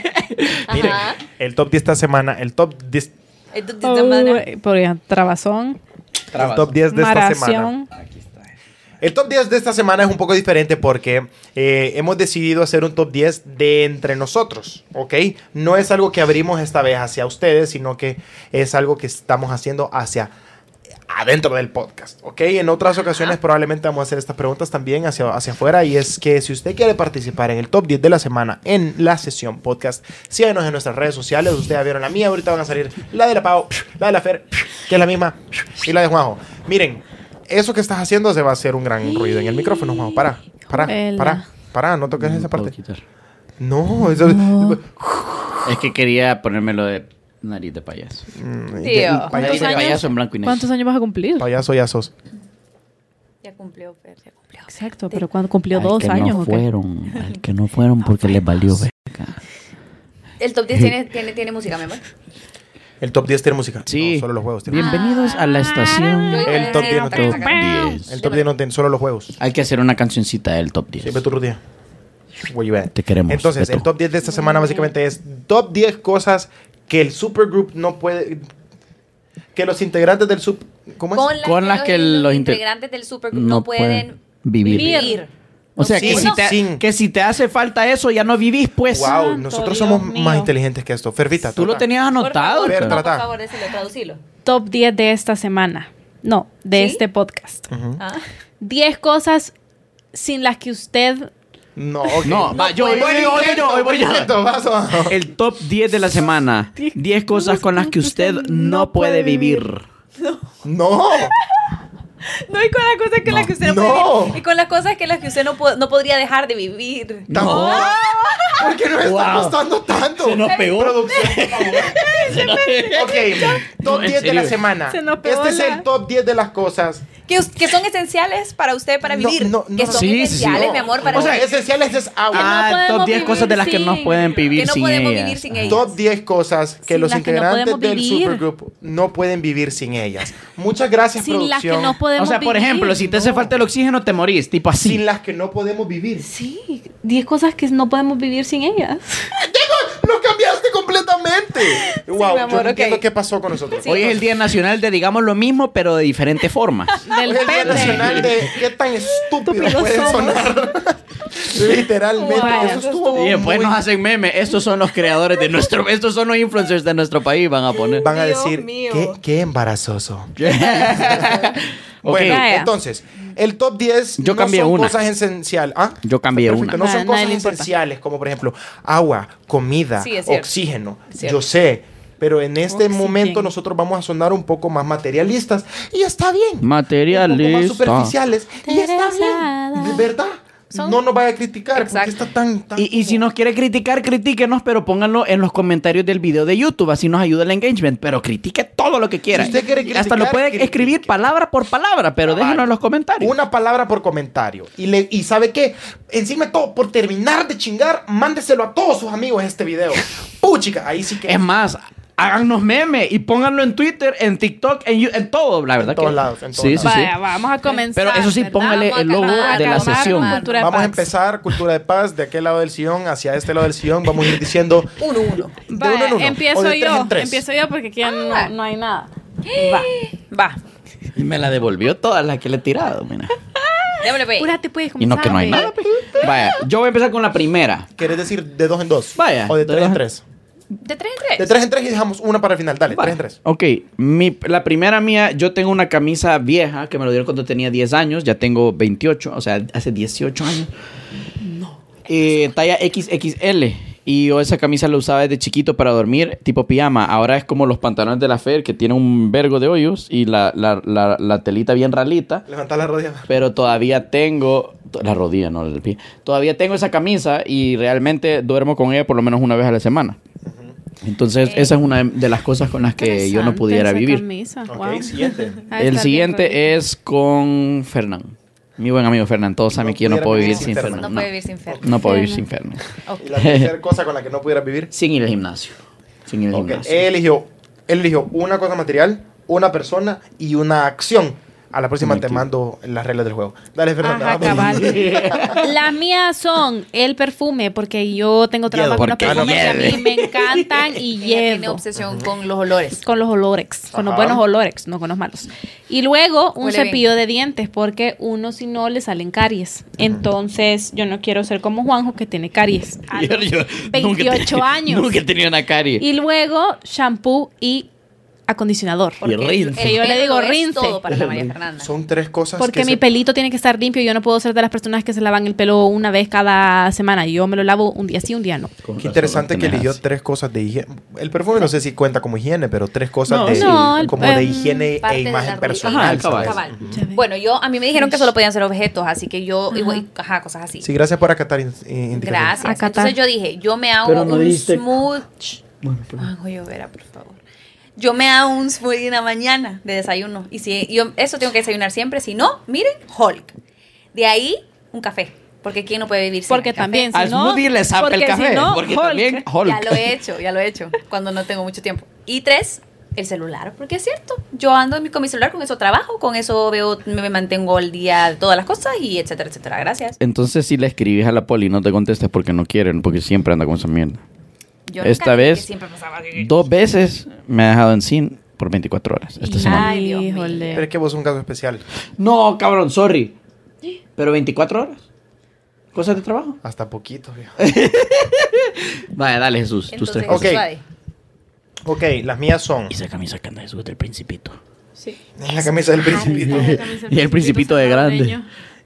[SPEAKER 1] Miren,
[SPEAKER 2] Ajá.
[SPEAKER 1] el top 10 esta semana, el top 10,
[SPEAKER 2] El top 10 de madre.
[SPEAKER 4] Oh, por trabazón,
[SPEAKER 1] el top 10 de esta semana.
[SPEAKER 4] maración.
[SPEAKER 1] El top 10 de esta semana es un poco diferente porque eh, hemos decidido hacer un top 10 de entre nosotros, ¿ok? No es algo que abrimos esta vez hacia ustedes, sino que es algo que estamos haciendo hacia adentro del podcast, ¿ok? En otras ocasiones probablemente vamos a hacer estas preguntas también hacia, hacia afuera y es que si usted quiere participar en el top 10 de la semana en la sesión podcast, síganos en nuestras redes sociales, ustedes ya vieron la mía, ahorita van a salir la de la Pau, la de la Fer, que es la misma, y la de Juanjo. Miren, eso que estás haciendo se va a hacer un gran ruido en el micrófono, Juanjo, para, para,
[SPEAKER 4] Jovela.
[SPEAKER 1] para, para, no toques esa
[SPEAKER 3] Puedo
[SPEAKER 1] parte.
[SPEAKER 3] quitar.
[SPEAKER 1] No, eso...
[SPEAKER 3] Es que quería ponérmelo de nariz de payaso.
[SPEAKER 2] Tío.
[SPEAKER 3] Nariz
[SPEAKER 1] Payaso,
[SPEAKER 3] de
[SPEAKER 4] años?
[SPEAKER 3] payaso en blanco y negro.
[SPEAKER 4] ¿Cuántos años vas a cumplir?
[SPEAKER 1] payaso ya sos.
[SPEAKER 2] Ya cumplió, Fer, ya cumplió.
[SPEAKER 4] Exacto, pero cuando cumplió
[SPEAKER 3] Al
[SPEAKER 4] dos
[SPEAKER 3] que
[SPEAKER 4] años.
[SPEAKER 3] No
[SPEAKER 4] ¿o qué?
[SPEAKER 3] fueron, al que no fueron porque les valió ver.
[SPEAKER 2] El top 10 tiene, tiene, tiene música, mi amor.
[SPEAKER 1] El top 10 tiene música.
[SPEAKER 3] Sí.
[SPEAKER 1] No, solo los juegos. tiene música.
[SPEAKER 3] Bienvenidos a la estación.
[SPEAKER 2] Yo iba a
[SPEAKER 1] El top
[SPEAKER 2] decir
[SPEAKER 1] 10 no
[SPEAKER 2] otra
[SPEAKER 1] tiene
[SPEAKER 2] cosa.
[SPEAKER 1] El top 10 no tiene solo los juegos.
[SPEAKER 3] Hay que hacer una cancioncita del top 10.
[SPEAKER 1] Sí, ve tu rutina. Where you at?
[SPEAKER 3] Te queremos,
[SPEAKER 1] Entonces,
[SPEAKER 3] Beto.
[SPEAKER 1] el top 10 de esta semana básicamente es top 10 cosas que el supergroup no puede. Que los integrantes del sub. ¿Cómo es?
[SPEAKER 2] Con las,
[SPEAKER 3] Con las
[SPEAKER 2] que,
[SPEAKER 3] que
[SPEAKER 2] los,
[SPEAKER 3] los inte-
[SPEAKER 2] integrantes del supergroup no, pueden
[SPEAKER 3] vivir.
[SPEAKER 2] vivir.
[SPEAKER 3] O sea,
[SPEAKER 1] Sí,
[SPEAKER 3] que, si te,
[SPEAKER 1] sin.
[SPEAKER 3] que si te hace falta eso, ya no vivís, pues.
[SPEAKER 1] wow, nosotros
[SPEAKER 4] Dios
[SPEAKER 1] somos
[SPEAKER 4] mío.
[SPEAKER 1] más inteligentes que esto. Fervita,
[SPEAKER 3] Tú lo
[SPEAKER 1] trata.
[SPEAKER 3] tenías
[SPEAKER 2] Por
[SPEAKER 3] anotado.
[SPEAKER 2] favor,
[SPEAKER 1] Fer,
[SPEAKER 2] no,
[SPEAKER 3] pero-
[SPEAKER 2] por
[SPEAKER 1] trata.
[SPEAKER 2] favor, decilo, traducilo.
[SPEAKER 4] Top 10 de esta semana. No, de
[SPEAKER 2] ¿Sí?
[SPEAKER 4] este podcast.
[SPEAKER 1] Ujú.
[SPEAKER 2] Ah.
[SPEAKER 4] 10 cosas sin las que usted...
[SPEAKER 1] No, ok.
[SPEAKER 3] No, va, yo,
[SPEAKER 1] Buen
[SPEAKER 3] yo, yo, yo,
[SPEAKER 1] intento,
[SPEAKER 3] yo, yo,
[SPEAKER 1] buen
[SPEAKER 3] yo.
[SPEAKER 1] intento, vas, vas.
[SPEAKER 3] El top 10 de la semana. 10 cosas con las que usted no puede vivir.
[SPEAKER 1] No.
[SPEAKER 2] No, y con las cosas que las que usted no,
[SPEAKER 1] no
[SPEAKER 2] puede
[SPEAKER 1] puede
[SPEAKER 2] vivir. Y con las cosas que las que usted no, po- no podría dejar de vivir.
[SPEAKER 1] Tampoco.
[SPEAKER 4] Oh.
[SPEAKER 1] ¿Por qué nos está
[SPEAKER 3] Wow.
[SPEAKER 1] costando tanto?
[SPEAKER 3] Se nos pegó.
[SPEAKER 1] Producción, por favor. ok, top
[SPEAKER 3] No, en
[SPEAKER 1] 10 de la
[SPEAKER 3] serio.
[SPEAKER 1] semana.
[SPEAKER 4] Se nos pegó
[SPEAKER 1] Este es
[SPEAKER 4] la-
[SPEAKER 1] el top 10 de las cosas
[SPEAKER 2] Que, us- que son esenciales para usted para
[SPEAKER 1] No,
[SPEAKER 2] vivir.
[SPEAKER 1] no, no,
[SPEAKER 2] que son
[SPEAKER 3] sí, sí, sí.
[SPEAKER 2] esenciales,
[SPEAKER 1] No,
[SPEAKER 2] mi amor, para
[SPEAKER 1] O sea,
[SPEAKER 2] vivir.
[SPEAKER 1] esenciales es agua.
[SPEAKER 4] no
[SPEAKER 3] Ah,
[SPEAKER 4] podemos
[SPEAKER 3] top 10 cosas de las que
[SPEAKER 4] vivir
[SPEAKER 3] no
[SPEAKER 4] sin-
[SPEAKER 3] pueden vivir
[SPEAKER 2] que no
[SPEAKER 3] sin
[SPEAKER 2] podemos
[SPEAKER 3] ellas.
[SPEAKER 2] vivir sin ellas.
[SPEAKER 1] Top 10 cosas que
[SPEAKER 4] Sin
[SPEAKER 1] los
[SPEAKER 4] las que no
[SPEAKER 1] integrantes
[SPEAKER 4] podemos
[SPEAKER 1] del
[SPEAKER 4] vivir.
[SPEAKER 1] supergroup no pueden vivir sin ellas. Muchas gracias,
[SPEAKER 4] Sin las que
[SPEAKER 1] producción.
[SPEAKER 4] no
[SPEAKER 3] O
[SPEAKER 4] podemos
[SPEAKER 3] sea, por
[SPEAKER 4] vivir.
[SPEAKER 3] ejemplo, si te hace falta el oxígeno, te morís. Tipo así.
[SPEAKER 1] Sin las que no podemos vivir.
[SPEAKER 4] Sí, 10 cosas que no podemos vivir sin ellas.
[SPEAKER 1] ¡Lo cambiaste completamente! wow,
[SPEAKER 2] mi amor,
[SPEAKER 1] yo no
[SPEAKER 2] ok.
[SPEAKER 1] entiendo qué pasó con nosotros.
[SPEAKER 3] Hoy es el Día Nacional de digamos lo mismo, pero de diferentes formas.
[SPEAKER 1] Hoy
[SPEAKER 4] Del
[SPEAKER 1] es el Día
[SPEAKER 4] pene.
[SPEAKER 1] Nacional de qué tan estúpido
[SPEAKER 4] Estúpidos
[SPEAKER 1] puede
[SPEAKER 4] somos.
[SPEAKER 1] sonar. Literalmente,
[SPEAKER 4] Wow.
[SPEAKER 1] eso estuvo
[SPEAKER 3] Y después
[SPEAKER 1] muy-
[SPEAKER 3] nos hacen memes. Estos son los creadores de nuestro... Estos son los influencers de nuestro país, van a poner.
[SPEAKER 1] Van a
[SPEAKER 2] Dios
[SPEAKER 1] decir,
[SPEAKER 2] mío.
[SPEAKER 1] qué, qué embarazoso.
[SPEAKER 3] Ok.
[SPEAKER 1] Bueno,
[SPEAKER 4] Vaya.
[SPEAKER 1] entonces, el top 10
[SPEAKER 3] Yo
[SPEAKER 1] no
[SPEAKER 3] cambié
[SPEAKER 1] son
[SPEAKER 3] una.
[SPEAKER 1] cosas esenciales. ¿Ah?
[SPEAKER 3] Yo cambié
[SPEAKER 1] Perfecto,
[SPEAKER 3] una.
[SPEAKER 1] No
[SPEAKER 4] Nada,
[SPEAKER 1] son
[SPEAKER 4] nadie
[SPEAKER 1] cosas
[SPEAKER 4] le importa.
[SPEAKER 1] esenciales, como por ejemplo agua, comida,
[SPEAKER 2] Sí, es cierto.
[SPEAKER 1] oxígeno.
[SPEAKER 2] Es cierto.
[SPEAKER 1] Yo sé, pero en este
[SPEAKER 4] Oxígeno.
[SPEAKER 1] momento nosotros vamos a sonar un poco más materialistas. Y está bien. Un poco más
[SPEAKER 3] Materialista.
[SPEAKER 1] superficiales. Y está bien.
[SPEAKER 4] Interesada.
[SPEAKER 1] De verdad.
[SPEAKER 4] Son-
[SPEAKER 1] No nos vaya a criticar porque
[SPEAKER 2] Exacto.
[SPEAKER 1] está tan... tan
[SPEAKER 3] Y, y si nos quiere criticar, critíquenos, pero pónganlo en los comentarios del video de YouTube. Así nos ayuda el engagement. Pero critique todo lo que quiera.
[SPEAKER 1] Si usted quiere criticar,
[SPEAKER 3] Hasta lo puede
[SPEAKER 1] critique.
[SPEAKER 3] escribir palabra por palabra, pero
[SPEAKER 1] Cabal.
[SPEAKER 3] déjenos en los comentarios.
[SPEAKER 1] Una palabra por comentario. Y, le, y sabe qué? Encima de todo, por terminar de chingar, mándeselo a todos sus amigos este video. Puchica, ahí sí que.
[SPEAKER 3] Es más, háganos memes y pónganlo en Twitter, en TikTok, en, You- en todo, la verdad.
[SPEAKER 1] En todos
[SPEAKER 3] que-
[SPEAKER 1] lados, en todos
[SPEAKER 3] sí,
[SPEAKER 1] lados.
[SPEAKER 3] sí, sí.
[SPEAKER 4] Vaya, vamos a comenzar.
[SPEAKER 3] Pero eso sí,
[SPEAKER 4] ¿verdad?
[SPEAKER 3] póngale
[SPEAKER 4] Vamos a
[SPEAKER 3] el logo
[SPEAKER 4] acabar
[SPEAKER 3] de la
[SPEAKER 4] con
[SPEAKER 3] sesión.
[SPEAKER 4] cultura de
[SPEAKER 1] Vamos a
[SPEAKER 4] paz.
[SPEAKER 1] empezar Cultura de Paz de aquel lado del sillón hacia este lado del sillón. Vamos a ir diciendo.
[SPEAKER 2] Uno, uno.
[SPEAKER 1] de
[SPEAKER 4] Vaya,
[SPEAKER 1] uno en uno, o
[SPEAKER 4] empiezo
[SPEAKER 1] de tres
[SPEAKER 4] yo.
[SPEAKER 1] en tres.
[SPEAKER 4] Empiezo yo porque aquí ya
[SPEAKER 2] Ah.
[SPEAKER 4] no, no hay nada. Va.
[SPEAKER 2] Va.
[SPEAKER 3] Y me la devolvió todas las que le he tirado, mira.
[SPEAKER 2] Démosle, pues.
[SPEAKER 4] Pura, te puedes
[SPEAKER 3] Y
[SPEAKER 4] comenzar.
[SPEAKER 3] no que no hay
[SPEAKER 4] ve.
[SPEAKER 3] nada. pues. Vaya, yo voy a empezar con la primera.
[SPEAKER 1] ¿Querés decir de dos en dos?
[SPEAKER 3] Vaya,
[SPEAKER 1] O de
[SPEAKER 3] de
[SPEAKER 1] tres
[SPEAKER 3] dos
[SPEAKER 1] en
[SPEAKER 3] en-
[SPEAKER 1] tres.
[SPEAKER 2] De tres
[SPEAKER 4] Eh,
[SPEAKER 2] en
[SPEAKER 1] De
[SPEAKER 2] tres.
[SPEAKER 1] tres en tres y dejamos una para el final. Dale, tres en tres.
[SPEAKER 3] Ok, mi- la primera mía, yo tengo una camisa vieja que me lo dieron cuando tenía 10 años, ya tengo 28, o sea, hace 18 años. Eh, talla XXL. Y yo esa camisa la usaba desde chiquito para dormir, tipo pijama. Ahora es como los pantalones de la Fer, que tiene un vergo de hoyos y la, la- la- la telita bien ralita.
[SPEAKER 1] Levanta la rodilla.
[SPEAKER 3] Pero todavía tengo... to- La rodilla, no el pie. Todavía tengo esa camisa y realmente duermo con ella por lo menos una vez a la semana. Entonces, esa es una de- de las cosas con las que yo no
[SPEAKER 4] Interesante
[SPEAKER 3] pudiera
[SPEAKER 4] esa
[SPEAKER 3] vivir.
[SPEAKER 4] camisa,
[SPEAKER 1] Ok,
[SPEAKER 4] wow.
[SPEAKER 1] siguiente.
[SPEAKER 4] Ha de
[SPEAKER 3] El
[SPEAKER 4] estar Ah, bien
[SPEAKER 3] siguiente
[SPEAKER 4] rico.
[SPEAKER 3] es con Fernán. Mi buen amigo Fernán. Todos saben
[SPEAKER 1] No
[SPEAKER 3] que yo no
[SPEAKER 1] pudiera
[SPEAKER 3] puedo vivir
[SPEAKER 1] vivir
[SPEAKER 3] sin
[SPEAKER 1] sin
[SPEAKER 3] Fernán.
[SPEAKER 2] No
[SPEAKER 3] No,
[SPEAKER 2] puede vivir sin Fer.
[SPEAKER 3] No puedo vivir sin
[SPEAKER 4] Fernan.
[SPEAKER 3] Fernán.
[SPEAKER 1] Y la tercera cosa con la que no pudiera vivir.
[SPEAKER 3] Sin ir al gimnasio. Sin ir al
[SPEAKER 1] Ok, eh,
[SPEAKER 3] gimnasio.
[SPEAKER 1] Él eligió, él eligió una cosa material, una persona y una acción. A la próxima te mando las reglas del juego. Dale, Fernanda.
[SPEAKER 4] Ajá, cabal. Las mías son el perfume, porque yo tengo trauma
[SPEAKER 1] Llevo,
[SPEAKER 4] con los
[SPEAKER 1] porque
[SPEAKER 4] perfumes que a
[SPEAKER 1] lleve.
[SPEAKER 4] mí me encantan y
[SPEAKER 2] Ella tiene
[SPEAKER 4] llevo.
[SPEAKER 2] obsesión con los olores.
[SPEAKER 4] Con los olorex, con los
[SPEAKER 1] Ajá.
[SPEAKER 4] buenos olorex, no con los malos. Y luego un
[SPEAKER 2] Huele bien.
[SPEAKER 4] cepillo de dientes, porque uno si no le salen caries. Entonces yo no quiero ser como Juanjo que tiene caries. A los 28 Ah, años.
[SPEAKER 3] Nunca he tenido una carie.
[SPEAKER 4] Y luego shampoo y acondicionador.
[SPEAKER 3] Y rinse.
[SPEAKER 4] Que yo le digo
[SPEAKER 2] Pero es
[SPEAKER 4] rinse.
[SPEAKER 2] todo para la María Fernanda.
[SPEAKER 1] Son tres cosas
[SPEAKER 4] Porque
[SPEAKER 1] que
[SPEAKER 4] mi
[SPEAKER 1] se-
[SPEAKER 4] pelito tiene que estar limpio. Yo no puedo ser de las personas que se lavan el pelo una vez cada semana. Yo me lo lavo un día sí, un día no.
[SPEAKER 1] Qué interesante que eligió tres cosas de higiene. El perfume no sé si cuenta como higiene, pero tres cosas
[SPEAKER 6] No,
[SPEAKER 1] de,
[SPEAKER 6] sí.
[SPEAKER 4] No, el-
[SPEAKER 1] como de
[SPEAKER 4] em,
[SPEAKER 1] higiene
[SPEAKER 2] parte
[SPEAKER 1] e
[SPEAKER 2] de la
[SPEAKER 1] imagen
[SPEAKER 2] rutina.
[SPEAKER 1] personal.
[SPEAKER 3] Ajá, cabal.
[SPEAKER 1] ¿sabes?
[SPEAKER 2] Cabal.
[SPEAKER 4] Ya ve.
[SPEAKER 2] Bueno, yo a mí me dijeron que solo podían ser objetos, así que yo igual- ajá, cosas así.
[SPEAKER 1] Sí, gracias por acatar in- eh, in- indicaciones.
[SPEAKER 2] Gracias.
[SPEAKER 4] Acatar.
[SPEAKER 2] Entonces yo dije, yo me hago
[SPEAKER 3] Pero no
[SPEAKER 2] un
[SPEAKER 3] dijiste-
[SPEAKER 2] smooth. Shh. Juanjo Llovera, por favor. Yo me hago un smoothie en la mañana de desayuno. Y si yo eso tengo que desayunar siempre. Si no, miren, Hulk. De ahí, un café. Porque quién no puede vivir sin
[SPEAKER 4] Porque
[SPEAKER 2] el café?
[SPEAKER 4] también, Ah, si
[SPEAKER 3] Al
[SPEAKER 4] no.
[SPEAKER 3] smoothie le saca el
[SPEAKER 4] porque
[SPEAKER 3] café.
[SPEAKER 4] si no,
[SPEAKER 3] porque
[SPEAKER 4] Hulk.
[SPEAKER 3] también
[SPEAKER 2] Ya lo
[SPEAKER 3] Hulk.
[SPEAKER 2] he hecho, ya lo he hecho. Cuando no tengo mucho tiempo. Y tres, el celular. Porque es cierto, yo ando en mi- con mi celular, con eso trabajo, con eso veo, me mantengo al día de todas las cosas y etcétera, etcétera. Gracias.
[SPEAKER 3] Entonces, si le escribís a la poli, no te contestes porque no quieren, porque siempre anda con esa mierda.
[SPEAKER 2] Yo
[SPEAKER 3] Esta
[SPEAKER 2] nunca dije
[SPEAKER 3] vez,
[SPEAKER 2] que siempre pasaba que-
[SPEAKER 3] Dos veces me ha dejado en sin por 24 horas esta
[SPEAKER 4] Ay,
[SPEAKER 3] semana.
[SPEAKER 2] Ay, Dios mío.
[SPEAKER 4] híjole.
[SPEAKER 1] Pero es que vos sos un caso especial.
[SPEAKER 3] No, cabrón, sorry. Pero 24 horas. Cosas de trabajo.
[SPEAKER 1] Hasta poquito. viejo.
[SPEAKER 3] Vaya, dale, Jesús, tus
[SPEAKER 2] Entonces,
[SPEAKER 3] tres cosas.
[SPEAKER 1] Ok.
[SPEAKER 2] suave.
[SPEAKER 1] ok, las mías son.
[SPEAKER 3] Y esa camisa que anda Jesús del Principito.
[SPEAKER 1] La camisa
[SPEAKER 2] Ah,
[SPEAKER 1] del principito.
[SPEAKER 3] Y el Principito de grande.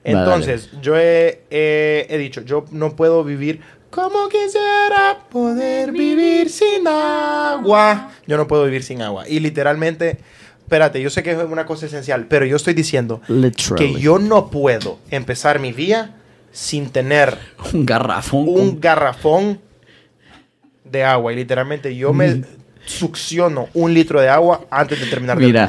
[SPEAKER 1] Entonces, yo he, he- he dicho, yo no puedo vivir como quisiera poder vivir sin agua. Yo no puedo vivir sin agua. Y literalmente, espérate, yo sé que es una cosa esencial, pero yo estoy diciendo
[SPEAKER 3] Literally.
[SPEAKER 1] que yo no puedo empezar mi día sin tener
[SPEAKER 3] Un garrafón.
[SPEAKER 1] un garrafón de agua. Y literalmente yo me succiono un litro de agua antes de terminar de
[SPEAKER 3] Mira,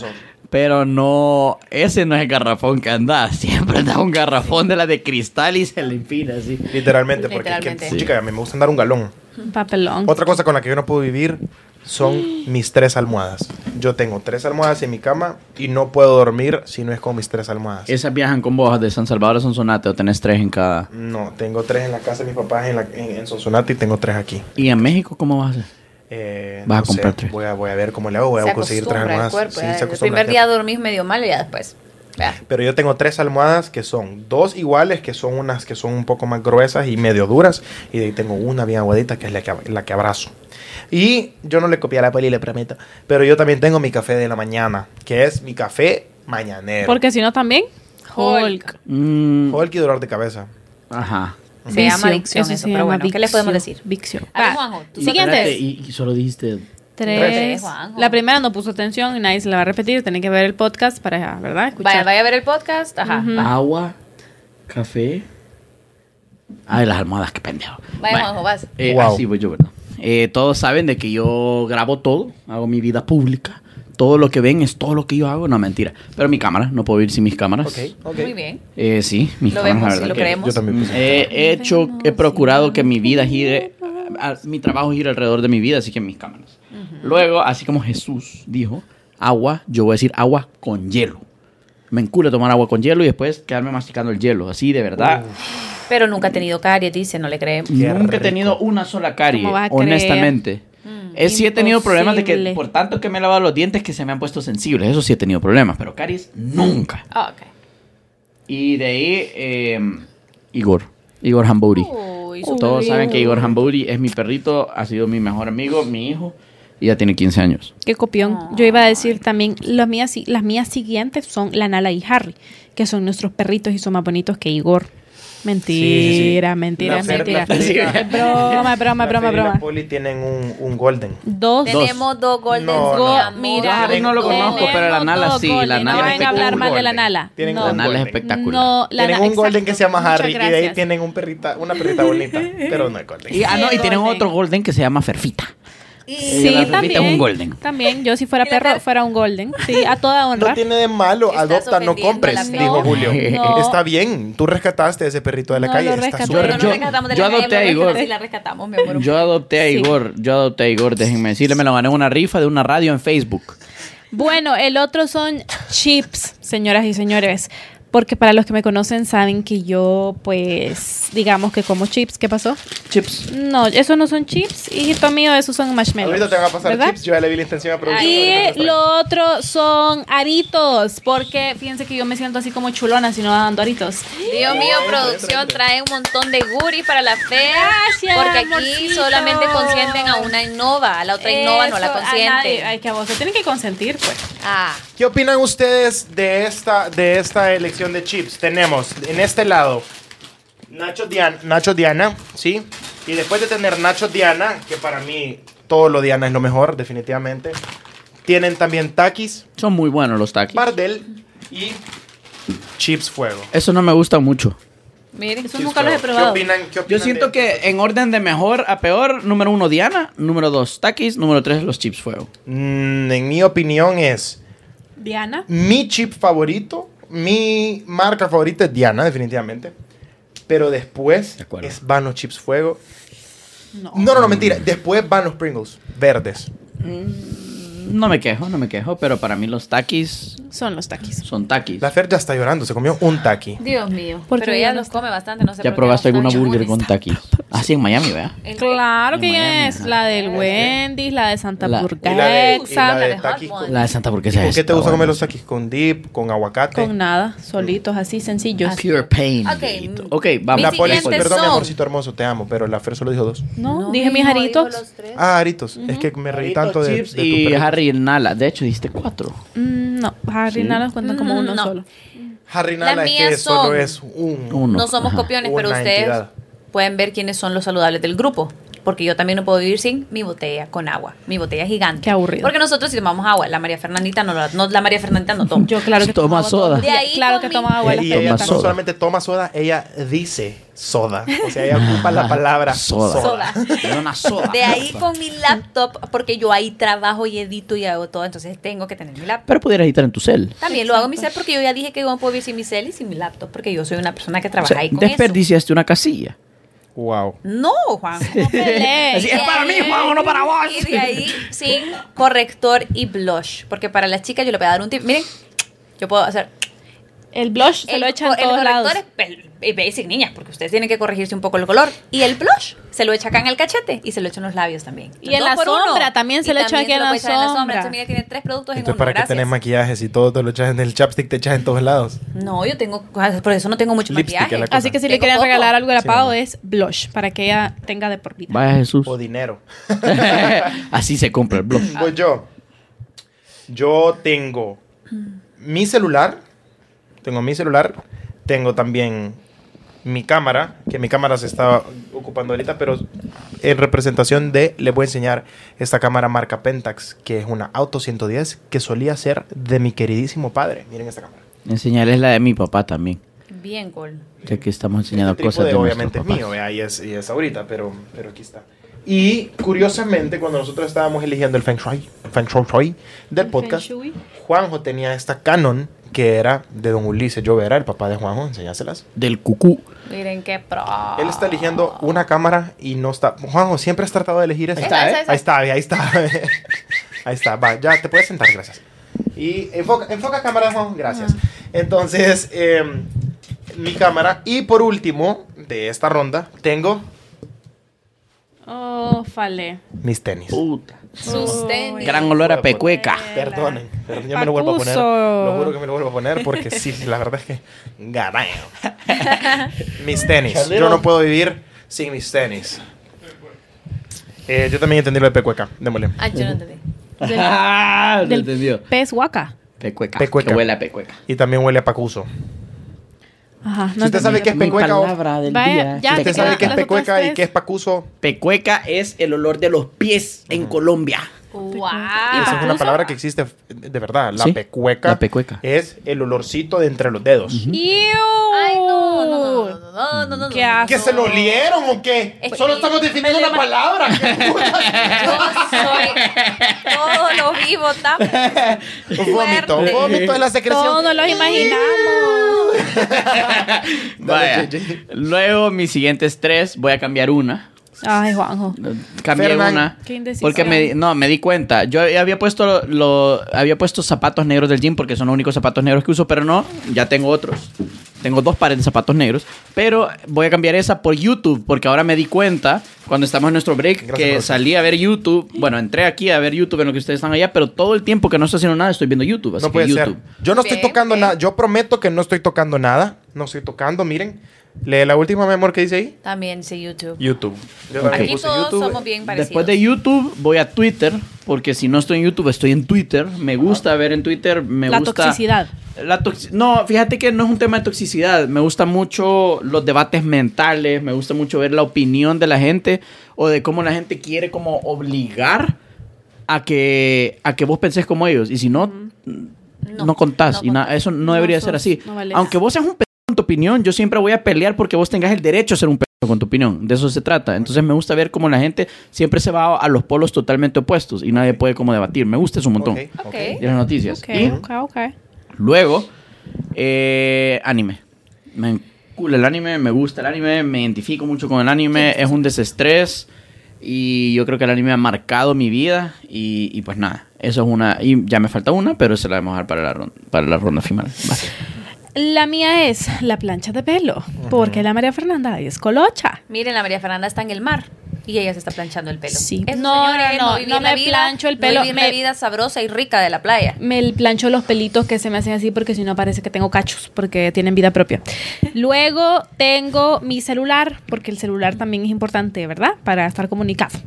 [SPEAKER 3] pero no, ese no es el garrafón que anda. Siempre anda un garrafón de la de cristal y se le empina así.
[SPEAKER 1] Literalmente, porque
[SPEAKER 2] Literalmente.
[SPEAKER 1] que- chica, a mí me gusta andar un galón.
[SPEAKER 4] Un papelón.
[SPEAKER 1] Otra cosa con la que yo no puedo vivir son mis tres almohadas. Yo tengo tres almohadas en mi cama y no puedo dormir si no es con mis tres almohadas.
[SPEAKER 3] Esas viajan con bojas de San Salvador a Sonsonate o tenés tres en cada.
[SPEAKER 1] No, tengo tres en la casa de mis papás en, la, en, en Sonsonate y tengo tres aquí.
[SPEAKER 3] ¿Y en México cómo vas a hacer?
[SPEAKER 1] Eh,
[SPEAKER 3] Vas a
[SPEAKER 1] no sé,
[SPEAKER 3] comprar tres.
[SPEAKER 1] Voy a, voy a ver cómo le hago, voy
[SPEAKER 2] Se
[SPEAKER 1] a conseguir tres
[SPEAKER 2] acostumbra el
[SPEAKER 1] almohadas.
[SPEAKER 2] cuerpo,
[SPEAKER 1] Sí,
[SPEAKER 2] ya
[SPEAKER 1] se
[SPEAKER 2] el
[SPEAKER 1] acostumbra.
[SPEAKER 2] primer día dormís medio mal y ya después. ya.
[SPEAKER 1] Pero yo tengo tres almohadas que son dos iguales, que son unas que son un poco más gruesas y medio duras. Y de ahí tengo una bien aguadita, que es la que, la que abrazo. Y yo no le copié a la peli, le prometo. Pero yo también tengo mi café de la mañana, que es mi café mañanero.
[SPEAKER 4] Porque si no, también.
[SPEAKER 2] Hulk.
[SPEAKER 4] Hulk.
[SPEAKER 3] Mm,
[SPEAKER 1] O el que dolor de cabeza.
[SPEAKER 3] ajá.
[SPEAKER 2] Se llama adicción eso,
[SPEAKER 4] se
[SPEAKER 2] pero
[SPEAKER 4] llama
[SPEAKER 2] bueno, ¿qué les podemos
[SPEAKER 4] viccio,
[SPEAKER 2] decir?
[SPEAKER 4] Viccio.
[SPEAKER 2] A ver,
[SPEAKER 4] Va.
[SPEAKER 2] Juanjo, tú
[SPEAKER 4] Siguientes.
[SPEAKER 3] Espérate, y, y solo dijiste.
[SPEAKER 4] Tres.
[SPEAKER 2] Tres, Juanjo.
[SPEAKER 4] La primera no puso atención y nadie se la va a repetir. Tienen que ver el podcast para, ¿verdad? Escuchar.
[SPEAKER 2] Vaya, vaya a ver el podcast. Ajá.
[SPEAKER 4] Ujú.
[SPEAKER 2] va.
[SPEAKER 3] Agua, café. Ay, las almohadas, qué pendejo.
[SPEAKER 2] Vaya,
[SPEAKER 3] Bueno,
[SPEAKER 2] Juanjo, vas.
[SPEAKER 3] eh,
[SPEAKER 1] Wow.
[SPEAKER 3] así voy yo, ¿verdad? Eh, todos saben de que yo grabo todo, hago mi vida pública. Todo lo que ven es todo lo que yo hago, no mentira. Pero mi cámara, no puedo ir sin mis cámaras.
[SPEAKER 2] Muy bien.
[SPEAKER 3] Eh, sí, mis
[SPEAKER 2] Lo
[SPEAKER 3] cámaras,
[SPEAKER 2] vemos
[SPEAKER 3] la
[SPEAKER 2] y
[SPEAKER 3] verdad
[SPEAKER 2] lo
[SPEAKER 3] que-
[SPEAKER 2] creemos.
[SPEAKER 1] Yo también puse.
[SPEAKER 4] Eh,
[SPEAKER 3] He he hecho, he procurado que mi vida gire, a- a- mi trabajo gire alrededor de mi vida, así que mis cámaras. Luego, así como Jesús dijo, agua, yo voy a decir agua con hielo. Me encula tomar agua con hielo y después quedarme masticando el hielo, así de verdad.
[SPEAKER 2] Pero nunca ha tenido caries, dice, no le creemos.
[SPEAKER 1] qué
[SPEAKER 3] Nunca he
[SPEAKER 1] rico.
[SPEAKER 3] tenido una sola carie,
[SPEAKER 4] ¿Cómo vas a creer? Mm,
[SPEAKER 3] honestamente. Eh, sí he tenido problemas de que,
[SPEAKER 4] Imposible.
[SPEAKER 3] por tanto que me he lavado los dientes, que se me han puesto sensibles. Eso sí he tenido problemas, pero caries nunca.
[SPEAKER 2] Ah, ok.
[SPEAKER 3] Y de ahí, eh, Igor. Igor Hambouri.
[SPEAKER 2] Uy,
[SPEAKER 4] su
[SPEAKER 3] Todos
[SPEAKER 4] perrito.
[SPEAKER 3] saben que Igor Hambouri es mi perrito, ha sido mi mejor amigo, mi hijo, y ya tiene 15 años.
[SPEAKER 4] Qué copión. Yo iba a decir también, las mías, si- las mías siguientes son la Nala y Harry, que son nuestros perritos y son más bonitos que Igor. Mentira, mentira,
[SPEAKER 1] La Fer-
[SPEAKER 4] mentira.
[SPEAKER 1] la Fer y la-
[SPEAKER 4] Es broma, es broma,
[SPEAKER 1] La
[SPEAKER 4] es broma,
[SPEAKER 1] Fer
[SPEAKER 4] es
[SPEAKER 1] y la
[SPEAKER 4] broma.
[SPEAKER 1] Poli tienen un, un golden.
[SPEAKER 4] Dos.
[SPEAKER 2] tenemos dos golden. Este,
[SPEAKER 1] No,
[SPEAKER 2] de
[SPEAKER 1] no.
[SPEAKER 2] amor.
[SPEAKER 4] Mira,
[SPEAKER 3] Harry no lo conozco, pero la Nala sí, la Nala
[SPEAKER 4] No
[SPEAKER 3] es
[SPEAKER 4] van a hablar mal de la
[SPEAKER 1] golden.
[SPEAKER 4] Nala.
[SPEAKER 1] Tienen
[SPEAKER 4] No.
[SPEAKER 3] La
[SPEAKER 1] golden.
[SPEAKER 3] Nala es espectacular.
[SPEAKER 4] No, la
[SPEAKER 1] tienen
[SPEAKER 4] Nala-
[SPEAKER 1] un golden que se llama
[SPEAKER 4] exacto,
[SPEAKER 1] Harry y
[SPEAKER 4] muchas
[SPEAKER 1] de ahí
[SPEAKER 4] gracias.
[SPEAKER 1] tienen un perrita, una perrita bonita, pero no es golden.
[SPEAKER 3] Y, ah, no, y tienen
[SPEAKER 4] Golden.
[SPEAKER 3] otro golden que se llama Ferfita.
[SPEAKER 2] Y-
[SPEAKER 3] la
[SPEAKER 4] Sí,
[SPEAKER 3] Ferfita
[SPEAKER 4] también.
[SPEAKER 3] es un golden.
[SPEAKER 4] También, yo si fuera
[SPEAKER 2] Y la
[SPEAKER 4] perro,
[SPEAKER 2] Fer-
[SPEAKER 4] fuera un golden. Sí, a toda honra.
[SPEAKER 1] No tiene de malo,
[SPEAKER 2] Estás
[SPEAKER 1] adopta, no
[SPEAKER 2] ofendiendo a la
[SPEAKER 1] compres,
[SPEAKER 2] Fer.
[SPEAKER 1] dijo
[SPEAKER 4] No,
[SPEAKER 1] Julio.
[SPEAKER 4] no.
[SPEAKER 1] Está bien, tú rescataste a ese perrito de la
[SPEAKER 4] No,
[SPEAKER 1] calle.
[SPEAKER 4] lo
[SPEAKER 1] Está
[SPEAKER 4] rescaté.
[SPEAKER 1] súper
[SPEAKER 2] Pero no
[SPEAKER 3] yo-
[SPEAKER 2] la rescatamos de
[SPEAKER 3] yo
[SPEAKER 2] la calle,
[SPEAKER 3] adopté
[SPEAKER 2] pero
[SPEAKER 3] a Igor.
[SPEAKER 2] sí la rescatamos, mi amor.
[SPEAKER 3] Yo adopté a
[SPEAKER 4] Sí.
[SPEAKER 3] Igor, yo adopté a Igor, déjenme decirle, me lo gané en una rifa de una radio en Facebook.
[SPEAKER 4] Bueno, el otro son chips, señoras y señores. Porque para los que me conocen saben que yo, pues, digamos que como chips. ¿Qué pasó?
[SPEAKER 5] Chips.
[SPEAKER 4] No, esos no son chips, hijito mío, esos son marshmallows.
[SPEAKER 1] Ahorita te van a pasar
[SPEAKER 4] ¿verdad?
[SPEAKER 1] chips. Yo ya le vi la intención a producción. Ahorita te
[SPEAKER 4] Y
[SPEAKER 1] los
[SPEAKER 4] lo otro son aritos, porque fíjense que yo me siento así como chulona si no dando aritos.
[SPEAKER 2] Dios mío, producción trae un montón de guri para la fea.
[SPEAKER 4] Gracias,
[SPEAKER 2] Porque aquí
[SPEAKER 4] amorcito.
[SPEAKER 2] solamente consienten a una innova, a la otra innova no la
[SPEAKER 4] Eso, a nadie-
[SPEAKER 2] consienten.
[SPEAKER 4] Ay, que a vos se tienen que consentir, pues.
[SPEAKER 2] Ah,
[SPEAKER 1] ¿Qué opinan ustedes de esta, de esta elección de chips? Tenemos en este lado Nacho Diana, Nacho Diana, ¿sí? Y después de tener Nacho Diana, que para mí todo lo Diana es lo mejor, definitivamente. Tienen también Takis,
[SPEAKER 5] Son muy buenos los taquis.
[SPEAKER 1] Bardel y Chips Fuego.
[SPEAKER 5] Eso no me gusta mucho.
[SPEAKER 2] miren.
[SPEAKER 4] Eso
[SPEAKER 1] Chips
[SPEAKER 4] nunca los he
[SPEAKER 1] Fuego.
[SPEAKER 4] probado.
[SPEAKER 1] ¿Qué opinan? qué
[SPEAKER 5] Yo
[SPEAKER 1] opinan
[SPEAKER 5] siento
[SPEAKER 1] de-
[SPEAKER 5] que en orden de mejor a peor, número uno Diana, número dos Takis, número tres los chips fuego.
[SPEAKER 1] Mm, en mi opinión es...
[SPEAKER 4] Diana.
[SPEAKER 1] Mi chip favorito, mi marca favorita es Diana, definitivamente. Pero después
[SPEAKER 7] De acuerdo.
[SPEAKER 1] es, van los chips fuego.
[SPEAKER 4] No.
[SPEAKER 1] No, no, no, mentira. Después van los Pringles verdes.
[SPEAKER 5] No me quejo, no me quejo, pero para mí los Takis
[SPEAKER 4] Son los taquis.
[SPEAKER 5] son Takis.
[SPEAKER 1] La Fer ya está llorando, se comió un taqui.
[SPEAKER 2] Dios mío.
[SPEAKER 4] ¿Por
[SPEAKER 2] Pero
[SPEAKER 4] qué
[SPEAKER 2] ella
[SPEAKER 4] ya no
[SPEAKER 2] los
[SPEAKER 4] está?
[SPEAKER 2] come bastante, no sé
[SPEAKER 5] ¿Ya
[SPEAKER 2] por qué.
[SPEAKER 5] probaste alguna
[SPEAKER 2] Nacho,
[SPEAKER 5] burger
[SPEAKER 2] ¿dónde
[SPEAKER 5] con
[SPEAKER 2] está?
[SPEAKER 5] Takis?
[SPEAKER 3] Ah,
[SPEAKER 5] Así en Miami, vea.
[SPEAKER 2] El-
[SPEAKER 4] Claro que
[SPEAKER 5] En Miami,
[SPEAKER 4] es.
[SPEAKER 5] ajá.
[SPEAKER 4] La del Wendy, la de Santa
[SPEAKER 5] La-
[SPEAKER 1] Y la de, y la
[SPEAKER 4] Burguesa.
[SPEAKER 1] de
[SPEAKER 2] Hot
[SPEAKER 1] taqui
[SPEAKER 2] Ones.
[SPEAKER 1] con-
[SPEAKER 5] La de Santa Burguesa.
[SPEAKER 1] ¿Con qué te
[SPEAKER 5] está
[SPEAKER 1] gusta comer
[SPEAKER 5] buena.
[SPEAKER 1] los taquis? ¿Con dip? ¿Con aguacate?
[SPEAKER 4] Con nada, solitos, así sencillos.
[SPEAKER 5] Ah, Pure pain.
[SPEAKER 2] Ok,
[SPEAKER 5] amiguito.
[SPEAKER 2] mm.
[SPEAKER 5] Ok,
[SPEAKER 2] Mi
[SPEAKER 5] vamos. Pues,
[SPEAKER 1] la
[SPEAKER 2] siguiente
[SPEAKER 1] polis, perdón, mi
[SPEAKER 2] son-
[SPEAKER 1] amorcito hermoso, te amo, pero la Fer solo dijo dos.
[SPEAKER 4] No,
[SPEAKER 2] No,
[SPEAKER 4] dije mis
[SPEAKER 2] dijo-
[SPEAKER 4] aritos.
[SPEAKER 2] dijo los tres.
[SPEAKER 1] Ah, aritos. Es que me reí tanto de,
[SPEAKER 5] chips
[SPEAKER 1] de tu
[SPEAKER 5] y
[SPEAKER 1] perrito.
[SPEAKER 5] Harry Nala. De hecho, diste cuatro.
[SPEAKER 4] Mm, no, Harry Nala los cuentan como
[SPEAKER 2] Mm,
[SPEAKER 4] uno
[SPEAKER 2] no.
[SPEAKER 4] solo.
[SPEAKER 1] Harry Nala es
[SPEAKER 2] mías
[SPEAKER 1] que solo
[SPEAKER 2] son-
[SPEAKER 1] es un...
[SPEAKER 5] Uno.
[SPEAKER 2] No somos
[SPEAKER 5] Ajá.
[SPEAKER 2] copiones,
[SPEAKER 1] Una
[SPEAKER 2] pero ustedes
[SPEAKER 1] entidad.
[SPEAKER 2] pueden ver quiénes son los saludables del grupo. Porque yo también no puedo vivir sin mi botella con agua, mi botella gigante.
[SPEAKER 4] Qué aburrido.
[SPEAKER 2] Porque nosotros si tomamos agua, la María Fernandita no, la- no- la María Fernandita no toma.
[SPEAKER 4] Yo claro que
[SPEAKER 5] Toma
[SPEAKER 4] tomaba todos
[SPEAKER 5] soda.
[SPEAKER 4] los días.
[SPEAKER 2] De ahí
[SPEAKER 4] Claro que
[SPEAKER 2] con mi-
[SPEAKER 4] tomaba agua.
[SPEAKER 1] Eh,
[SPEAKER 4] las
[SPEAKER 1] y
[SPEAKER 5] Toma
[SPEAKER 1] ella no
[SPEAKER 5] soda.
[SPEAKER 1] solamente toma soda, ella dice soda. O sea, ella ocupa la palabra soda.
[SPEAKER 5] Soda.
[SPEAKER 2] Soda.
[SPEAKER 5] Era una soda.
[SPEAKER 2] De ahí con mi laptop, porque yo ahí trabajo y edito y hago todo, entonces tengo que tener mi laptop.
[SPEAKER 5] Pero pudieras editar en tu cel.
[SPEAKER 2] También lo hago en mi cel porque yo ya dije que yo no puedo vivir sin mi cel y sin mi laptop, porque yo soy una persona que
[SPEAKER 5] O
[SPEAKER 2] trabaja
[SPEAKER 5] sea,
[SPEAKER 2] ahí con eso.
[SPEAKER 5] desperdiciaste una casilla.
[SPEAKER 1] Wow.
[SPEAKER 2] No, Juan.
[SPEAKER 4] pelees.
[SPEAKER 5] Así, es para mí, Juan, o no para vos.
[SPEAKER 2] Y de ahí, sí, corrector y blush. Porque para las chicas yo le voy a dar un tip. Miren, yo puedo hacer.
[SPEAKER 4] El blush se lo echan a
[SPEAKER 2] co- el
[SPEAKER 4] todos lados.
[SPEAKER 2] corrector es pel- es basic, niñas, porque ustedes tienen que corregirse un poco el color. Y el blush se lo echa acá en el cachete y se lo echa en los labios también.
[SPEAKER 4] Y en
[SPEAKER 2] Dos
[SPEAKER 4] la
[SPEAKER 2] por
[SPEAKER 4] sombra, también se
[SPEAKER 2] Y
[SPEAKER 4] lo echa aquí en la
[SPEAKER 2] puede echar
[SPEAKER 4] sombra.
[SPEAKER 2] Entonces, mira, tiene tres productos en
[SPEAKER 1] Entonces,
[SPEAKER 2] uno.
[SPEAKER 1] ¿para qué
[SPEAKER 2] Pues, gracias.
[SPEAKER 1] tenés maquillaje si todo te lo echas en el chapstick, te echas en todos lados?
[SPEAKER 2] No, yo tengo. Por eso no tengo mucho
[SPEAKER 1] Lipstick
[SPEAKER 2] maquillaje.
[SPEAKER 1] a la
[SPEAKER 4] Así que si le
[SPEAKER 2] Tengo
[SPEAKER 4] quieren
[SPEAKER 2] poco.
[SPEAKER 4] regalar algo de
[SPEAKER 1] Sí,
[SPEAKER 4] Pau
[SPEAKER 1] mamá.
[SPEAKER 4] es blush, para que ella tenga de por vida.
[SPEAKER 5] Vaya Jesús.
[SPEAKER 1] O dinero.
[SPEAKER 5] Así se compra el blog.
[SPEAKER 1] Pues yo. Yo tengo mi celular. Tengo mi celular. Tengo también mi cámara. Que mi cámara se está ocupando ahorita, pero en representación de. Les voy a enseñar esta cámara marca Pentax, que es una Auto 110 que solía ser de mi queridísimo padre. Miren esta cámara.
[SPEAKER 5] Enseñarles la de mi papá también.
[SPEAKER 2] Bien, Gol.
[SPEAKER 5] Ya que estamos enseñando
[SPEAKER 1] Este
[SPEAKER 5] cosas
[SPEAKER 1] trípode
[SPEAKER 5] de
[SPEAKER 1] obviamente
[SPEAKER 5] nuestros
[SPEAKER 1] es
[SPEAKER 5] papás.
[SPEAKER 1] mío, vea, y es, y es ahorita, pero, pero aquí está. Y curiosamente, cuando nosotros estábamos eligiendo el Feng Shui, el feng shui del
[SPEAKER 4] El
[SPEAKER 1] podcast,
[SPEAKER 4] feng shui.
[SPEAKER 1] Juanjo tenía esta Canon que era de don Ulises Llovera, el papá de Juanjo, enseñáselas.
[SPEAKER 5] Del cucú.
[SPEAKER 2] Miren qué pro.
[SPEAKER 1] Él está eligiendo una cámara y no está... Juanjo, siempre has tratado de elegir esta.
[SPEAKER 2] está, ¿eh?
[SPEAKER 1] Ahí está, ve, ahí está. ahí está, va, ya te puedes sentar, gracias. Y enfoca, enfoca cámara, Juanjo, gracias.
[SPEAKER 2] Ah.
[SPEAKER 1] Entonces, em, mi cámara. Y por último, de esta ronda, tengo...
[SPEAKER 4] Oh, fale.
[SPEAKER 1] mis tenis.
[SPEAKER 5] Puta.
[SPEAKER 2] Sus tenis.
[SPEAKER 5] Gran olor a pecueca.
[SPEAKER 1] Ah, Perdonen, pero yo me lo vuelvo a poner.
[SPEAKER 4] Pacuso.
[SPEAKER 1] Lo juro que me lo vuelvo a poner porque sí, la verdad es que gané. Mis tenis. Yo no puedo vivir sin mis tenis. Eh, yo también entendí lo de pecueca. Démosle.
[SPEAKER 2] Ah, yo no entendí.
[SPEAKER 5] Ah, lo
[SPEAKER 4] Del
[SPEAKER 5] entendió.
[SPEAKER 4] pez huaca.
[SPEAKER 5] Pecueca.
[SPEAKER 1] Pecueca.
[SPEAKER 5] Que huele a pecueca.
[SPEAKER 1] Y también huele a pacuso.
[SPEAKER 4] Ajá.
[SPEAKER 1] Si usted sabe qué es
[SPEAKER 5] Mi
[SPEAKER 1] pecueca, o-
[SPEAKER 5] palabra del
[SPEAKER 4] Vaya,
[SPEAKER 5] día.
[SPEAKER 4] ya.
[SPEAKER 1] si usted
[SPEAKER 4] te
[SPEAKER 1] sabe
[SPEAKER 4] quedan
[SPEAKER 1] qué es
[SPEAKER 4] las otras
[SPEAKER 1] pecueca y
[SPEAKER 4] tres.
[SPEAKER 1] qué es pacuso,
[SPEAKER 5] Pecueca es el olor de los pies en Colombia.
[SPEAKER 2] Wow.
[SPEAKER 1] esa es una
[SPEAKER 4] ¿Pacuso?
[SPEAKER 1] palabra que existe de verdad. La
[SPEAKER 5] Sí,
[SPEAKER 1] pecueca.
[SPEAKER 5] la pecueca.
[SPEAKER 1] Es el olorcito de entre los dedos.
[SPEAKER 2] Ay, no, no, no, no, no, no, no,
[SPEAKER 4] Qué
[SPEAKER 2] no, no.
[SPEAKER 4] asco.
[SPEAKER 1] ¿Que se lo olieron o qué?
[SPEAKER 2] Es que-
[SPEAKER 1] Solo estamos definiendo una palabra. ¿qué putas?
[SPEAKER 2] Yo soy todo lo vivo tan
[SPEAKER 1] Vómito,
[SPEAKER 2] fuerte.
[SPEAKER 1] vómito es la secreción.
[SPEAKER 4] Todos los imaginamos.
[SPEAKER 5] Vaya. Luego, mis siguientes tres, voy a cambiar una.
[SPEAKER 4] Ay, Juanjo.
[SPEAKER 3] Cambié
[SPEAKER 1] Fernán.
[SPEAKER 3] una.
[SPEAKER 4] Qué indecisión.
[SPEAKER 3] Porque me, di- no, me di cuenta. Yo había puesto lo, había puesto zapatos negros del gym porque son los únicos zapatos negros que uso, pero no, ya tengo otros. Tengo dos pares de zapatos negros, pero voy a cambiar esa por YouTube porque ahora me di cuenta cuando estamos en nuestro break
[SPEAKER 1] Gracias,
[SPEAKER 3] que
[SPEAKER 1] profesor.
[SPEAKER 3] salí a ver YouTube. Bueno, entré aquí a ver YouTube en lo que ustedes están allá, pero todo el tiempo que no estoy haciendo nada estoy viendo YouTube, así
[SPEAKER 1] No
[SPEAKER 3] Pues que
[SPEAKER 1] puede
[SPEAKER 3] YouTube.
[SPEAKER 1] ser. Yo no estoy
[SPEAKER 2] Bien,
[SPEAKER 1] tocando
[SPEAKER 2] bien.
[SPEAKER 1] nada. Yo prometo que no estoy tocando nada. No estoy tocando, miren. Lee la última, mi amor, que dice ahí.
[SPEAKER 2] También sí, YouTube.
[SPEAKER 1] YouTube. Yo
[SPEAKER 3] Ok.
[SPEAKER 1] también
[SPEAKER 2] Aquí
[SPEAKER 1] puse
[SPEAKER 2] todos
[SPEAKER 1] YouTube.
[SPEAKER 2] somos bien parecidos.
[SPEAKER 3] Después de YouTube voy a Twitter, porque si no estoy en YouTube, estoy en Twitter. Me gusta ver en Twitter, me
[SPEAKER 4] La
[SPEAKER 3] gusta...
[SPEAKER 4] toxicidad.
[SPEAKER 3] La toxi- no, fíjate que no es un tema de toxicidad. Me gusta mucho los debates mentales, me gusta mucho ver la opinión de la gente o de cómo la gente quiere como obligar a que, a que vos pensés como ellos. Y si no, no, contás.
[SPEAKER 2] no
[SPEAKER 3] y na-
[SPEAKER 2] contás.
[SPEAKER 3] eso no,
[SPEAKER 4] No
[SPEAKER 3] debería
[SPEAKER 4] sos-
[SPEAKER 3] ser así.
[SPEAKER 4] no valés.
[SPEAKER 3] Aunque vos seas un pedazo con tu opinión, yo siempre voy a pelear porque vos tengas el derecho a ser un pedazo con tu opinión. De eso se trata. Entonces me gusta ver cómo la gente siempre se va a, a los polos totalmente opuestos y nadie puede como debatir. Me gusta eso un montón.
[SPEAKER 1] Ok, ok.
[SPEAKER 2] Ok.
[SPEAKER 3] Y las noticias.
[SPEAKER 4] Ok,
[SPEAKER 3] Y-
[SPEAKER 4] ok, ok.
[SPEAKER 3] Luego, eh, anime. Me encula el anime, me gusta el anime, me identifico mucho con el anime, es un desestrés y yo creo que el anime ha marcado mi vida y, y pues nada, eso es una... Y ya me falta una, pero se la vamos a dejar para la, ron- para la ronda final. Va.
[SPEAKER 4] La mía es la plancha de pelo, porque la María Fernanda es colocha.
[SPEAKER 2] Miren, la María Fernanda está en el mar y ella se está planchando el pelo.
[SPEAKER 4] Sí.
[SPEAKER 2] Eso,
[SPEAKER 4] No,
[SPEAKER 2] señores,
[SPEAKER 4] no, no,
[SPEAKER 2] vivir
[SPEAKER 4] no
[SPEAKER 2] la
[SPEAKER 4] me plancho el pelo,
[SPEAKER 2] No vivir
[SPEAKER 4] me-
[SPEAKER 2] la vida sabrosa y rica de la playa.
[SPEAKER 4] Me el- plancho los pelitos que se me hacen así porque si no parece que tengo cachos, porque tienen vida propia. Luego tengo mi celular, porque el celular también es importante, ¿verdad? Para estar comunicado.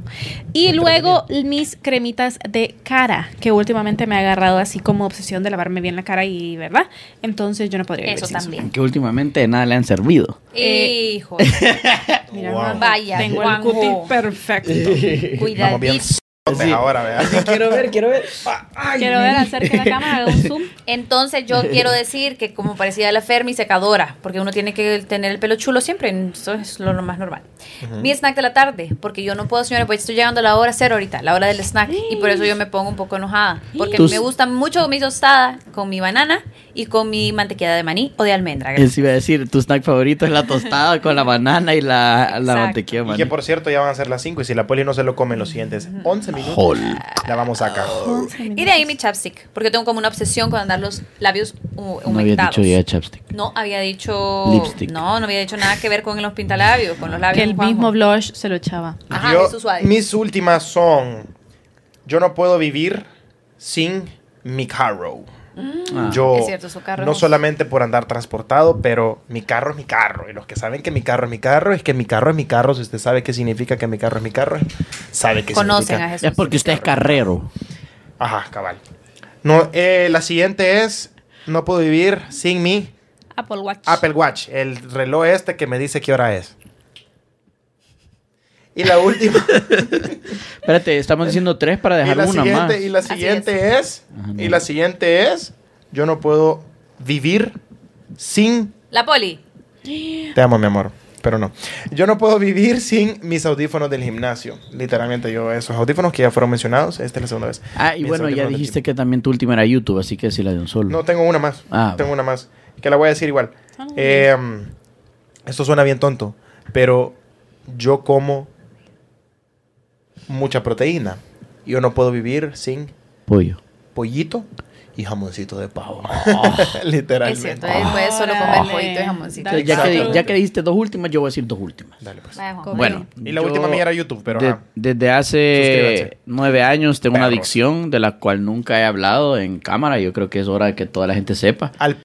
[SPEAKER 4] Y luego mis cremitas de cara, que últimamente me ha agarrado así como obsesión de lavarme bien la cara y, ¿verdad? Entonces yo no podría vivir
[SPEAKER 2] Eso
[SPEAKER 4] sin
[SPEAKER 2] también.
[SPEAKER 3] Que últimamente de nada le han servido.
[SPEAKER 4] Eh,
[SPEAKER 2] Hijo.
[SPEAKER 4] Mira,
[SPEAKER 1] Wow.
[SPEAKER 2] Vaya,
[SPEAKER 4] Tengo el
[SPEAKER 2] Juanjo.
[SPEAKER 4] cutis perfecto.
[SPEAKER 1] Vamos bien.
[SPEAKER 2] Cuidadito.
[SPEAKER 1] sotes Ahora, ¿verdad?
[SPEAKER 3] Quiero ver, quiero ver.
[SPEAKER 4] Quiero ver acerca de la cámara, hago un zoom.
[SPEAKER 2] Entonces yo quiero decir que como parecía la Fermi secadora, porque uno tiene que tener el pelo chulo siempre, eso es lo más normal. Mi snack de la tarde, porque yo no puedo, señores, pues estoy llegando a la hora cero ahorita, la hora del snack, y por eso yo me pongo un poco enojada, porque
[SPEAKER 3] Tus-
[SPEAKER 2] me gusta mucho mi tostada con mi banana y con mi mantequilla de maní o de almendra.
[SPEAKER 3] Él sí iba a decir, tu snack favorito es la tostada con la banana y la, la
[SPEAKER 2] Exacto.
[SPEAKER 3] mantequilla.
[SPEAKER 1] Y
[SPEAKER 3] man.
[SPEAKER 1] que por cierto ya van a ser las 5 y si la poli no se lo come en los siguientes
[SPEAKER 2] Mm.
[SPEAKER 1] 11 minutos, la vamos a sacar.
[SPEAKER 2] Y de ahí mi chapstick, porque tengo como una obsesión con andar los labios hu-
[SPEAKER 3] No había
[SPEAKER 2] humectados.
[SPEAKER 3] dicho ya chapstick.
[SPEAKER 2] No había dicho.
[SPEAKER 3] Lipstick.
[SPEAKER 2] No, no había dicho nada que ver con los pintalabios, con los labios.
[SPEAKER 4] Que el
[SPEAKER 2] Juanjo.
[SPEAKER 4] mismo blush se lo echaba.
[SPEAKER 2] Ajá,
[SPEAKER 1] Yo-
[SPEAKER 2] Jesús Suárez.
[SPEAKER 1] mis últimas son, yo no puedo vivir sin mi carro.
[SPEAKER 3] Ah.
[SPEAKER 1] Yo,
[SPEAKER 2] Es cierto, su carro es
[SPEAKER 1] no
[SPEAKER 2] un-
[SPEAKER 1] solamente por andar transportado, pero mi carro es mi carro. Y los que saben que mi carro es mi carro, es que mi carro es mi carro. Si usted sabe qué significa que mi carro es mi carro, sabe que
[SPEAKER 2] Conocen a
[SPEAKER 1] significa.
[SPEAKER 2] Jesús.
[SPEAKER 3] Es porque usted es carrero.
[SPEAKER 1] Ajá, cabal. No, eh, la siguiente es, no puedo vivir sin mi
[SPEAKER 4] Apple Watch.
[SPEAKER 1] Apple Watch, el reloj este que me dice qué hora es. Y la última,
[SPEAKER 3] Espérate, estamos diciendo tres para
[SPEAKER 1] Eh, y
[SPEAKER 3] dejar
[SPEAKER 1] la
[SPEAKER 3] una más.
[SPEAKER 1] siguiente, y la
[SPEAKER 2] Así
[SPEAKER 1] siguiente es,
[SPEAKER 3] Ajá,
[SPEAKER 1] y
[SPEAKER 3] no.
[SPEAKER 1] la siguiente es, yo no puedo vivir sin,
[SPEAKER 2] La poli.
[SPEAKER 1] te amo mi amor, pero no, yo no puedo vivir sin mis audífonos del gimnasio, literalmente yo esos audífonos que ya fueron mencionados, esta es la segunda vez.
[SPEAKER 3] Ah, y
[SPEAKER 1] Mis
[SPEAKER 3] bueno, ya
[SPEAKER 1] audífonos del
[SPEAKER 3] dijiste que también tu última era YouTube, así que sí la de un solo.
[SPEAKER 1] No, tengo una más.
[SPEAKER 3] Ah,
[SPEAKER 1] tengo
[SPEAKER 3] bueno.
[SPEAKER 1] una más. Que la voy a decir igual.
[SPEAKER 4] Ah, bueno.
[SPEAKER 1] Eh, esto suena bien tonto, pero yo como mucha proteína. Yo no puedo vivir sin
[SPEAKER 3] Pollo.
[SPEAKER 1] pollito y jamoncito de pavo.
[SPEAKER 2] Es
[SPEAKER 3] Ah.
[SPEAKER 1] Literalmente.
[SPEAKER 2] cierto, él puede solo comer
[SPEAKER 4] Órale.
[SPEAKER 2] pollito y jamoncito.
[SPEAKER 4] Dale.
[SPEAKER 3] Ya que,
[SPEAKER 1] Exactamente.
[SPEAKER 3] ya que dijiste dos últimas, yo voy a decir dos últimas.
[SPEAKER 1] Dale, pues.
[SPEAKER 2] Vaya, Juanjo.
[SPEAKER 3] Bueno.
[SPEAKER 1] Y la
[SPEAKER 3] yo-
[SPEAKER 1] última mía era YouTube, pero...
[SPEAKER 3] De-
[SPEAKER 1] ajá.
[SPEAKER 3] desde hace
[SPEAKER 1] Suscríbanse.
[SPEAKER 3] nueve años tengo una
[SPEAKER 1] Perros.
[SPEAKER 3] adicción de la cual nunca he hablado en cámara. Yo creo que es hora de que toda la gente sepa.
[SPEAKER 1] Al-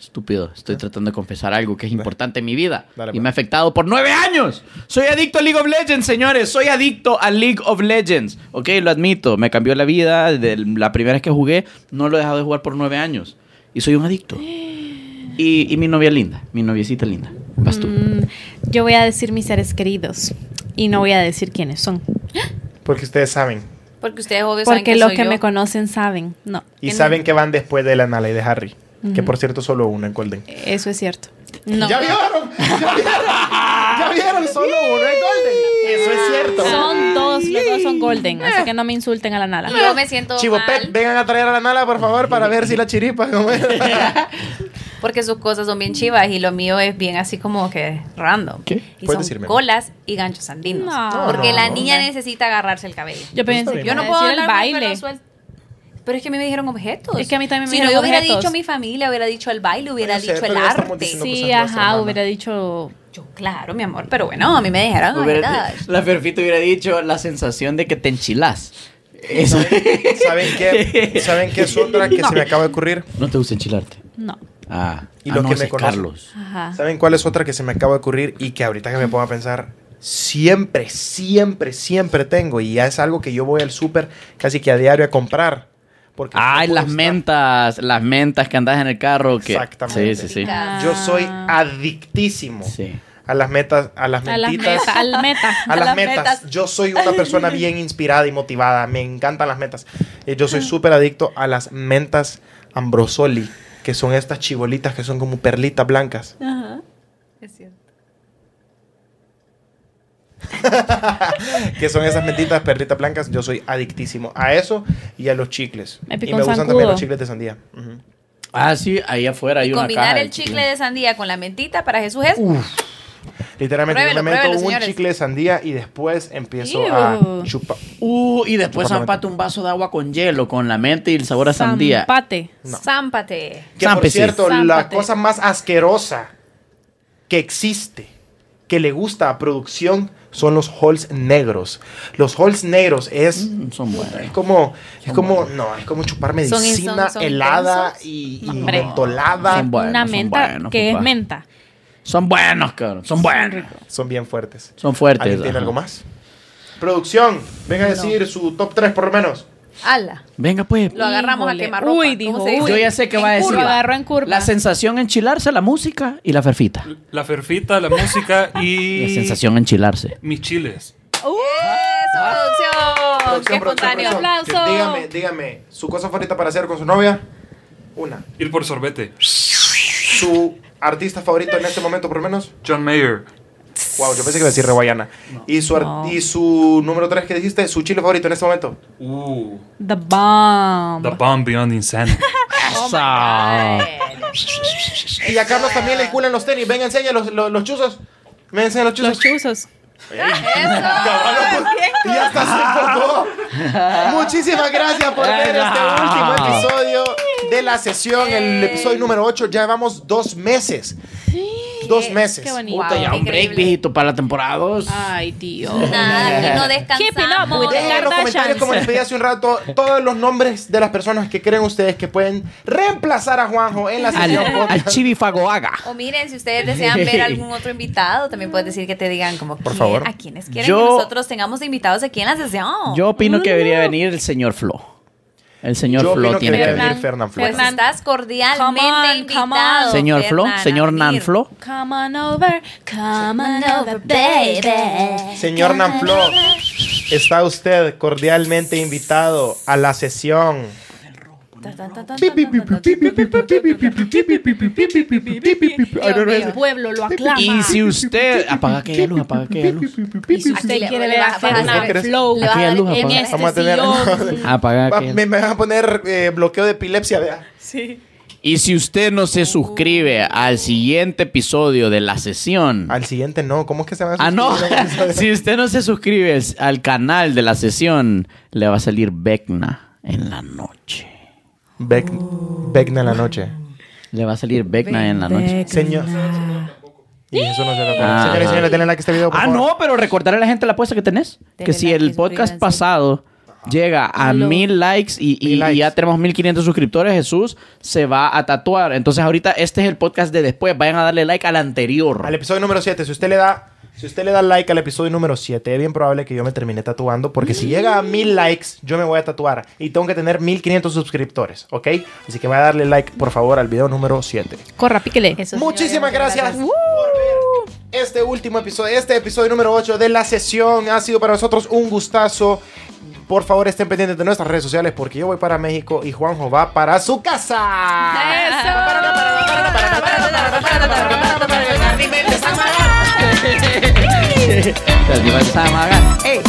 [SPEAKER 3] Estúpido, estoy tratando de confesar algo que es importante en mi vida.
[SPEAKER 1] Ah. Dale,
[SPEAKER 3] y
[SPEAKER 1] pues.
[SPEAKER 3] me ha afectado por nueve años. Soy adicto a League of Legends, señores. Soy adicto a League of Legends. Ok, lo admito. Me cambió la vida. Desde la primera vez que jugué, no lo he dejado de jugar por nueve años. Y soy un adicto. Y, y mi novia linda, mi noviecita linda. Vas tú.
[SPEAKER 4] Mm, yo voy a decir mis seres queridos y no voy a decir quiénes son.
[SPEAKER 1] Porque ustedes saben.
[SPEAKER 2] Porque ustedes obvio saben
[SPEAKER 4] Porque
[SPEAKER 2] que
[SPEAKER 4] los
[SPEAKER 2] soy
[SPEAKER 4] que
[SPEAKER 2] yo.
[SPEAKER 4] me conocen saben. No,
[SPEAKER 1] Y saben que van después de la Nala y de Harry. Que
[SPEAKER 4] Ujú.
[SPEAKER 1] por cierto solo uno en Golden.
[SPEAKER 4] eso es cierto. No.
[SPEAKER 1] ¡Ya vieron! ¡Ya vieron! Ah, ¡Ya vieron! Solo uno en Golden. Eso es cierto.
[SPEAKER 4] Son dos, los dos son golden,
[SPEAKER 2] Eh.
[SPEAKER 4] así que no me insulten a la nala.
[SPEAKER 2] Y Yo me siento
[SPEAKER 1] Chivo
[SPEAKER 2] mal.
[SPEAKER 1] Pet, vengan a traer a la Nala, por favor, para ver si la chiripa. ¿cómo es?
[SPEAKER 2] porque sus cosas son bien chivas y lo mío es bien así como que random.
[SPEAKER 1] ¿Qué?
[SPEAKER 2] Y
[SPEAKER 1] ¿Puedes
[SPEAKER 2] son
[SPEAKER 1] decirme?
[SPEAKER 2] colas y ganchos andinos.
[SPEAKER 4] No.
[SPEAKER 2] Porque
[SPEAKER 1] No,
[SPEAKER 2] la
[SPEAKER 1] no.
[SPEAKER 2] niña necesita agarrarse el cabello.
[SPEAKER 4] Yo pensé que
[SPEAKER 2] Yo no
[SPEAKER 4] iba a
[SPEAKER 2] puedo
[SPEAKER 4] decir el
[SPEAKER 2] hablar con el
[SPEAKER 4] baile.
[SPEAKER 2] pelo suelto. Pero es que a mí me dijeron objetos.
[SPEAKER 4] Es que a mí también me
[SPEAKER 2] Si no,
[SPEAKER 4] dijeron
[SPEAKER 2] yo hubiera
[SPEAKER 4] objetos.
[SPEAKER 2] dicho mi familia, hubiera dicho el baile, hubiera
[SPEAKER 1] Yo sé,
[SPEAKER 2] dicho el
[SPEAKER 1] pero ya estamos
[SPEAKER 2] arte.
[SPEAKER 1] diciendo-
[SPEAKER 4] Sí,
[SPEAKER 1] cosas nuestras,
[SPEAKER 4] ajá,
[SPEAKER 1] mamá.
[SPEAKER 4] hubiera dicho.
[SPEAKER 2] Yo, claro, mi amor, pero bueno, a mí me dijeron
[SPEAKER 3] Hubiera-
[SPEAKER 2] objetos.
[SPEAKER 3] la Ferfita hubiera dicho la sensación de que te enchilás. Eso.
[SPEAKER 1] ¿Saben qué? ¿Saben qué es otra que se me acaba de ocurrir?
[SPEAKER 3] No te gusta enchilarte.
[SPEAKER 4] No.
[SPEAKER 3] Ah.
[SPEAKER 1] Y
[SPEAKER 3] Ah,
[SPEAKER 1] los
[SPEAKER 3] no,
[SPEAKER 1] que
[SPEAKER 3] ese
[SPEAKER 1] me
[SPEAKER 3] es
[SPEAKER 1] conocen.
[SPEAKER 3] Carlos.
[SPEAKER 4] Ajá.
[SPEAKER 1] ¿Saben cuál es otra que se me acaba de ocurrir y que ahorita que me pongo a pensar, siempre, siempre, siempre tengo? Y ya es algo que yo voy al súper casi que a diario a comprar. Porque
[SPEAKER 3] Ay,
[SPEAKER 1] no puedo
[SPEAKER 3] Ah, las
[SPEAKER 1] estar-
[SPEAKER 3] mentas, las mentas que andas en el carro. Que...
[SPEAKER 1] Exactamente.
[SPEAKER 3] Sí, sí, sí.
[SPEAKER 1] Yo soy
[SPEAKER 4] Ah.
[SPEAKER 1] adictísimo
[SPEAKER 3] Sí.
[SPEAKER 1] a las metas, a las
[SPEAKER 4] A las
[SPEAKER 1] mentitas.
[SPEAKER 4] metas. Al meta.
[SPEAKER 1] A, las, metas. Yo soy una persona bien inspirada y motivada. Me encantan las metas. Eh, Yo soy súper adicto a las mentas ambrosoli, que son estas chibolitas que son como perlitas blancas.
[SPEAKER 2] Ajá. Es cierto.
[SPEAKER 1] que son esas mentitas perritas blancas. Yo soy adictísimo a eso y a los chicles.
[SPEAKER 4] Me
[SPEAKER 1] y
[SPEAKER 4] picó
[SPEAKER 1] me
[SPEAKER 4] un
[SPEAKER 1] gustan
[SPEAKER 4] zancudo.
[SPEAKER 1] también los chicles de sandía. Ujú.
[SPEAKER 3] Ah, sí, ahí afuera hay una
[SPEAKER 2] Combinar
[SPEAKER 3] caja
[SPEAKER 2] el
[SPEAKER 3] de
[SPEAKER 2] chicle de sandía con la mentita para Jesús es
[SPEAKER 1] Uh, Literalmente, yo
[SPEAKER 2] Pruébelo,
[SPEAKER 1] me meto
[SPEAKER 2] pruébelo,
[SPEAKER 1] un
[SPEAKER 2] señores.
[SPEAKER 1] chicle de sandía y después empiezo
[SPEAKER 4] Ew.
[SPEAKER 1] a chupar.
[SPEAKER 3] Uh, y después
[SPEAKER 1] Chupame la
[SPEAKER 3] zampate un vaso de agua con hielo, con la mente y el sabor a sandía.
[SPEAKER 4] Zampate.
[SPEAKER 2] zámpate.
[SPEAKER 1] Que por
[SPEAKER 3] Zámpese.
[SPEAKER 1] cierto, la
[SPEAKER 4] Zámpate.
[SPEAKER 1] cosa más asquerosa que existe, que le gusta a producción, son los halls negros. Los halls negros es.
[SPEAKER 3] Mm, Son
[SPEAKER 1] Es
[SPEAKER 3] buenos.
[SPEAKER 1] como, es como, no, es como chupar
[SPEAKER 2] son-
[SPEAKER 1] medicina
[SPEAKER 2] son
[SPEAKER 1] helada
[SPEAKER 2] intensos.
[SPEAKER 1] y, y
[SPEAKER 4] Hombre.
[SPEAKER 1] mentolada.
[SPEAKER 3] Son buenos,
[SPEAKER 4] Una
[SPEAKER 3] son
[SPEAKER 4] menta
[SPEAKER 3] buenos,
[SPEAKER 4] que
[SPEAKER 3] papá.
[SPEAKER 4] es menta.
[SPEAKER 3] Son buenos, cabrón. Son buenos.
[SPEAKER 1] Son bien fuertes.
[SPEAKER 3] Son fuertes.
[SPEAKER 1] ¿Alguien tiene
[SPEAKER 3] ajá.
[SPEAKER 1] algo más? Producción, venga a decir su top 3 por lo menos.
[SPEAKER 2] Oh, Ala.
[SPEAKER 3] Venga, pues.
[SPEAKER 2] Lo agarramos
[SPEAKER 4] Híjole.
[SPEAKER 2] a quemarropa.
[SPEAKER 4] Uy,
[SPEAKER 2] ¿Cómo
[SPEAKER 4] dijo,
[SPEAKER 2] se dice?
[SPEAKER 4] uy.
[SPEAKER 3] Yo ya sé qué va a
[SPEAKER 4] En
[SPEAKER 3] decir.
[SPEAKER 4] curva, agarró en curva.
[SPEAKER 3] La sensación enchilarse, la música y la ferfita.
[SPEAKER 7] La ferfita, la música y.
[SPEAKER 3] La sensación enchilarse.
[SPEAKER 7] Mis chiles.
[SPEAKER 2] ¡Eso, producción! ¡Qué
[SPEAKER 1] Producción, producción,
[SPEAKER 2] espontáneo!
[SPEAKER 1] producción.
[SPEAKER 4] Aplauso.
[SPEAKER 1] Dígame, dígame, su cosa favorita para hacer con su novia. Una.
[SPEAKER 7] Ir por sorbete.
[SPEAKER 1] Su artista favorito en este momento por lo menos.
[SPEAKER 7] John Mayer.
[SPEAKER 1] Wow, yo pensé que iba a decir Reguayana. Y, su ar- y su número 3 que dijiste, su chile favorito en este momento.
[SPEAKER 7] Uh.
[SPEAKER 4] The bomb.
[SPEAKER 7] The Bomb Beyond Insanity.
[SPEAKER 2] Ay.
[SPEAKER 1] Y a Carlos también le culan los tenis. Venga, enseña los, los, los chuzos. Me enseña los chuzos.
[SPEAKER 4] Los chuzos.
[SPEAKER 2] Ah,
[SPEAKER 1] Caballo, pues, y hasta se enfocó. Muchísimas gracias por ver este último episodio de la sesión, el episodio número 8. Ya llevamos dos meses. Dos meses.
[SPEAKER 4] Qué bonito.
[SPEAKER 2] Wow,
[SPEAKER 3] Puta, ya un break,
[SPEAKER 2] increíble.
[SPEAKER 3] viejito, para la temporada 2.
[SPEAKER 4] Ay, Dios.
[SPEAKER 2] Nada, aquí no descansamos.
[SPEAKER 4] Keep it up,
[SPEAKER 1] Dejen en los comentarios,
[SPEAKER 4] Kardashians.
[SPEAKER 1] como les pedí hace un rato, todos los nombres de las personas que creen ustedes que pueden reemplazar a Juanjo en la
[SPEAKER 3] Al,
[SPEAKER 1] sesión
[SPEAKER 3] al
[SPEAKER 1] podcast.
[SPEAKER 3] Chibi Fagoaga.
[SPEAKER 2] O miren, si ustedes desean ver algún otro invitado, también puedes decir que te digan como
[SPEAKER 1] Por
[SPEAKER 2] ¿quién-
[SPEAKER 1] favor.
[SPEAKER 2] a quienes quieren
[SPEAKER 3] Yo-
[SPEAKER 2] que nosotros tengamos de invitados aquí en la sesión.
[SPEAKER 3] Yo opino que debería venir el señor Flo. El señor
[SPEAKER 1] Yo
[SPEAKER 3] Flo
[SPEAKER 1] opino que
[SPEAKER 3] tiene que
[SPEAKER 1] debería
[SPEAKER 3] venir.
[SPEAKER 1] venir Fernán
[SPEAKER 2] pues
[SPEAKER 1] Flores.
[SPEAKER 4] Fernan-
[SPEAKER 2] estás cordialmente
[SPEAKER 4] Come on,
[SPEAKER 2] invitado.
[SPEAKER 4] come on.
[SPEAKER 3] Señor Flo,
[SPEAKER 2] Fernan, a
[SPEAKER 3] señor Nan
[SPEAKER 2] venir.
[SPEAKER 3] Flo.
[SPEAKER 4] Come on over. Come on over, baby.
[SPEAKER 2] baby.
[SPEAKER 1] Señor Nanflo, está usted cordialmente invitado a la sesión.
[SPEAKER 2] Tan, tan, tan, tan,
[SPEAKER 1] Pi, pi,
[SPEAKER 2] tan,
[SPEAKER 1] pi,
[SPEAKER 2] tan,
[SPEAKER 1] pi,
[SPEAKER 2] tan.
[SPEAKER 1] pi, pi, pi, pi, pi, pi, pi, pi, pi, pi, pi, pi, pi, pi, pi, pi, pi. Ay, no, no,
[SPEAKER 4] El
[SPEAKER 1] es-
[SPEAKER 4] pueblo lo aclama.
[SPEAKER 3] Y si usted. Apaga aquella luz, apaga aquella luz.
[SPEAKER 2] Así
[SPEAKER 4] usted
[SPEAKER 2] le-
[SPEAKER 4] quiere
[SPEAKER 2] le
[SPEAKER 4] ver
[SPEAKER 2] va-
[SPEAKER 4] a Fernan
[SPEAKER 1] ¿Vos querés?
[SPEAKER 4] Flow
[SPEAKER 2] Le va a
[SPEAKER 3] Aquella
[SPEAKER 2] dar
[SPEAKER 3] luz,
[SPEAKER 4] en
[SPEAKER 3] papá.
[SPEAKER 2] en
[SPEAKER 4] este
[SPEAKER 1] Vamos a tener-
[SPEAKER 4] sillón.
[SPEAKER 3] Apaga
[SPEAKER 1] Va-
[SPEAKER 3] aquella
[SPEAKER 1] Me me van a poner eh, bloqueo de epilepsia, vea.
[SPEAKER 3] Y si usted no se suscribe al siguiente episodio de la sesión.
[SPEAKER 1] Al siguiente no, ¿cómo es que se va a
[SPEAKER 3] Ah, no.
[SPEAKER 1] suscribir?
[SPEAKER 3] si usted no se suscribe al- al canal de la sesión, le va a salir Vecna en la noche.
[SPEAKER 1] Bec- Becna en la noche.
[SPEAKER 3] Le va a salir Vecna en la noche.
[SPEAKER 1] Señor. Y eso no se lo
[SPEAKER 3] Ah.
[SPEAKER 1] Señores y señores, denle like a este video. por
[SPEAKER 3] Ah,
[SPEAKER 1] favor.
[SPEAKER 3] no, pero recordarle a la gente la apuesta que tenés.
[SPEAKER 2] Denle
[SPEAKER 3] que si
[SPEAKER 2] like,
[SPEAKER 3] el podcast
[SPEAKER 2] suscríbanse.
[SPEAKER 3] pasado llega a mil likes y, y-
[SPEAKER 1] Mil
[SPEAKER 3] y
[SPEAKER 1] likes.
[SPEAKER 3] ya tenemos 1500 suscriptores, Jesús se va a tatuar. Entonces ahorita este es el podcast de después. Vayan a darle like al anterior.
[SPEAKER 1] Al episodio número 7, si usted le da. Si usted le da like al episodio número 7, es bien probable que yo me termine tatuando, porque si llega a mil likes, yo me voy a tatuar y tengo que tener 1500 suscriptores, ¿ok? Así que voy a darle like, por favor, al video número 7.
[SPEAKER 4] Corra, píquele.
[SPEAKER 2] Eso,
[SPEAKER 1] Muchísimas
[SPEAKER 2] señores,
[SPEAKER 1] gracias por ver este último episodio, este episodio número 8 de la sesión. Ha sido para nosotros un gustazo. Por favor, estén pendientes de nuestras redes sociales porque yo voy para México y Juanjo va para su casa.
[SPEAKER 2] Eso.
[SPEAKER 1] pues.
[SPEAKER 3] Entonces, vamos a-
[SPEAKER 1] ¡Ey!